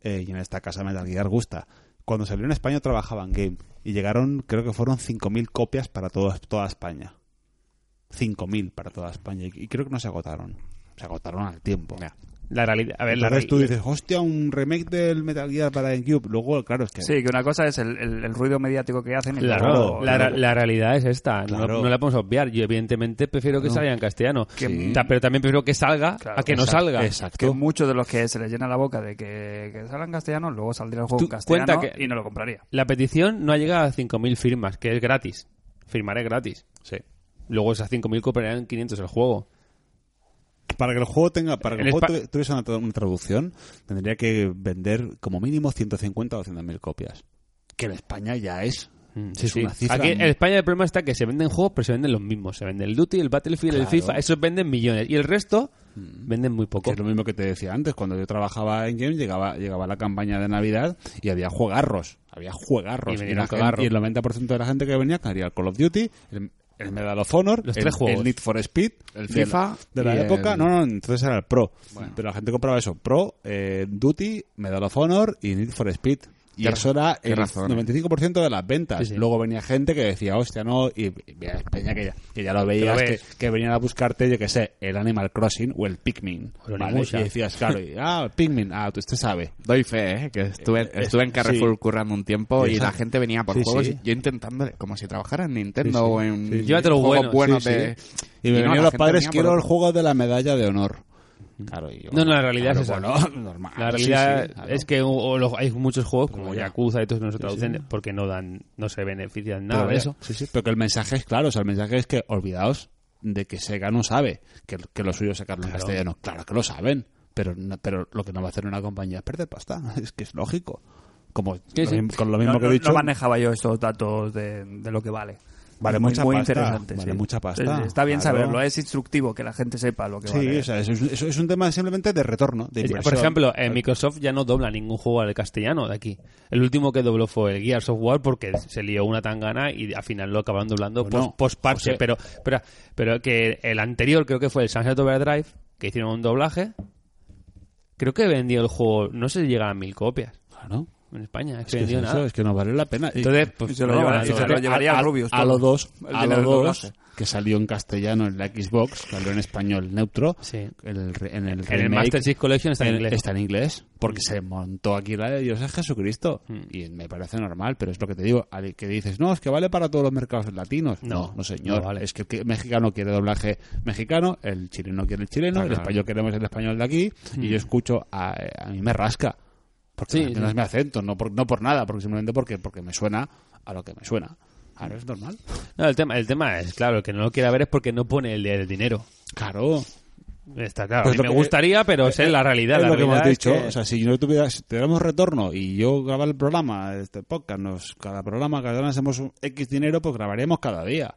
eh, y en esta casa Metal Gear gusta. Cuando salió en España trabajaban Game y llegaron, creo que fueron 5.000 copias para todo- toda España. 5.000 para toda España, y, y creo que no se agotaron. Se agotaron al tiempo. La realidad. A ver, la Entonces tú realidad- dices, hostia, un remake del Metal Gear para GameCube. Luego, claro, es que Sí, que una cosa es el, el- el ruido mediático que hacen. y La, luego- la- la- la realidad es esta, no- Claro. no, la podemos obviar. Yo, evidentemente, prefiero que salga en castellano. Que- Ta- Pero también prefiero que salga Claro, a que no exacto, salga. que Exacto. muchos de los que se les llena la boca de que, que salga en castellano, luego saldría el juego Tú en castellano cuenta que- y no lo compraría. La petición no ha llegado a 5.000 firmas, que es gratis. Firmar es gratis. Sí. Luego esas 5.000 copiarán 500 el juego. Para que el juego tenga, para que el En juego Espa- tu- tuviese una, tra- una traducción, tendría que vender como mínimo 150 o 200 mil copias. Que en España ya es. Mm, Sí, es sí. una cifra. Aquí en España el problema está que se venden juegos, pero se venden los mismos. Se vende el Duty, el Battlefield, el Claro. Mm. FIFA. Esos venden millones. Y el resto venden muy que poco. es lo mismo que te decía antes, cuando yo trabajaba en Game llegaba, llegaba la campaña de Navidad y había juegarros, había juegarros. Y venía la un gen- cagarro. y el 90% de la gente que venía quería el Call of Duty, el, el Medal of Honor, Los el, tres juegos. el Need for Speed, El de la- FIFA de la, y época. el- No, no, entonces era el Pro. Pero la gente compraba eso: Pro, eh, Duty, Medal of Honor y Need for Speed. Y Qué eso era qué el razón, eh. 95% de las ventas. Sí, sí. Luego venía gente que decía, hostia, no, y, y veía peña que ya, que ya lo veías, ves. que, que venían a buscarte, yo que sé, el Animal Crossing o el Pikmin. O el ¿vale? Onimusha. Y decías, claro, y, ah, Pikmin, ah, tú usted sabe. Doy fe, ¿eh? que estuve, estuve en Carrefour sí. currando un tiempo y Exacto. la gente venía por Sí, juegos sí. y yo intentando, como si trabajara en Nintendo Sí, sí. o en Sí, sí. Llévatelo juegos bueno, buenos sí, de... Y me no, venían la los gente padres, venía quiero por- el juego de la medalla de honor. Claro, y yo- No, no, la realidad es Claro, esa. bueno, normal. La Sí, realidad sí, es que o los- hay muchos juegos como ya. Yakuza y todos que no se traducen porque no dan, no se benefician nada de Todavía. eso. Sí, sí, pero que el mensaje es claro, o sea, el mensaje es que olvidaos de que Sega no sabe que, que lo suyo es sacarlo en castellano. Claro que lo saben, pero, no- pero lo que no va a hacer una compañía es perder pasta, es que es lógico. Como lo sí. mismo- con lo mismo no, que he no- dicho, no manejaba yo estos datos de, de lo que vale. Vale muy, mucha muy pasta, interesante. vale sí. mucha pasta, Sí, sí, Está bien claro. saberlo, es instructivo que la gente sepa lo que sí, vale. o sea, eso es, eso es un tema simplemente de retorno, de Por inversión. ejemplo, en Microsoft ya no dobla ningún juego al castellano de aquí. El último que dobló fue el Gears of War porque se lió una tangana y al final lo acabaron doblando Bueno, post- post-parche. José. pero, pero, pero que el anterior creo que fue el Sunset Overdrive, que hicieron un doblaje. Creo que vendió el juego, no sé si llega a mil copias Claro. en España. Es Es que que, es vendió eso, nada. es que no vale la pena. Y- Entonces, pues, y se lo no, llevan van a y se doblar. lo llevaría a, a Rubius, A lo todo. 2, El a de lo los dos, doblajes. que salió en castellano en la Xbox, salió en español neutro. Sí. el re- en el, En el remake, Master Chief Collection está en en- inglés. Mm. está en inglés, porque se montó aquí la de Dios es Jesucristo. Y me parece normal, pero es lo que te digo, al que dices, no, es que vale para todos los mercados latinos. No, no, No, señor. no vale. Es que el que- mexicano quiere doblaje mexicano, el chileno quiere el chileno, el español queremos el español de aquí, y yo escucho, a, a mí me rasca. Porque Mm. Sí, no, sí. es mi acento, no por, no por nada, porque simplemente porque, porque me suena a lo que me suena. Ahora es normal. No, el tema, el tema es, claro, el que no lo quiera ver es porque no pone el, el dinero. Claro. Está claro. Pues A mí lo me que- gustaría, pero sé la realidad. es la lo que hemos realidad es dicho. que- O sea, si no tuviera, si tuviéramos retorno y yo grababa el programa, este podcast, nos, cada programa, cada vez hacemos un X dinero, pues grabaríamos cada día.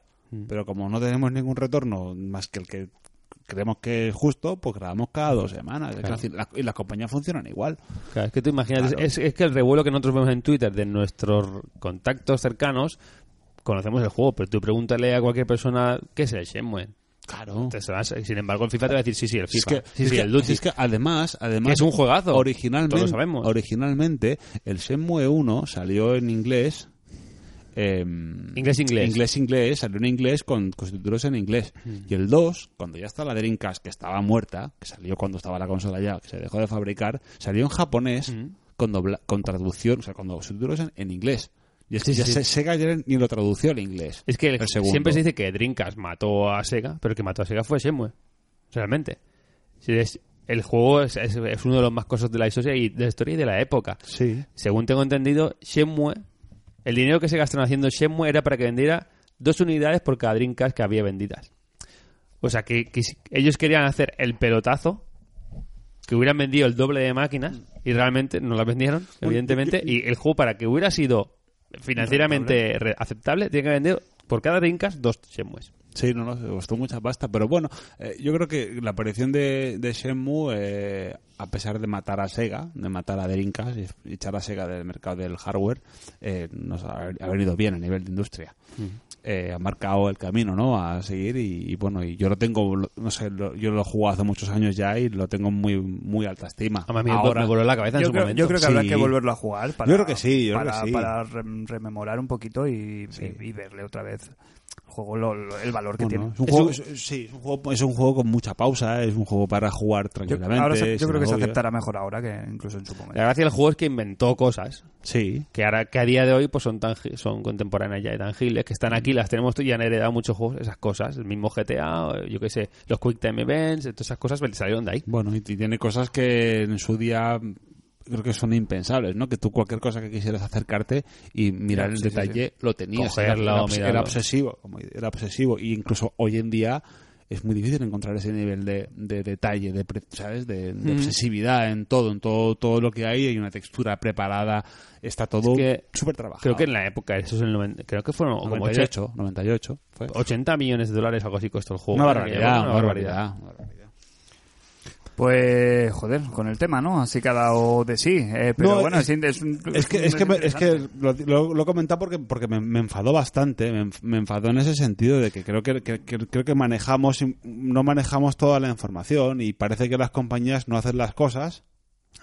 Pero como no tenemos ningún retorno más que el que creemos que es justo, pues grabamos cada dos semanas. Es decir, la- y las compañías funcionan igual. Claro, es que tú imagínate, Claro. es, es que el revuelo que nosotros vemos en Twitter de nuestros contactos cercanos, conocemos el juego, pero tú pregúntale a cualquier persona qué es el Shenmue. Claro. Te sabrás- Sin embargo, el FIFA te va a decir, sí, sí, el Si es FIFA, que, sí, es sí, que- el Duty. si es que además, además Que es un juegazo. Originalmente, Todos lo sabemos. originalmente el Shenmue 1 salió en inglés. eh, Inglés, inglés. Mm. Inglés, inglés, salió en inglés con, con subtítulos en inglés. Y el 2, cuando ya está la Dreamcast, que estaba muerta, que salió cuando estaba la consola ya, que se dejó de fabricar, salió en japonés Mm. con, dobla- con traducción, o sea, con subtítulos en, en inglés. Y es que Sí, ya sí. se- Sega ya ni lo tradució al inglés. Es que el- el segundo. siempre se dice que Drinkas mató a Sega, pero el que mató a Sega fue Shenmue. Realmente. Si es- el juego es, es- es uno de los más cosos de la historia y de la historia y de la época. Sí. Según tengo entendido, Shenmue, el dinero que se gastaron haciendo Shenmue era para que vendiera dos unidades por cada Dreamcast que había vendidas. O sea, que, que si- ellos querían hacer el pelotazo, que hubieran vendido el doble de máquinas, Mm. y realmente no las vendieron, evidentemente, y el juego para que hubiera sido financieramente re- aceptable, tiene que vender por cada Dreamcast dos Shenmues. Sí, no, no, se costó mucha pasta, pero bueno, eh, yo creo que la aparición de, de Shenmue, eh, a pesar de matar a Sega, de matar a Dreamcast y- y echar a Sega del mercado del hardware, eh, nos ha, ha venido bien a nivel de industria. Eh, ha marcado el camino, ¿no? A seguir y, y bueno, y yo lo tengo, lo- no sé, lo- yo lo he jugado hace muchos años ya y lo tengo muy muy alta estima. Además, a mí me- Ahora, me voló la cabeza en Yo su creo, momento. yo creo que habrá Sí. que volverlo a jugar para, Yo creo que sí, yo creo para, que sí. para rem- rememorar un poquito y, y- y verle otra vez el juego, lo- lo- el valor que tiene. bueno, es un juego, es- sí, es un juego, es un juego con mucha pausa, es un juego para jugar Yo, tranquilamente. ahora se- yo sin creo que se agobio. aceptará mejor ahora que incluso en su La momento. gracia del juego es que inventó cosas Sí, que ahora que a día de hoy pues son tan son contemporáneas ya y tangibles que están aquí las tenemos y han heredado muchos juegos esas cosas el mismo GTA o yo qué sé los Quick Time Events todas esas cosas pues, salieron de ahí Bueno, y y tiene cosas que en su día creo que son impensables, ¿no? Que tú cualquier cosa que quisieras acercarte y mirar el Sí, sí, detalle lo tenías. Cogerlo, era, era obs- mirarlo. era obsesivo, como- era obsesivo. Y incluso hoy en día es muy difícil encontrar ese nivel de, de detalle, de, pre- ¿sabes? De, de obsesividad en todo, en todo, todo lo que hay. Hay una textura preparada, está todo Es que súper trabajado. creo que en la época eso es el noven- creo que fueron como 98, 98 fue. 80 millones de dólares o algo así costó el juego Una Era barbaridad, una una barbaridad. una barbaridad. Pues, joder, con el tema, ¿no? Así que ha dado de sí. eh, pero No, bueno, es- es, es un- Es que, es que, me- es interesante. que lo, lo- lo he comentado porque, porque me, me enfadó bastante, me, enf- me enfadó en ese sentido de que creo que, que- que- creo que manejamos, no manejamos toda la información y parece que las compañías no hacen las cosas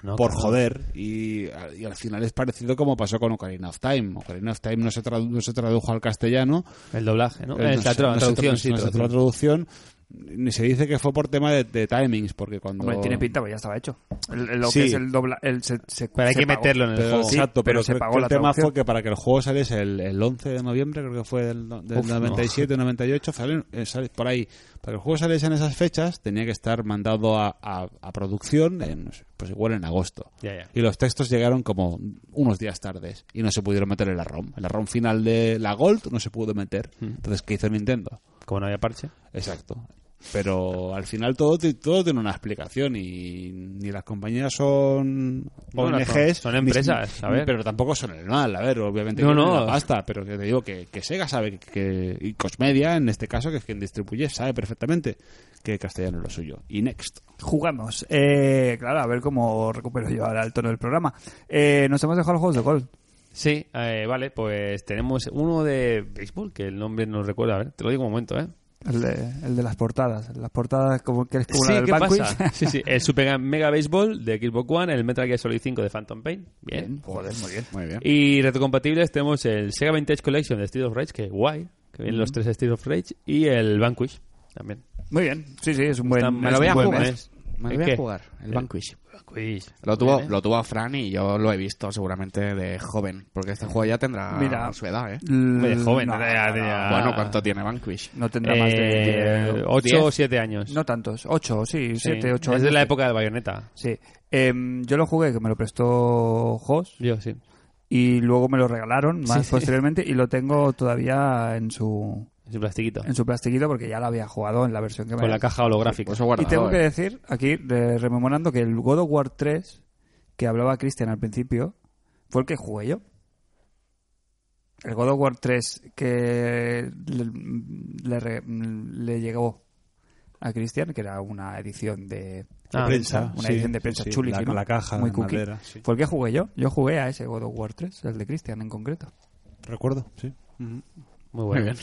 No, por claro. joder y, al- y al final es parecido como pasó con Ocarina of Time. Ocarina of Time no se, tradu- no se tradujo al castellano, El doblaje, ¿no? eh, Eh, la no se- tra- no se traducción, tra- sí. no se traducción. tra- traducción, ni se dice que fue por tema de, de timings porque cuando Hombre, tiene pinta, pues ya estaba hecho. El- el- lo Sí. que es el dobla... El, se, se- Pero hay se que pagó. meterlo en el Pero- juego. sí, exacto, pero pero, se creo pagó que la el tema traducción. fue que para que el juego saliese el, el 11 de noviembre, creo que fue del, del Uf, no. 97, 98, salen- eh, sale por ahí. Para que el juego saliese en esas fechas, tenía que estar mandado a, a- a producción, en, no sé, pues igual en agosto. Ya, ya. Y los textos llegaron como unos días tardes y no se pudieron meter en la ROM. En la ROM final de la Gold no se pudo meter. Hmm. Entonces, ¿qué hizo Nintendo? Como no había parche. Exacto. Pero al final todo, ti- todo tiene una explicación y ni las compañías son Bueno, ONGs. son- son ni- empresas, a ver. Pero tampoco son el mal, a ver, obviamente No, no, no. la pasta, pero que te digo que, que Sega sabe que, que- y Cosmedia, en este caso, que es quien distribuye, sabe perfectamente que castellano es lo suyo. Y Next. Jugamos. Eh, claro, a ver cómo recupero yo ahora el tono del programa. Eh, nos hemos dejado los juegos de gol. Sí, eh, vale, pues tenemos uno de béisbol, que el nombre no recuerda, a ver, te lo digo un momento, ¿eh? El de, el de las portadas. Las portadas como que es como Sí, la del ¿qué Banquist. pasa? Sí, sí, el Super Mega Baseball de Xbox One, el Metal Gear Solid 5 de Phantom Pain, bien. Joder, muy bien. Muy bien. Y retrocompatibles tenemos el Sega Vintage Collection de Street of Rage, que guay, que vienen los tres Street of Rage, y el Vanquish también. Muy bien. Sí, sí, es un buen Está- es Me un lo voy a buen jugar. mes. Me Es lo voy que- a jugar, el Vanquish. Vanquish. Lo tuvo, Bien, ¿eh? lo tuvo Fran y yo lo he visto seguramente de joven, porque este juego ya tendrá Mira. su edad, ¿eh? Hombre, L- joven, no, tenía- no, tenía- Bueno, ¿cuánto tiene Vanquish? no tendrá más de... Eh, ocho o diez. siete años. No tantos. Ocho, sí, Sí. siete, ocho Es de años. la época de Bayonetta. Sí. Em, yo lo jugué, que me lo prestó Jos. Yo, sí. y luego me lo regalaron más posteriormente y lo tengo todavía en su Ese plastiquito. en su plastiquito porque ya lo había jugado en la versión que me Con la caja holográfica. Pues lo he y guardado, tengo que ¿eh? decir aquí eh, rememorando que el God of War 3 que hablaba Cristian al principio fue el que jugué yo el God of War 3 que le, le re- le llegó a Cristian que era una edición de pues, Ah, prensa, una edición de prensa chulísima, La, la caja muy de cookie. madera, sí. fue el que jugué yo yo jugué a ese God of War 3 el de Cristian en concreto Recuerdo, sí. Muy bueno. Muy bien.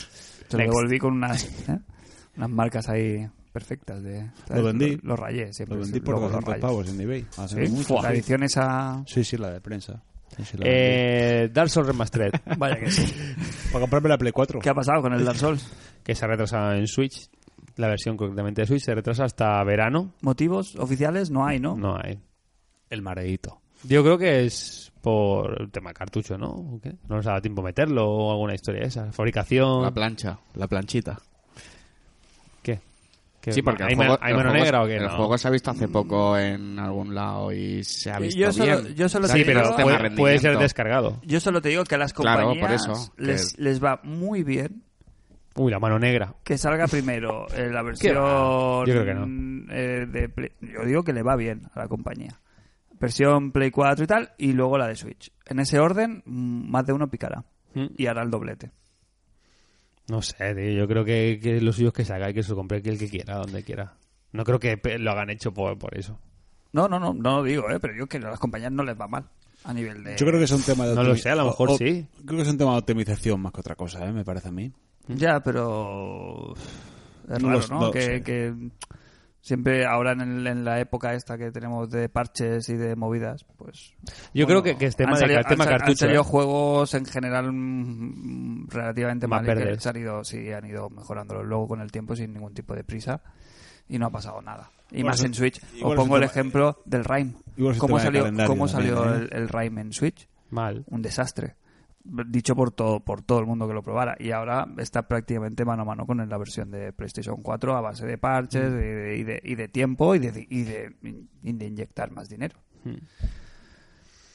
Te lo devolví con unas, ¿eh? unas marcas ahí perfectas. De, Lo vendí. Lo, lo rayé siempre. Lo vendí por Pues luego lo 200 rayé. pavos en eBay. hace ¿Sí? mucho. Fua. La edición esa... Sí, sí, la de prensa. Sí, sí, la vendí. Eh, Dark Souls Remastered, Vaya que sí. Para comprarme la Play 4. ¿Qué ha pasado con el Dark Souls? que se ha retrasado en Switch. La versión concretamente de Switch se retrasa hasta verano. ¿Motivos oficiales? No hay, ¿no? No hay. El mareíto. Yo creo que es por el tema cartucho, ¿no? ¿O qué? No nos ha dado tiempo meterlo o alguna historia de esa. La Fabricación. plancha, la planchita. ¿Qué? ¿Qué? Sí, porque el ¿Hay, juego- ma- hay el mano juego- negra o qué? El No. juego se ha visto hace poco en algún lado y se ha Eh, Yo visto solo- bien. yo solo O sea, Sí, Sí, que pero no es no, tema puede, rendimiento. puede ser descargado. Yo solo te digo que a las Claro, compañías por eso, que- les, les va muy bien Uy, la mano negra. que salga primero eh, la versión... va? Yo creo que eh, de Play- Yo digo que le va bien a la compañía. Versión Play 4 y tal, y luego la de Switch. En ese orden, mm, más de uno picará. Mm. Y hará el doblete. No sé, tío, yo creo que, que lo suyo es que salga y que se lo compre el que quiera, donde quiera. No creo que pe- lo hagan hecho por, por eso. No, no, no, no lo digo, ¿eh? pero yo que a las compañías no les va mal a nivel de... Yo creo que es un tema de No lo optimi- sé, a lo mejor sí. Creo que es un tema de optimización más que otra cosa, ¿eh? me parece a mí. Ya, pero... Es No raro, lo- ¿no? no lo que, sé. que siempre ahora en, el- en la época esta que tenemos de parches y de movidas, pues... Yo creo bueno, que, que es han tema, de- salido- tema han sa- Han cartucho. salido ¿eh? juegos en general mm, relativamente Más mal. y que verdes. han ido, sí, han ido mejorándolos luego con el tiempo sin ningún tipo de prisa. Y no ha pasado nada. Y Bueno, más eso- en Switch. Os igual es pongo el un tema- ejemplo del Rime. igual es un ¿Cómo tema de salió, calendario cómo también, salió ¿eh? el, el Rime en Switch? Mal. un desastre. Dicho por todo, por todo el mundo que lo probara. Y ahora está prácticamente mano a mano con la versión de PlayStation 4 a base de parches y, de, y de- y de tiempo y de, y de- y de inyectar más dinero.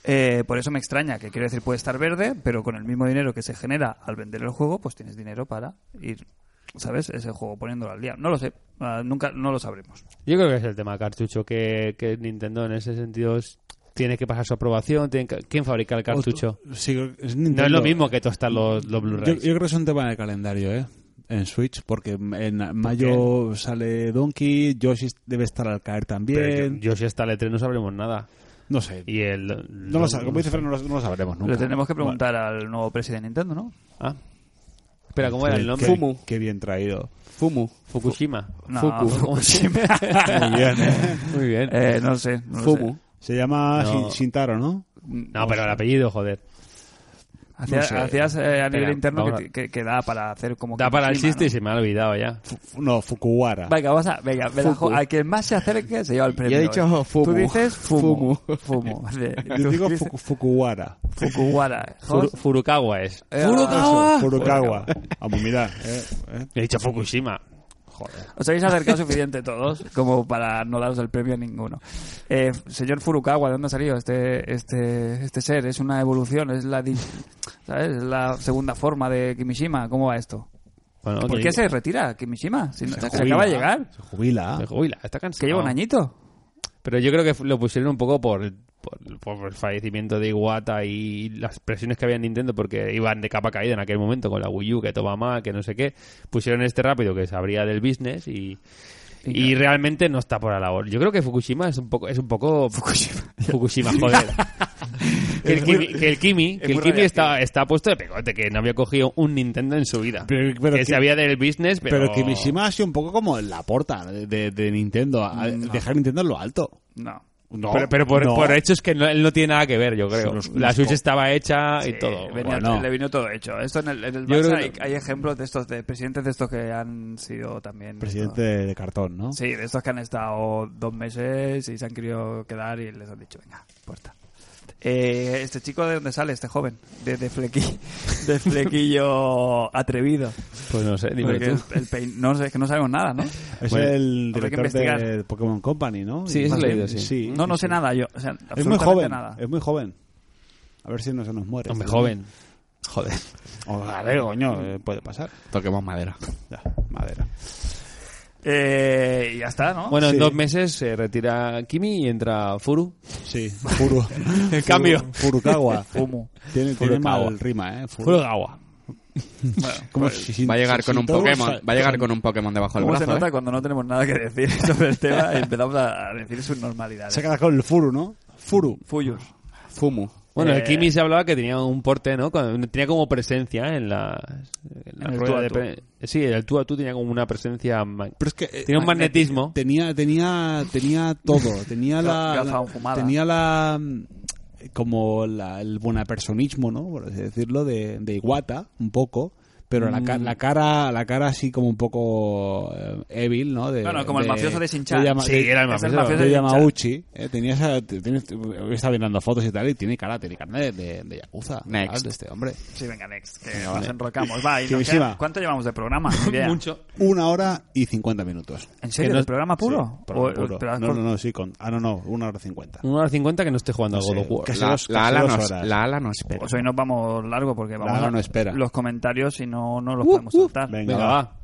Eh, por eso me extraña, que quiero decir, puede estar verde, pero con el mismo dinero que se genera al vender el juego, pues tienes dinero para ir, ¿sabes? Ese juego poniéndolo al día. No lo sé, ah, nunca no lo sabremos. Yo creo que es el tema cartucho, que, que Nintendo en ese sentido es- tiene que pasar su aprobación. tiene que- ¿Quién fabrica el cartucho? Otro- sí, creo que No es Nintendo. lo mismo que tostar los, los Yo, Blu-rays. yo creo que es un tema de calendario, ¿eh? en Switch, porque en mayo sale Donkey, Yoshi debe estar al caer Pero también. yo, yo si hasta el E3 no sabremos nada. no sé. Y el... No lo sab- como dice Fran, no lo, no lo sabremos nunca. Le tenemos que preguntar al nuevo presidente de Nintendo, ¿no? Ah. Espera, ¿cómo era el Qué- nombre? qué- Fumu. qué bien traído. Fumu. Fukushima. No, Fuku. Fukushima. Muy bien, ¿eh? Muy bien. Eh, no sé. No lo Fumu. Se llama No. Shin- Shintaro, ¿no? no, pero el apellido, joder. sé. Hacías, no sé. hacías, eh, a nivel Espera, interno vamos que, que- que da para hacer como... Da para el Fukushima, chiste ¿no? y se me ha olvidado ya. Fu- No, Fukuwara. Venga, vamos a... Venga, me la Fuku. jo- al que más se acerque se lleva el premio. Yo he dicho hoy. fumu. Tú dices fumu. Fumu. Fumu. Vale. Yo Tú digo dices Fuku- Fukuwara. Fukuwara. Furu- Jos- Furukawa es. Eh, Eso, Furukawa. Vamos, mira. eh, eh. He dicho Fukushima. Joder. Os habéis acercado suficiente todos como para no daros el premio a ninguno. Eh, señor Furukawa, ¿de dónde ha salido este, este, este ser? ¿Es una evolución? ¿Es la, di- ¿sabes? ¿Es la segunda forma de Kimishima? ¿Cómo va esto? Bueno, ¿Por que- qué se retira Kimishima? Si no- se, jubila, acaba de llegar. Se jubila. Se jubila, está cansado. Que lleva un añito. Pero yo creo que lo pusieron un poco por, por, por el fallecimiento de Iwata y las presiones que había en Nintendo porque iban de capa caída en aquel momento con la Wii U que toma mal, que no sé qué. Pusieron este rápido que sabría del business y, y realmente no está por la labor. Yo creo que Fukushima es un poco... Es un poco Fukushima. joder. que, el Kimi, que el Kimi, que el Kimi está, está puesto de pegote, que no había cogido un Nintendo en su vida. Pero- pero que Ki- sabía del business, pero... Pero Kimishima ha sido un poco como la porta de, de- de Nintendo. a- Dejar Nintendo en lo alto. No. No, pero, pero por, no. por hechos que no, él no tiene nada que ver, yo creo. Los- la los Switch co- estaba hecha y todo. Venía- Bueno. Le vino todo hecho. Esto en el, en el Yo Barça creo hay, que- hay ejemplos de estos de presidentes de estos que han sido también. Presidente de cartón, ¿no? Sí, de estos que han estado dos meses y se han querido quedar y les han dicho, venga, puerta. Eh, este chico, ¿de dónde sale este joven? De, de, flequi- de flequillo atrevido. Pues no sé, dime Porque tú. el- el pein- no sé, es que no sabemos nada, ¿no? Es Bueno, el habrá que director investigar. de Pokémon Company, ¿no? Sí, Y eso más lo he bien- leído, sí. No, no sí, sé sí. nada yo. O sea, Es muy absolutamente joven. Nada. Es muy joven. A ver si no se nos muere. Hombre, joven. Joder. O, a ver, coño, eh, puede pasar. Toquemos madera. Ya, madera. Eh, y ya está, ¿no? Bueno, Sí. en dos meses se retira Kimi y entra Furu. Sí, Furu. El cambio. Furu- Furukawa. Fumu. Tiene, tiene Furukawa. mal rima, ¿eh? Furu- Furugawa. como si- Va a llegar con un Shintaro Pokémon. sa- Va a llegar con un Pokémon debajo del ¿Cómo se brazo. nota ¿eh? cuando no tenemos nada que decir sobre el tema y empezamos a, a decir sus normalidades? Se queda con el Furu, ¿no? Furu. Fuyus. Fumu. Bueno, Eh, el Kimi se hablaba que tenía un porte, ¿no? Con- Tenía como presencia en la, en la En el rueda tú a de tú. pre- Sí, el tú a tú tenía como una presencia. ma- Pero es que eh, Tenía un magnetismo. tenía, tenía, tenía todo. Tenía la, Gafa la- ahumada. tenía la mm, como la- el buenapersonismo, ¿no? Por así decirlo, de, de Iguata, un poco. Pero la, ca- la cara, la cara así como un poco eh, évil, ¿no? De, No, no, como el mafioso de Shin-Chan. Yama- Sí, era el Es mafioso. mafioso de de Shin-Chan. Yamauchi, eh, tenía esa, t- tiene, está mirando fotos y tal, y tiene cara, tiene carne de, de, de yakuza, Next. ¿verdad? de este hombre. Sí, venga, next, que nos enrocamos. Va, y nos Kimishima. queda- ¿Cuánto llevamos de programa? Ni idea. Una hora y cincuenta minutos. ¿En serio? Que no- ¿El programa puro? Sí, programa O- puro. pero has no, cor- no, no, sí, con, ah, no, no, una hora cincuenta. Una hora cincuenta que no esté jugando a God of War. Casi La, dos- la casi ala dos nos, horas. la ala nos espera. Pues hoy nos vamos largo porque vamos Largo a no espera. los comentarios y no, no los Uh, podemos uh. saltar. Venga, Venga, va. va.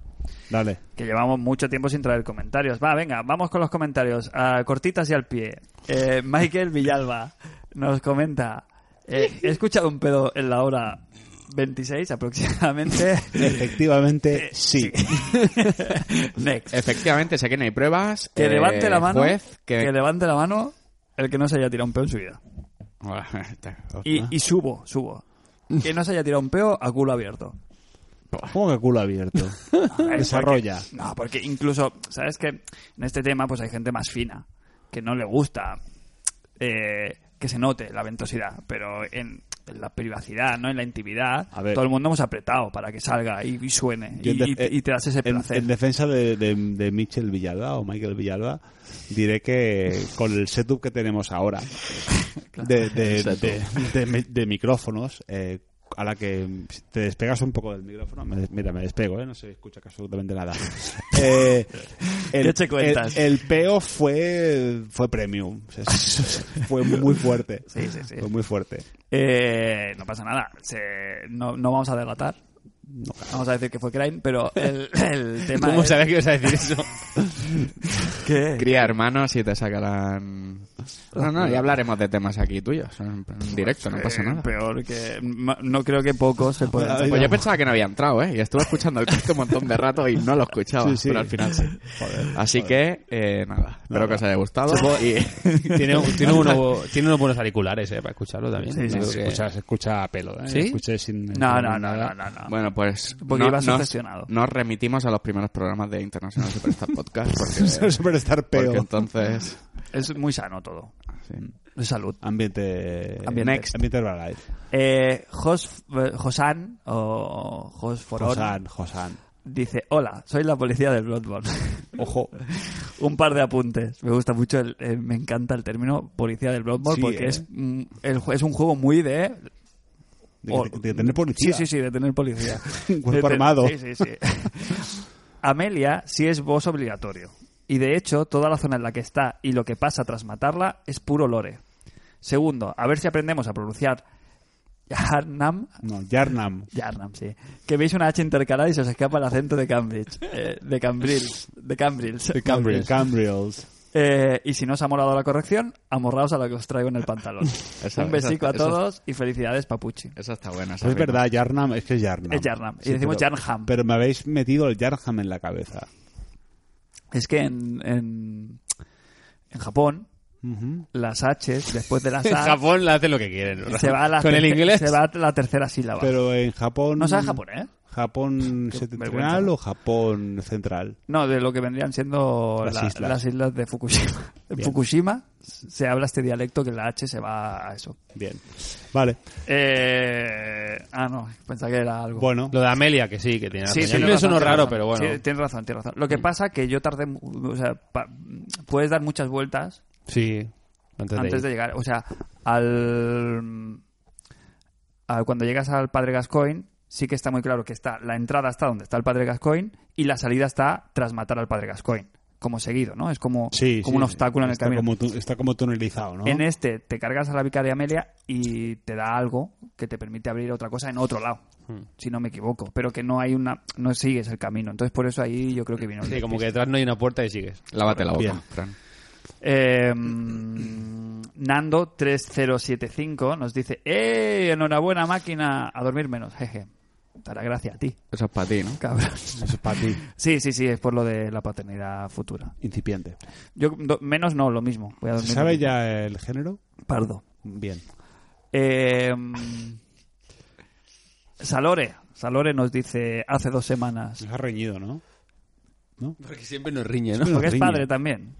Dale. Que llevamos mucho tiempo sin traer comentarios. Va, venga, vamos con los comentarios. Ah, cortitas y al pie. Eh, Michael Villalba nos comenta. eh, he escuchado un pedo en la hora 26 aproximadamente. Efectivamente, Eh, sí. Next. Efectivamente, sé que no hay pruebas. Que eh, levante la mano. Juez, que... que levante la mano el que no se haya tirado un pedo en su vida. este, Ah. Y, y subo, subo. Que no se haya tirado un peo a culo abierto. ¿Cómo que culo abierto? Desarrolla. Porque- no, porque incluso, ¿sabes que En este tema pues hay gente más fina que no le gusta eh, que se note la ventosidad, pero en, en la privacidad, ¿no? En la intimidad, A ver. todo el mundo hemos apretado para que salga y, y suene y, Yo en def- y te- y te das ese en- placer. En, defensa de, de, de Michel Villalba o Michael Villalba, diré que con el setup que tenemos ahora de, de, de, de mi- de micrófonos, eh, a la que te despegas un poco del micrófono, me des- mira, me despego, ¿eh? no se escucha casi absolutamente nada. Eh, Yo te cuentas. el- el peo fue, fue premium, O sea, fue muy fuerte. Sí, sí, sí. Fue muy fuerte. Eh, no pasa nada, Se- no, no vamos a delatar. Vamos a decir que fue Crane, pero el, el tema ¿Cómo es sabes que ibas a decir eso? que... Cría hermanos y te sacarán No, no, ya hablaremos de temas aquí tuyos. En en directo, no pasa Eh, nada. Peor que. ma- No creo que pocos se puedan. Ay, Pues no. yo pensaba que no había entrado, ¿eh? Y estuve escuchando el podcast un montón de rato y no lo escuchaba, Sí, sí. pero al final sí. Así que, eh, nada, espero que os haya gustado. Y... Tiene, tiene, uno- tiene unos buenos auriculares, eh, para escucharlo también. Sí, sí, Yo creo sí. que- Escucha, se escucha a pelo, ¿eh? ¿Sí? Escuché sin... No, no, no, no, no. no. Bueno, pues Porque iba nos, sugestionado. nos remitimos a los primeros programas de International Superstar Podcast porque, Superstar porque peo. entonces... Es muy sano todo. sí. De salud. Ambiente... Ambiente. Next. Ambiente Herbalife. Eh, Jos, eh, Josan o Josforón Josan, Josan. dice: Hola, soy la policía del Bloodborne. Ojo. Un par de apuntes. Me gusta mucho, el, eh, me encanta el término policía del Bloodborne Sí, porque ¿eh? es, mm, el ju- es un juego muy de De, O- de- de tener policía. Sí, sí, sí, de tener policía. Un cuerpo De ten- armado. Sí, sí, sí. Amelia sí es voz obligatorio. Y de hecho, toda la zona en la que está y lo que pasa tras matarla es puro lore. Segundo, a ver si aprendemos a pronunciar Yarnam. No, Yarnam. Yarnam, sí. Que veis una H intercalada y se os escapa el acento de Cambridge. eh, de Cambril. De Cambril. Cambriels. Cambriels. Eh, y si no os ha molado la corrección, amorraos a la que os traigo en el pantalón. Esa- Un besico a esa- esa- todos y felicidades, Papuchi. Esa está buena. esa Pues es rima. verdad, Yarnam es que es Yarnam. Es Yarnam. Y Sí, decimos pero- Yarnham. Pero me habéis metido el Yarnham en la cabeza. Es que en, en, en Japón, Ujú. las H, después de las En A, Japón la hacen lo que quieren. ¿no? se va a la Con el terce- inglés. mm. se va a la tercera sílaba. Pero en Japón... no sabes ¿eh? japonés. ¿Japón qué septentrional vergüenza. o Japón central? No, de lo que vendrían siendo Las la- islas. las islas de Fukushima. En Bien. Fukushima se habla este dialecto que la H se va a eso. Bien. Vale. Eh, ah, no, pensaba que era algo. Bueno. Lo de Amelia, que sí, que tiene razón. tiene Siempre razón, sonó tiene raro, razón. pero bueno. Mm. Sí, tienes razón, tienes razón. Lo que pasa que yo tardé, mu- o sea, pa- puedes dar muchas vueltas Sí, antes, antes de, de llegar. O sea, al, al- cuando llegas al Padre Gascoigne, sí que está muy claro que está la entrada está donde está el Padre Gascoigne y la salida está tras matar al Padre Gascoigne, como seguido, ¿no? Es como, Sí, como sí. un obstáculo en el Está camino. como tu- está como tunelizado, ¿no? En este te cargas a la vicaria Amelia y te da algo que te permite abrir otra cosa en otro lado, si no me equivoco, pero que no hay una no sigues el camino. Entonces por eso ahí yo creo que vino. el Sí, como que despiste. detrás no hay una puerta y sigues. Lávate la boca, Bien. Fran. Eh, mm, Nando 3075 nos dice, ¡eh! Enhorabuena máquina, a dormir menos, jeje. Dará gracia a ti, Eso es para ti, ¿no? cabrón. Eso es para ti, Sí, sí, sí, es por lo de la paternidad futura. incipiente. Yo do- menos no, lo mismo. Voy a ¿Se dormir sabe menos. ya el género? Pardo. Bien. Eh, mm, Salore, Salore nos dice hace dos semanas, Nos ha reñido, ¿no? Porque siempre nos riñe, ¿no? porque es riñe. padre también.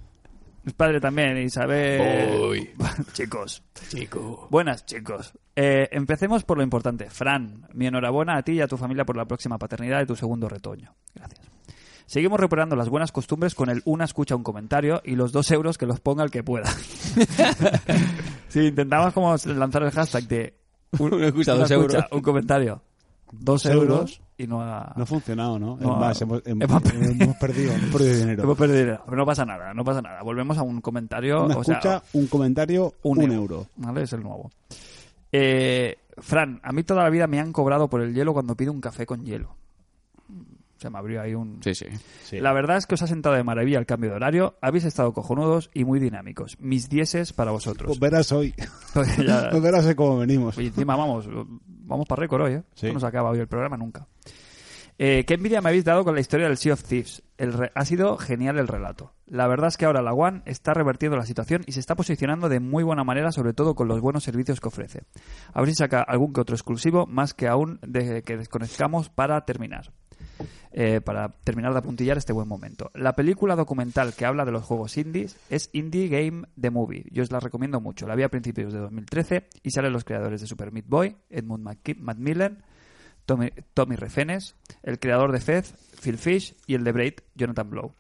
Es padre también y sabe... chicos. Buenas, chicos. Eh, empecemos por lo importante. Fran, mi enhorabuena a ti y a tu familia por la próxima paternidad de tu segundo retoño. Gracias. Seguimos recuperando las buenas costumbres con el una escucha un comentario y los dos euros que los ponga el que pueda. sí, intentamos como lanzar el hashtag de un, Una escucha, dos euros. un comentario, dos ¿Dos euros? euros y no haga... No ha funcionado, ¿no? No, es más, hemos, hem- hemos hemos, perdido. perdido, hemos perdido dinero. Hemos perdido dinero. Pero no pasa nada, no pasa nada. Volvemos a un comentario. Una o sea, escucha, un comentario, un, euro. ¿Vale? Es el nuevo. Eh, Fran, a mí toda la vida me han cobrado por el hielo cuando pido un café con hielo. Se me abrió ahí un... Sí, sí. Sí. La verdad es que os ha sentado de maravilla el cambio de horario. Habéis estado cojonudos y muy dinámicos. Mis dieces para vosotros. Pues verás hoy. Ya- Pues verás hoy cómo venimos. y encima vamos, vamos para récord hoy, ¿eh? Sí. Esto No se acaba hoy el programa nunca. Eh, ¿Qué envidia me habéis dado con la historia del Sea of Thieves? El re- ha sido genial el relato. La verdad es que ahora la One está revertiendo la situación y se está posicionando de muy buena manera, sobre todo con los buenos servicios que ofrece. A ver si saca algún que otro exclusivo, más que aún de que desconozcamos para terminar eh, para terminar de apuntillar este buen momento. La película documental que habla de los juegos indies es Indie Game The Movie. Yo os la recomiendo mucho. La vi a principios de 2013 y salen los creadores de Super Meat Boy, Edmund McKi- Macmillan, Tommy, Tommy Refenes, el creador de Fez, Phil Fish y el de Braid, Jonathan Blow.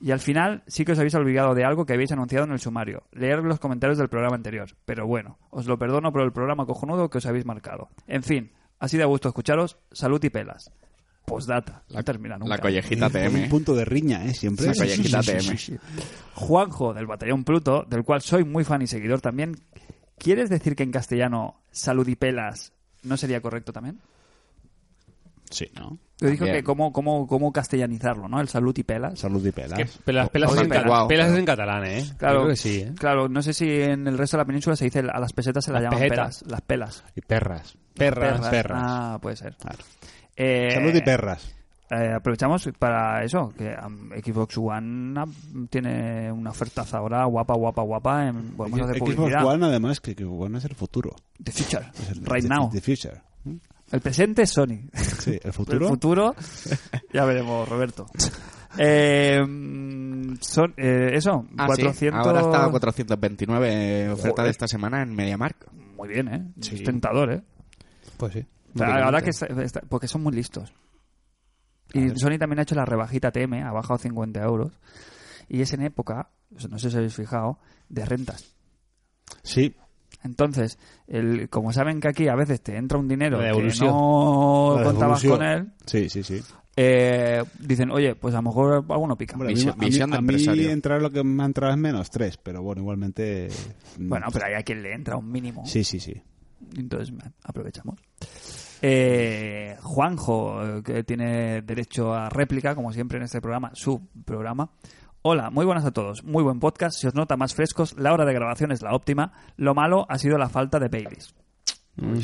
Y al final sí que os habéis olvidado de algo que habéis anunciado en el sumario, leer los comentarios del programa anterior. Pero bueno, os lo perdono por el programa cojonudo que os habéis marcado. En fin, ha sido a gusto escucharos, salud y pelas. Postdata, no termina nunca. La collejita TM. Un ¿eh? punto de riña, ¿eh? Siempre. La collejita TM. Juanjo del Batallón Pluto, del cual soy muy fan y seguidor también, ¿quieres decir que en castellano salud y pelas no sería correcto también? Sí, ¿no? Te dijo También. que cómo, cómo, cómo castellanizarlo, ¿no? El salud y pelas. Salud y pelas. Que pelas, pelas, Oh, Oye, es en, pela- ca- guau. pelas es en catalán, ¿eh? Claro. Yo creo que sí, ¿eh? Claro, no sé si en el resto de la península se dice a las pesetas se las, Las llaman pejetas. pelas. Las pelas. Y perras. Perras. Perras. perras. Ah, puede ser. Claro. Eh, Salud y perras. eh, aprovechamos para eso, que um, Xbox One um, tiene una ofertaza ahora guapa, guapa, guapa. En, bueno, vamos a hacer Xbox publicidad. One, además, que, que One es el futuro. The future. Es el- Right the- now. The future. El presente es Sony. Sí, el El futuro. futuro, ya veremos, Roberto. Eh, son, eh, eso, Ah, sí. 400... Ahora está a 429 oferta de esta semana en MediaMarkt. Muy bien, ¿eh? Es tentador, ¿eh? Pues sí. O sea, ahora que está- está- porque son muy listos. Y Sony también ha hecho la rebajita TM, ha bajado 50 euros. Y es en época, o sea, no sé si habéis fijado, de rentas. Sí, Entonces, el, como saben que aquí a veces te entra un dinero La que devolución. no La contabas devolución. con él, sí, sí, sí. eh, dicen, oye, pues a lo mejor alguno pica. Hombre, a mí- Visión- a mí, visión de a mí empresario. entrar lo que me ha entrado es menos tres, pero bueno, igualmente... mm, Bueno, pero hay a quien le entra un mínimo. Sí, sí, sí. Entonces ma- aprovechamos. Eh, Juanjo, eh, que tiene derecho a réplica, como siempre en este programa, su programa. Hola, muy buenas a todos. Muy buen podcast. Se os nota más frescos. La hora de grabación es la óptima. Lo malo ha sido la falta de Baileys.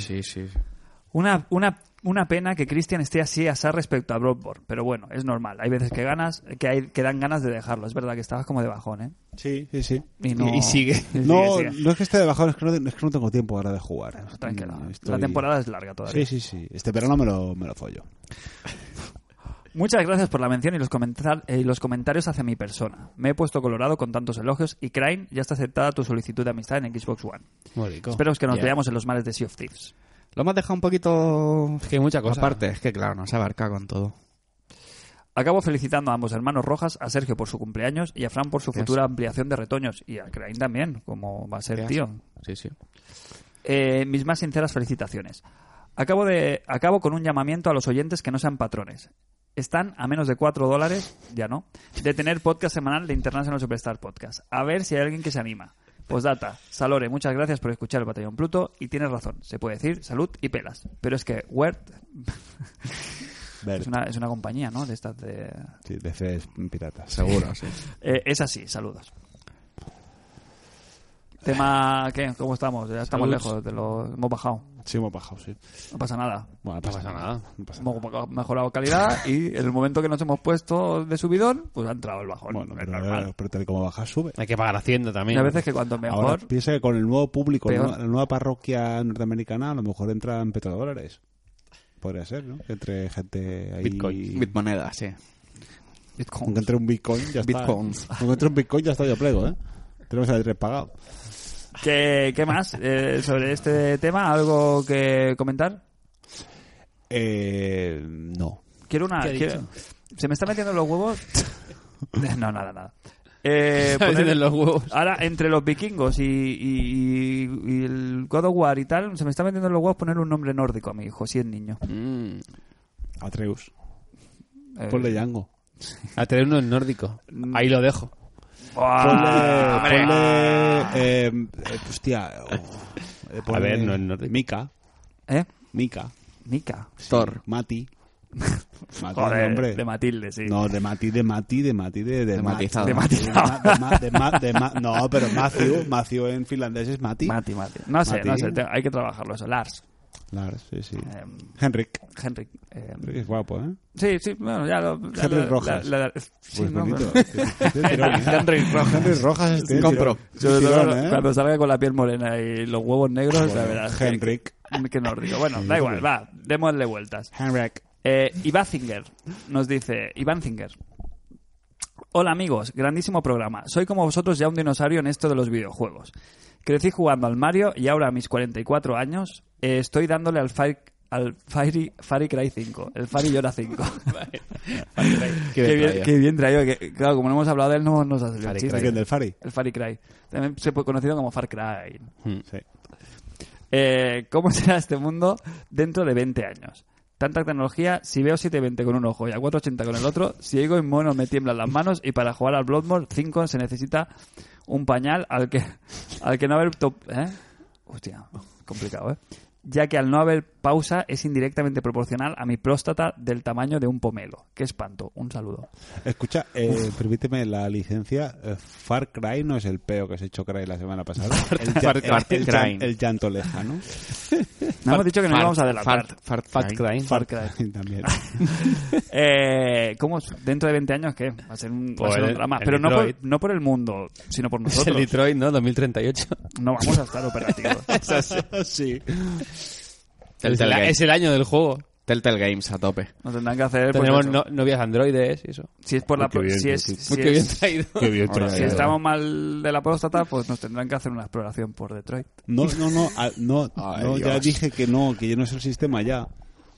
Sí, sí. Una, una, una pena que Christian esté así asar respecto a Bloodborne. Pero bueno, es normal. Hay veces que ganas, que, hay, que dan ganas de dejarlo. Es verdad que estabas como de bajón, ¿eh? Sí, sí, sí. Y, no- Y- y sigue. No, sigue. no es que esté de bajón, es que no, es que no tengo tiempo ahora de jugar. Tranquilo. Mm, La estoy- temporada es larga todavía. Sí, sí, sí. Este verano me lo, me lo follo. Muchas gracias por la mención y los, comentar- eh, y los comentarios hacia mi persona. Me he puesto colorado con tantos elogios y Crane ya está aceptada tu solicitud de amistad en Xbox One. Muy rico. Espero que nos Yeah. veamos en los mares de Sea of Thieves. Lo hemos dejado un poquito Es que hay mucha cosa. aparte. Es que, claro, nos abarca con todo. Acabo felicitando a ambos hermanos Rojas, a Sergio por su cumpleaños y a Fran por su Gracias. futura ampliación de retoños y a Crane también, como va a ser Gracias. tío. Sí, sí. Eh, mis más sinceras felicitaciones. Acabo, de, acabo con un llamamiento a los oyentes que no sean patrones. Están a menos de 4 dólares, ya no, de tener podcast semanal de International Superstar Podcast. A ver si hay alguien que se anima. Postdata, Salore, muchas gracias por escuchar el Batallón Pluto y tienes razón, se puede decir salud y pelas. Pero es que Wert Ver, es una, es una compañía, ¿no? De estas de... sí, de Fes piratas. Seguro, sí. Eh, es así, saludos. Tema, ¿qué? ¿Cómo estamos? Ya estamos Saludos. lejos, de lo, hemos bajado. Sí, hemos bajado, sí. No pasa nada. Bueno, no pasa nada. No pasa nada. hemos mejorado calidad y en el momento que nos hemos puesto de subidón, pues ha entrado el bajón. Bueno, Es pero, normal. pero tal y como bajas, sube. Hay que pagar Hacienda Y también. a veces que cuanto mejor, Ahora piensa que con el nuevo público, la Peor. nueva, la nueva parroquia norteamericana, a lo mejor entran petrodólares. Podría ser, ¿no? Que entre gente ahí... Bitcoin. Bitmoneda, sí. Bitcoin. Aunque entre un Bitcoin, ya está. Bitcoins. Aunque entre un Bitcoin, ya está, yo plego, ¿eh? Tenemos el tres pagado. ¿Qué, qué más eh, sobre este tema? ¿Algo que comentar? Eh, no. Quiero una... ¿Qué ha quiero- dicho? ¿Se me están metiendo los huevos? no, nada, nada. Eh, A veces poner- en los huevos. Ahora, entre los vikingos y, y- y- y el God of War y tal, se me está metiendo en los huevos poner un nombre nórdico a mi hijo, si es niño. Atreus. Eh, Ponle Django. A tener uno en nórdico. Ahí lo dejo. ¡buah! Ponle... Ah, ¡Hombre! ponle, eh, eh, hostia. oh, eh, ponle ver, no es nórdico. Mika. ¿Eh? Mika. Nika. Thor. Mati. Mati Joder, el nombre. de Matilde, sí. No, de Mati, de Mati, de Mati, de, de, De Mat. matizado. De De Ma- de Ma- de Ma- de Ma- no, pero Matthew, Matthew en finlandés es Mati. Mati, Mati. No sé, Mati. no sé, te- hay que trabajarlo eso. Lars, Claro, sí, sí. eh, Henrik. Henrik. eh, Henrik es guapo, ¿eh? sí, sí, bueno, ya lo. ya Henrik lo- Rojas. la- la- sí, Pues no, bonito. pero- Tiene tirón, ¿eh? Henrik Rojas. Henrik Rojas es tiene Compro. tirón. Sobre todo Tirón, cuando- ¿eh? cuando salga con la piel morena y los huevos negros, la Joder, verdad. Henrik. Que, que nórdico. Bueno, da igual, va, démosle vueltas. Henrik. Eh, Ibazinger nos dice, Iván Zinger. Hola amigos, grandísimo programa. Soy como vosotros ya un dinosaurio en esto de los videojuegos. Crecí jugando al Mario y ahora a mis 44 años eh, estoy dándole al Fire al Fire, Far Cry 5, el Fire Llora 5. Qué bien traído. qué bien traído, que, claro, como no hemos hablado de él, no nos ha salido el Far chiste. ¿Es el del Fari? El Far Cry. También se puede conocido como Far Cry. Sí. Eh, ¿Cómo será este mundo dentro de 20 años? Tanta tecnología, si veo 720 con un ojo y a 480 con el otro, si oigo en mono me tiemblan las manos y para jugar al Bloodborne 5 se necesita un pañal al que, al que no haber... Top, ¿eh? Hostia, complicado, ¿eh? ya que al no haber pausa es indirectamente proporcional a mi próstata del tamaño de un pomelo. Qué espanto. Un saludo. Escucha, eh, permíteme la licencia. eh, Far Cry no es el peo que se echó Cry la semana pasada. El, llan- Far el- Cry. el llan- el llanto lejano. No hemos dicho que nos Fart- íbamos a adelantar. Fart, fart, Fat Cry. Crime. Far Cry. También. Eh, ¿Cómo? es? ¿Dentro de 20 años qué? Va a ser un, va a Pues ser un el- drama. el Pero no por, Detroit. no por el mundo, sino por Es el nosotros. Detroit, ¿no? 2038. No vamos a estar operativos. sí. Es Telltale el, Games. es el año del juego. Telltale Games a tope. Nos tendrán que hacer... pues, Tenemos eso. no- novias androides y eso. Si es por la... Uy, qué pro- bien, si es, qué- si Qué bien es- traído. Qué bien si estamos mal de la próstata, pues nos tendrán que hacer una exploración por Detroit. No, no, no, ah, no, Ay, no, ya Dios. dije que no, que ya no es el sistema ya.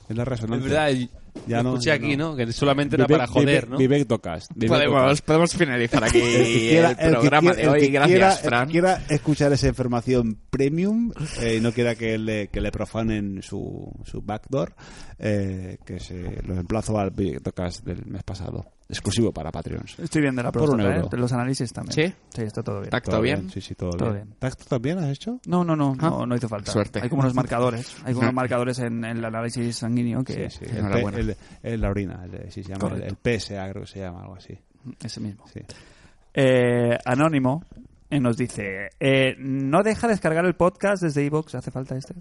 Es la Es resonancia. verdad, Ya ya no, escuché ya aquí, no. ¿no? Que solamente era para joder, ¿no? Vivek Tocast. Vivek Podemos, Tocast. podemos finalizar aquí el, que quiera- el que programa quiera- de hoy. el que Gracias, quiera, El Fran. que quiera escuchar esa información premium eh, y no quiera que le, que le profanen su, su backdoor, eh, que se lo emplazo al Vivek Tocast del mes pasado. Exclusivo para Patreons. Estoy bien de la Por un próstata, euro. ¿eh? Los análisis también. ¿Sí? Sí, está todo bien. Tacto ¿Todo bien. Sí, sí, todo, Todo bien. bien. ¿Tacto también has hecho? No, no, no, Ah. no, no hizo falta. Suerte. Hay como unos marcadores, hay como unos marcadores en, en el análisis sanguíneo que sí, sí. El, Enhorabuena. P- el- el- la orina, el, sí, se llama, el, Correcto. el PSA creo que se llama, algo así. ese mismo. Sí. Eh, Anónimo eh, nos dice, eh, no deja descargar el podcast desde iVoox, ¿hace falta este?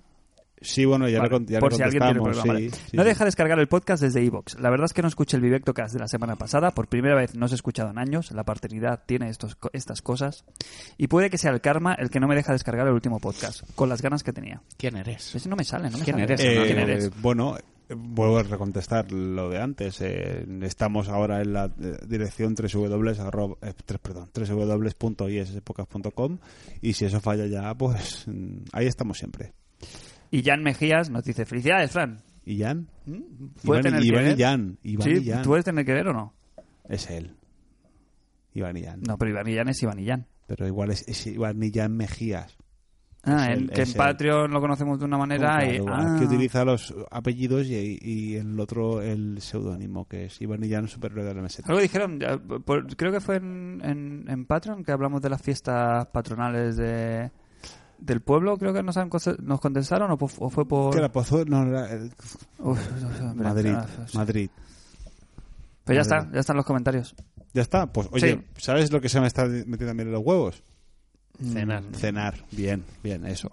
Sí, bueno, ya, Vale, le, con- ya por le si alguien tiene contestamos. problema, sí, vale. sí, no sí. deja descargar el podcast desde iVoox. La verdad es que no escuché el Vivectocast de la semana pasada. Por primera vez no os he escuchado en años. La paternidad tiene estos, co- estas cosas. Y puede que sea el karma el que no me deja descargar el último podcast. Con las ganas que tenía. ¿Quién eres? Ese no me sale, no me ¿Quién sale. eres, Eh, ¿Quién eres? Bueno, eh, vuelvo a recontestar lo de antes. eh, estamos ahora en la eh, dirección 3 perdón, www.isspodcast.com y si eso falla ya, pues mm, ahí estamos siempre. Y Jan Mejías nos dice, felicidades, Fran. ¿Mm? ¿Y Jan? ¿Puede Iván, tener que Iván y ver? Jan. Iván sí, y Jan. ¿puedes tener que ver o no? Es él. Iván y Jan. No, pero Iván y Jan es Iván y Jan. Pero igual es, es Iván y Jan Mejías. Ah, Es en- el- que en es el- Patreon lo conocemos de una manera Claro, y... igual, Ah, que utiliza los apellidos y, y el otro el seudónimo que es Iván y Jan, superhéroe de la meseta. Algo dijeron, ya, por- creo que fue en, en, en Patreon que hablamos de las fiestas patronales de, del pueblo, creo que nos, han, conse- nos contestaron o, po- o fue por... Que la pozo- no, era el- Uf, uf, uf, espera, Madrid, espera, uf. Madrid. Pero pues ya Madrid. está, ya están los comentarios. Ya está, pues oye, Sí. ¿sabes lo que se me está metiendo también en los huevos? Cenar. Cenar, bien, bien, eso.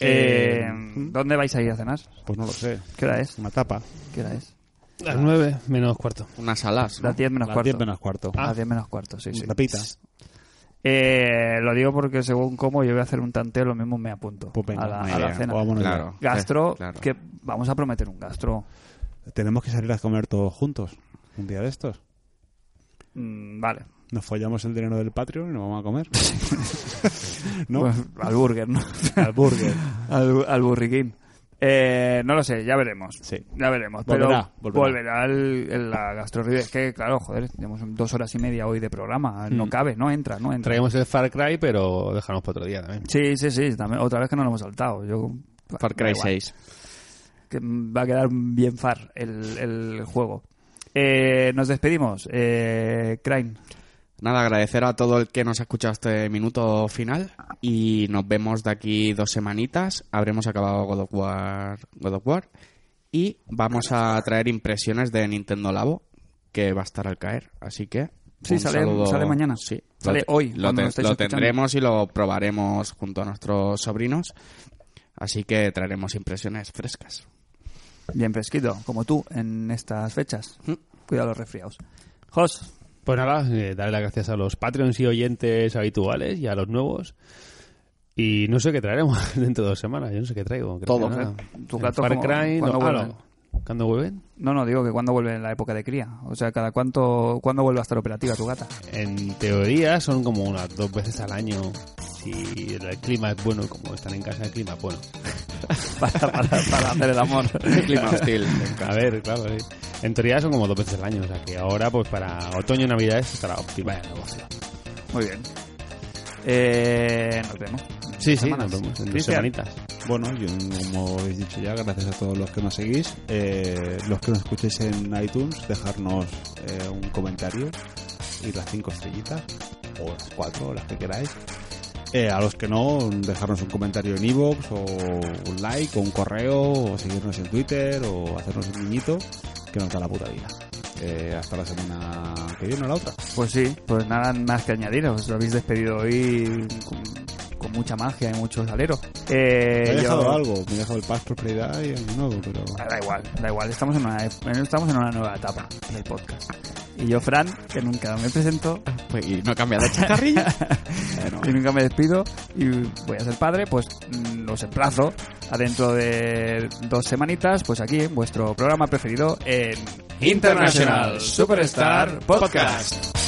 Eh, ¿hmm? ¿Dónde vais a ir a cenar? Pues no lo sé, ¿Qué hora es? una tapa. ¿Qué hora es? Las 9 menos cuarto. Unas alas. ¿no? Las 10 menos Las cuarto. 10 menos cuarto. Las 10 menos cuarto, sí, sí. Una tapita. Eh, lo digo porque según como yo voy a hacer un tanteo, lo mismo me apunto Pues venga, a la, muy a la bien, cena. pues vámonos Claro. ya. Gastro, Sí, claro. que vamos a prometer un gastro. Tenemos que salir a comer todos juntos un día de estos. Mm, vale. Nos follamos el dinero del Patreon y nos vamos a comer. ¿No? Bueno, Pues, al burger, ¿no? Al burger. al, al burriquín. Eh, no lo sé, ya veremos. Sí. Ya veremos. Volverá, pero volverá. volverá el, el- la gastrorribia. Es que, claro, joder, tenemos dos horas y media hoy de programa. No cabe, no entra, no entra. Traemos el Far Cry, pero dejamos para otro día también. Sí, sí, sí. también- otra vez que no lo hemos saltado. Yo, Far da Cry igual. 6. que va a quedar bien far el, el juego. Eh, nos despedimos. Eh, Crane, Nada, agradecer a todo el que nos ha escuchado este minuto final y nos vemos de aquí dos semanitas. Habremos acabado God of War, God of War y vamos a traer impresiones de Nintendo Labo que va a estar al caer. Así que Sí, un sale- saludo. sale mañana. Sí, Sale te- hoy, Lo, cuando lo estáis lo escuchando. tendremos y lo probaremos junto a nuestros sobrinos. Así que traeremos impresiones frescas. bien fresquito, como tú en estas fechas. Mm. Cuidado los resfriados. Jos, Pues nada, eh, darle las gracias a los Patreons y oyentes habituales y a los nuevos. Y no sé qué traeremos dentro de dos semanas. Yo no sé qué traigo. creo Todo, que nada. eh, tu El gato Far como- Cry, ¿cuándo no, ah, vuelven? no. ¿Cuándo vuelven? no, no, digo que cuando vuelve en la época de cría. O sea, cada cuánto, ¿cuándo vuelve a estar operativa tu gata? En teoría son como unas dos veces al año. Si el clima es bueno, como están en casa, el clima es bueno. Para, para, para hacer el amor. Clima hostil. A ver, claro, sí. En teoría son como dos veces al año, o sea que ahora, pues para otoño y navidad estará óptima el negocio. Muy bien. Eh, nos vemos. en Sí, dos sí, semanas. nos vemos en dos Cristian, semanitas. Bueno, yo, como habéis dicho ya, gracias a todos los que nos seguís, eh, los que nos escuchéis en iTunes, dejarnos eh, un comentario y las cinco estrellitas, o las cuatro, o las que queráis. Eh, a los que no, dejarnos un comentario en iVoox o un like o un correo o seguirnos en Twitter o hacernos un niñito que nos da la puta vida. Eh, hasta la semana que viene o la otra. Pues sí, pues nada más que añadir, os lo habéis despedido hoy con, con mucha magia y mucho salero. Eh, Me he yo- dejado algo, me he dejado el Paz Prosperidad y el nuevo, pero... Ah, Da igual, da igual, estamos en una, en- estamos en una nueva etapa del podcast. Y yo, Fran, que nunca me presento Pues, y no he cambiado de chacarrillo. y nunca me despido y voy a ser padre, pues mm, los emplazo a dentro de dos semanitas, pues aquí en vuestro programa preferido en International Superstar Podcast.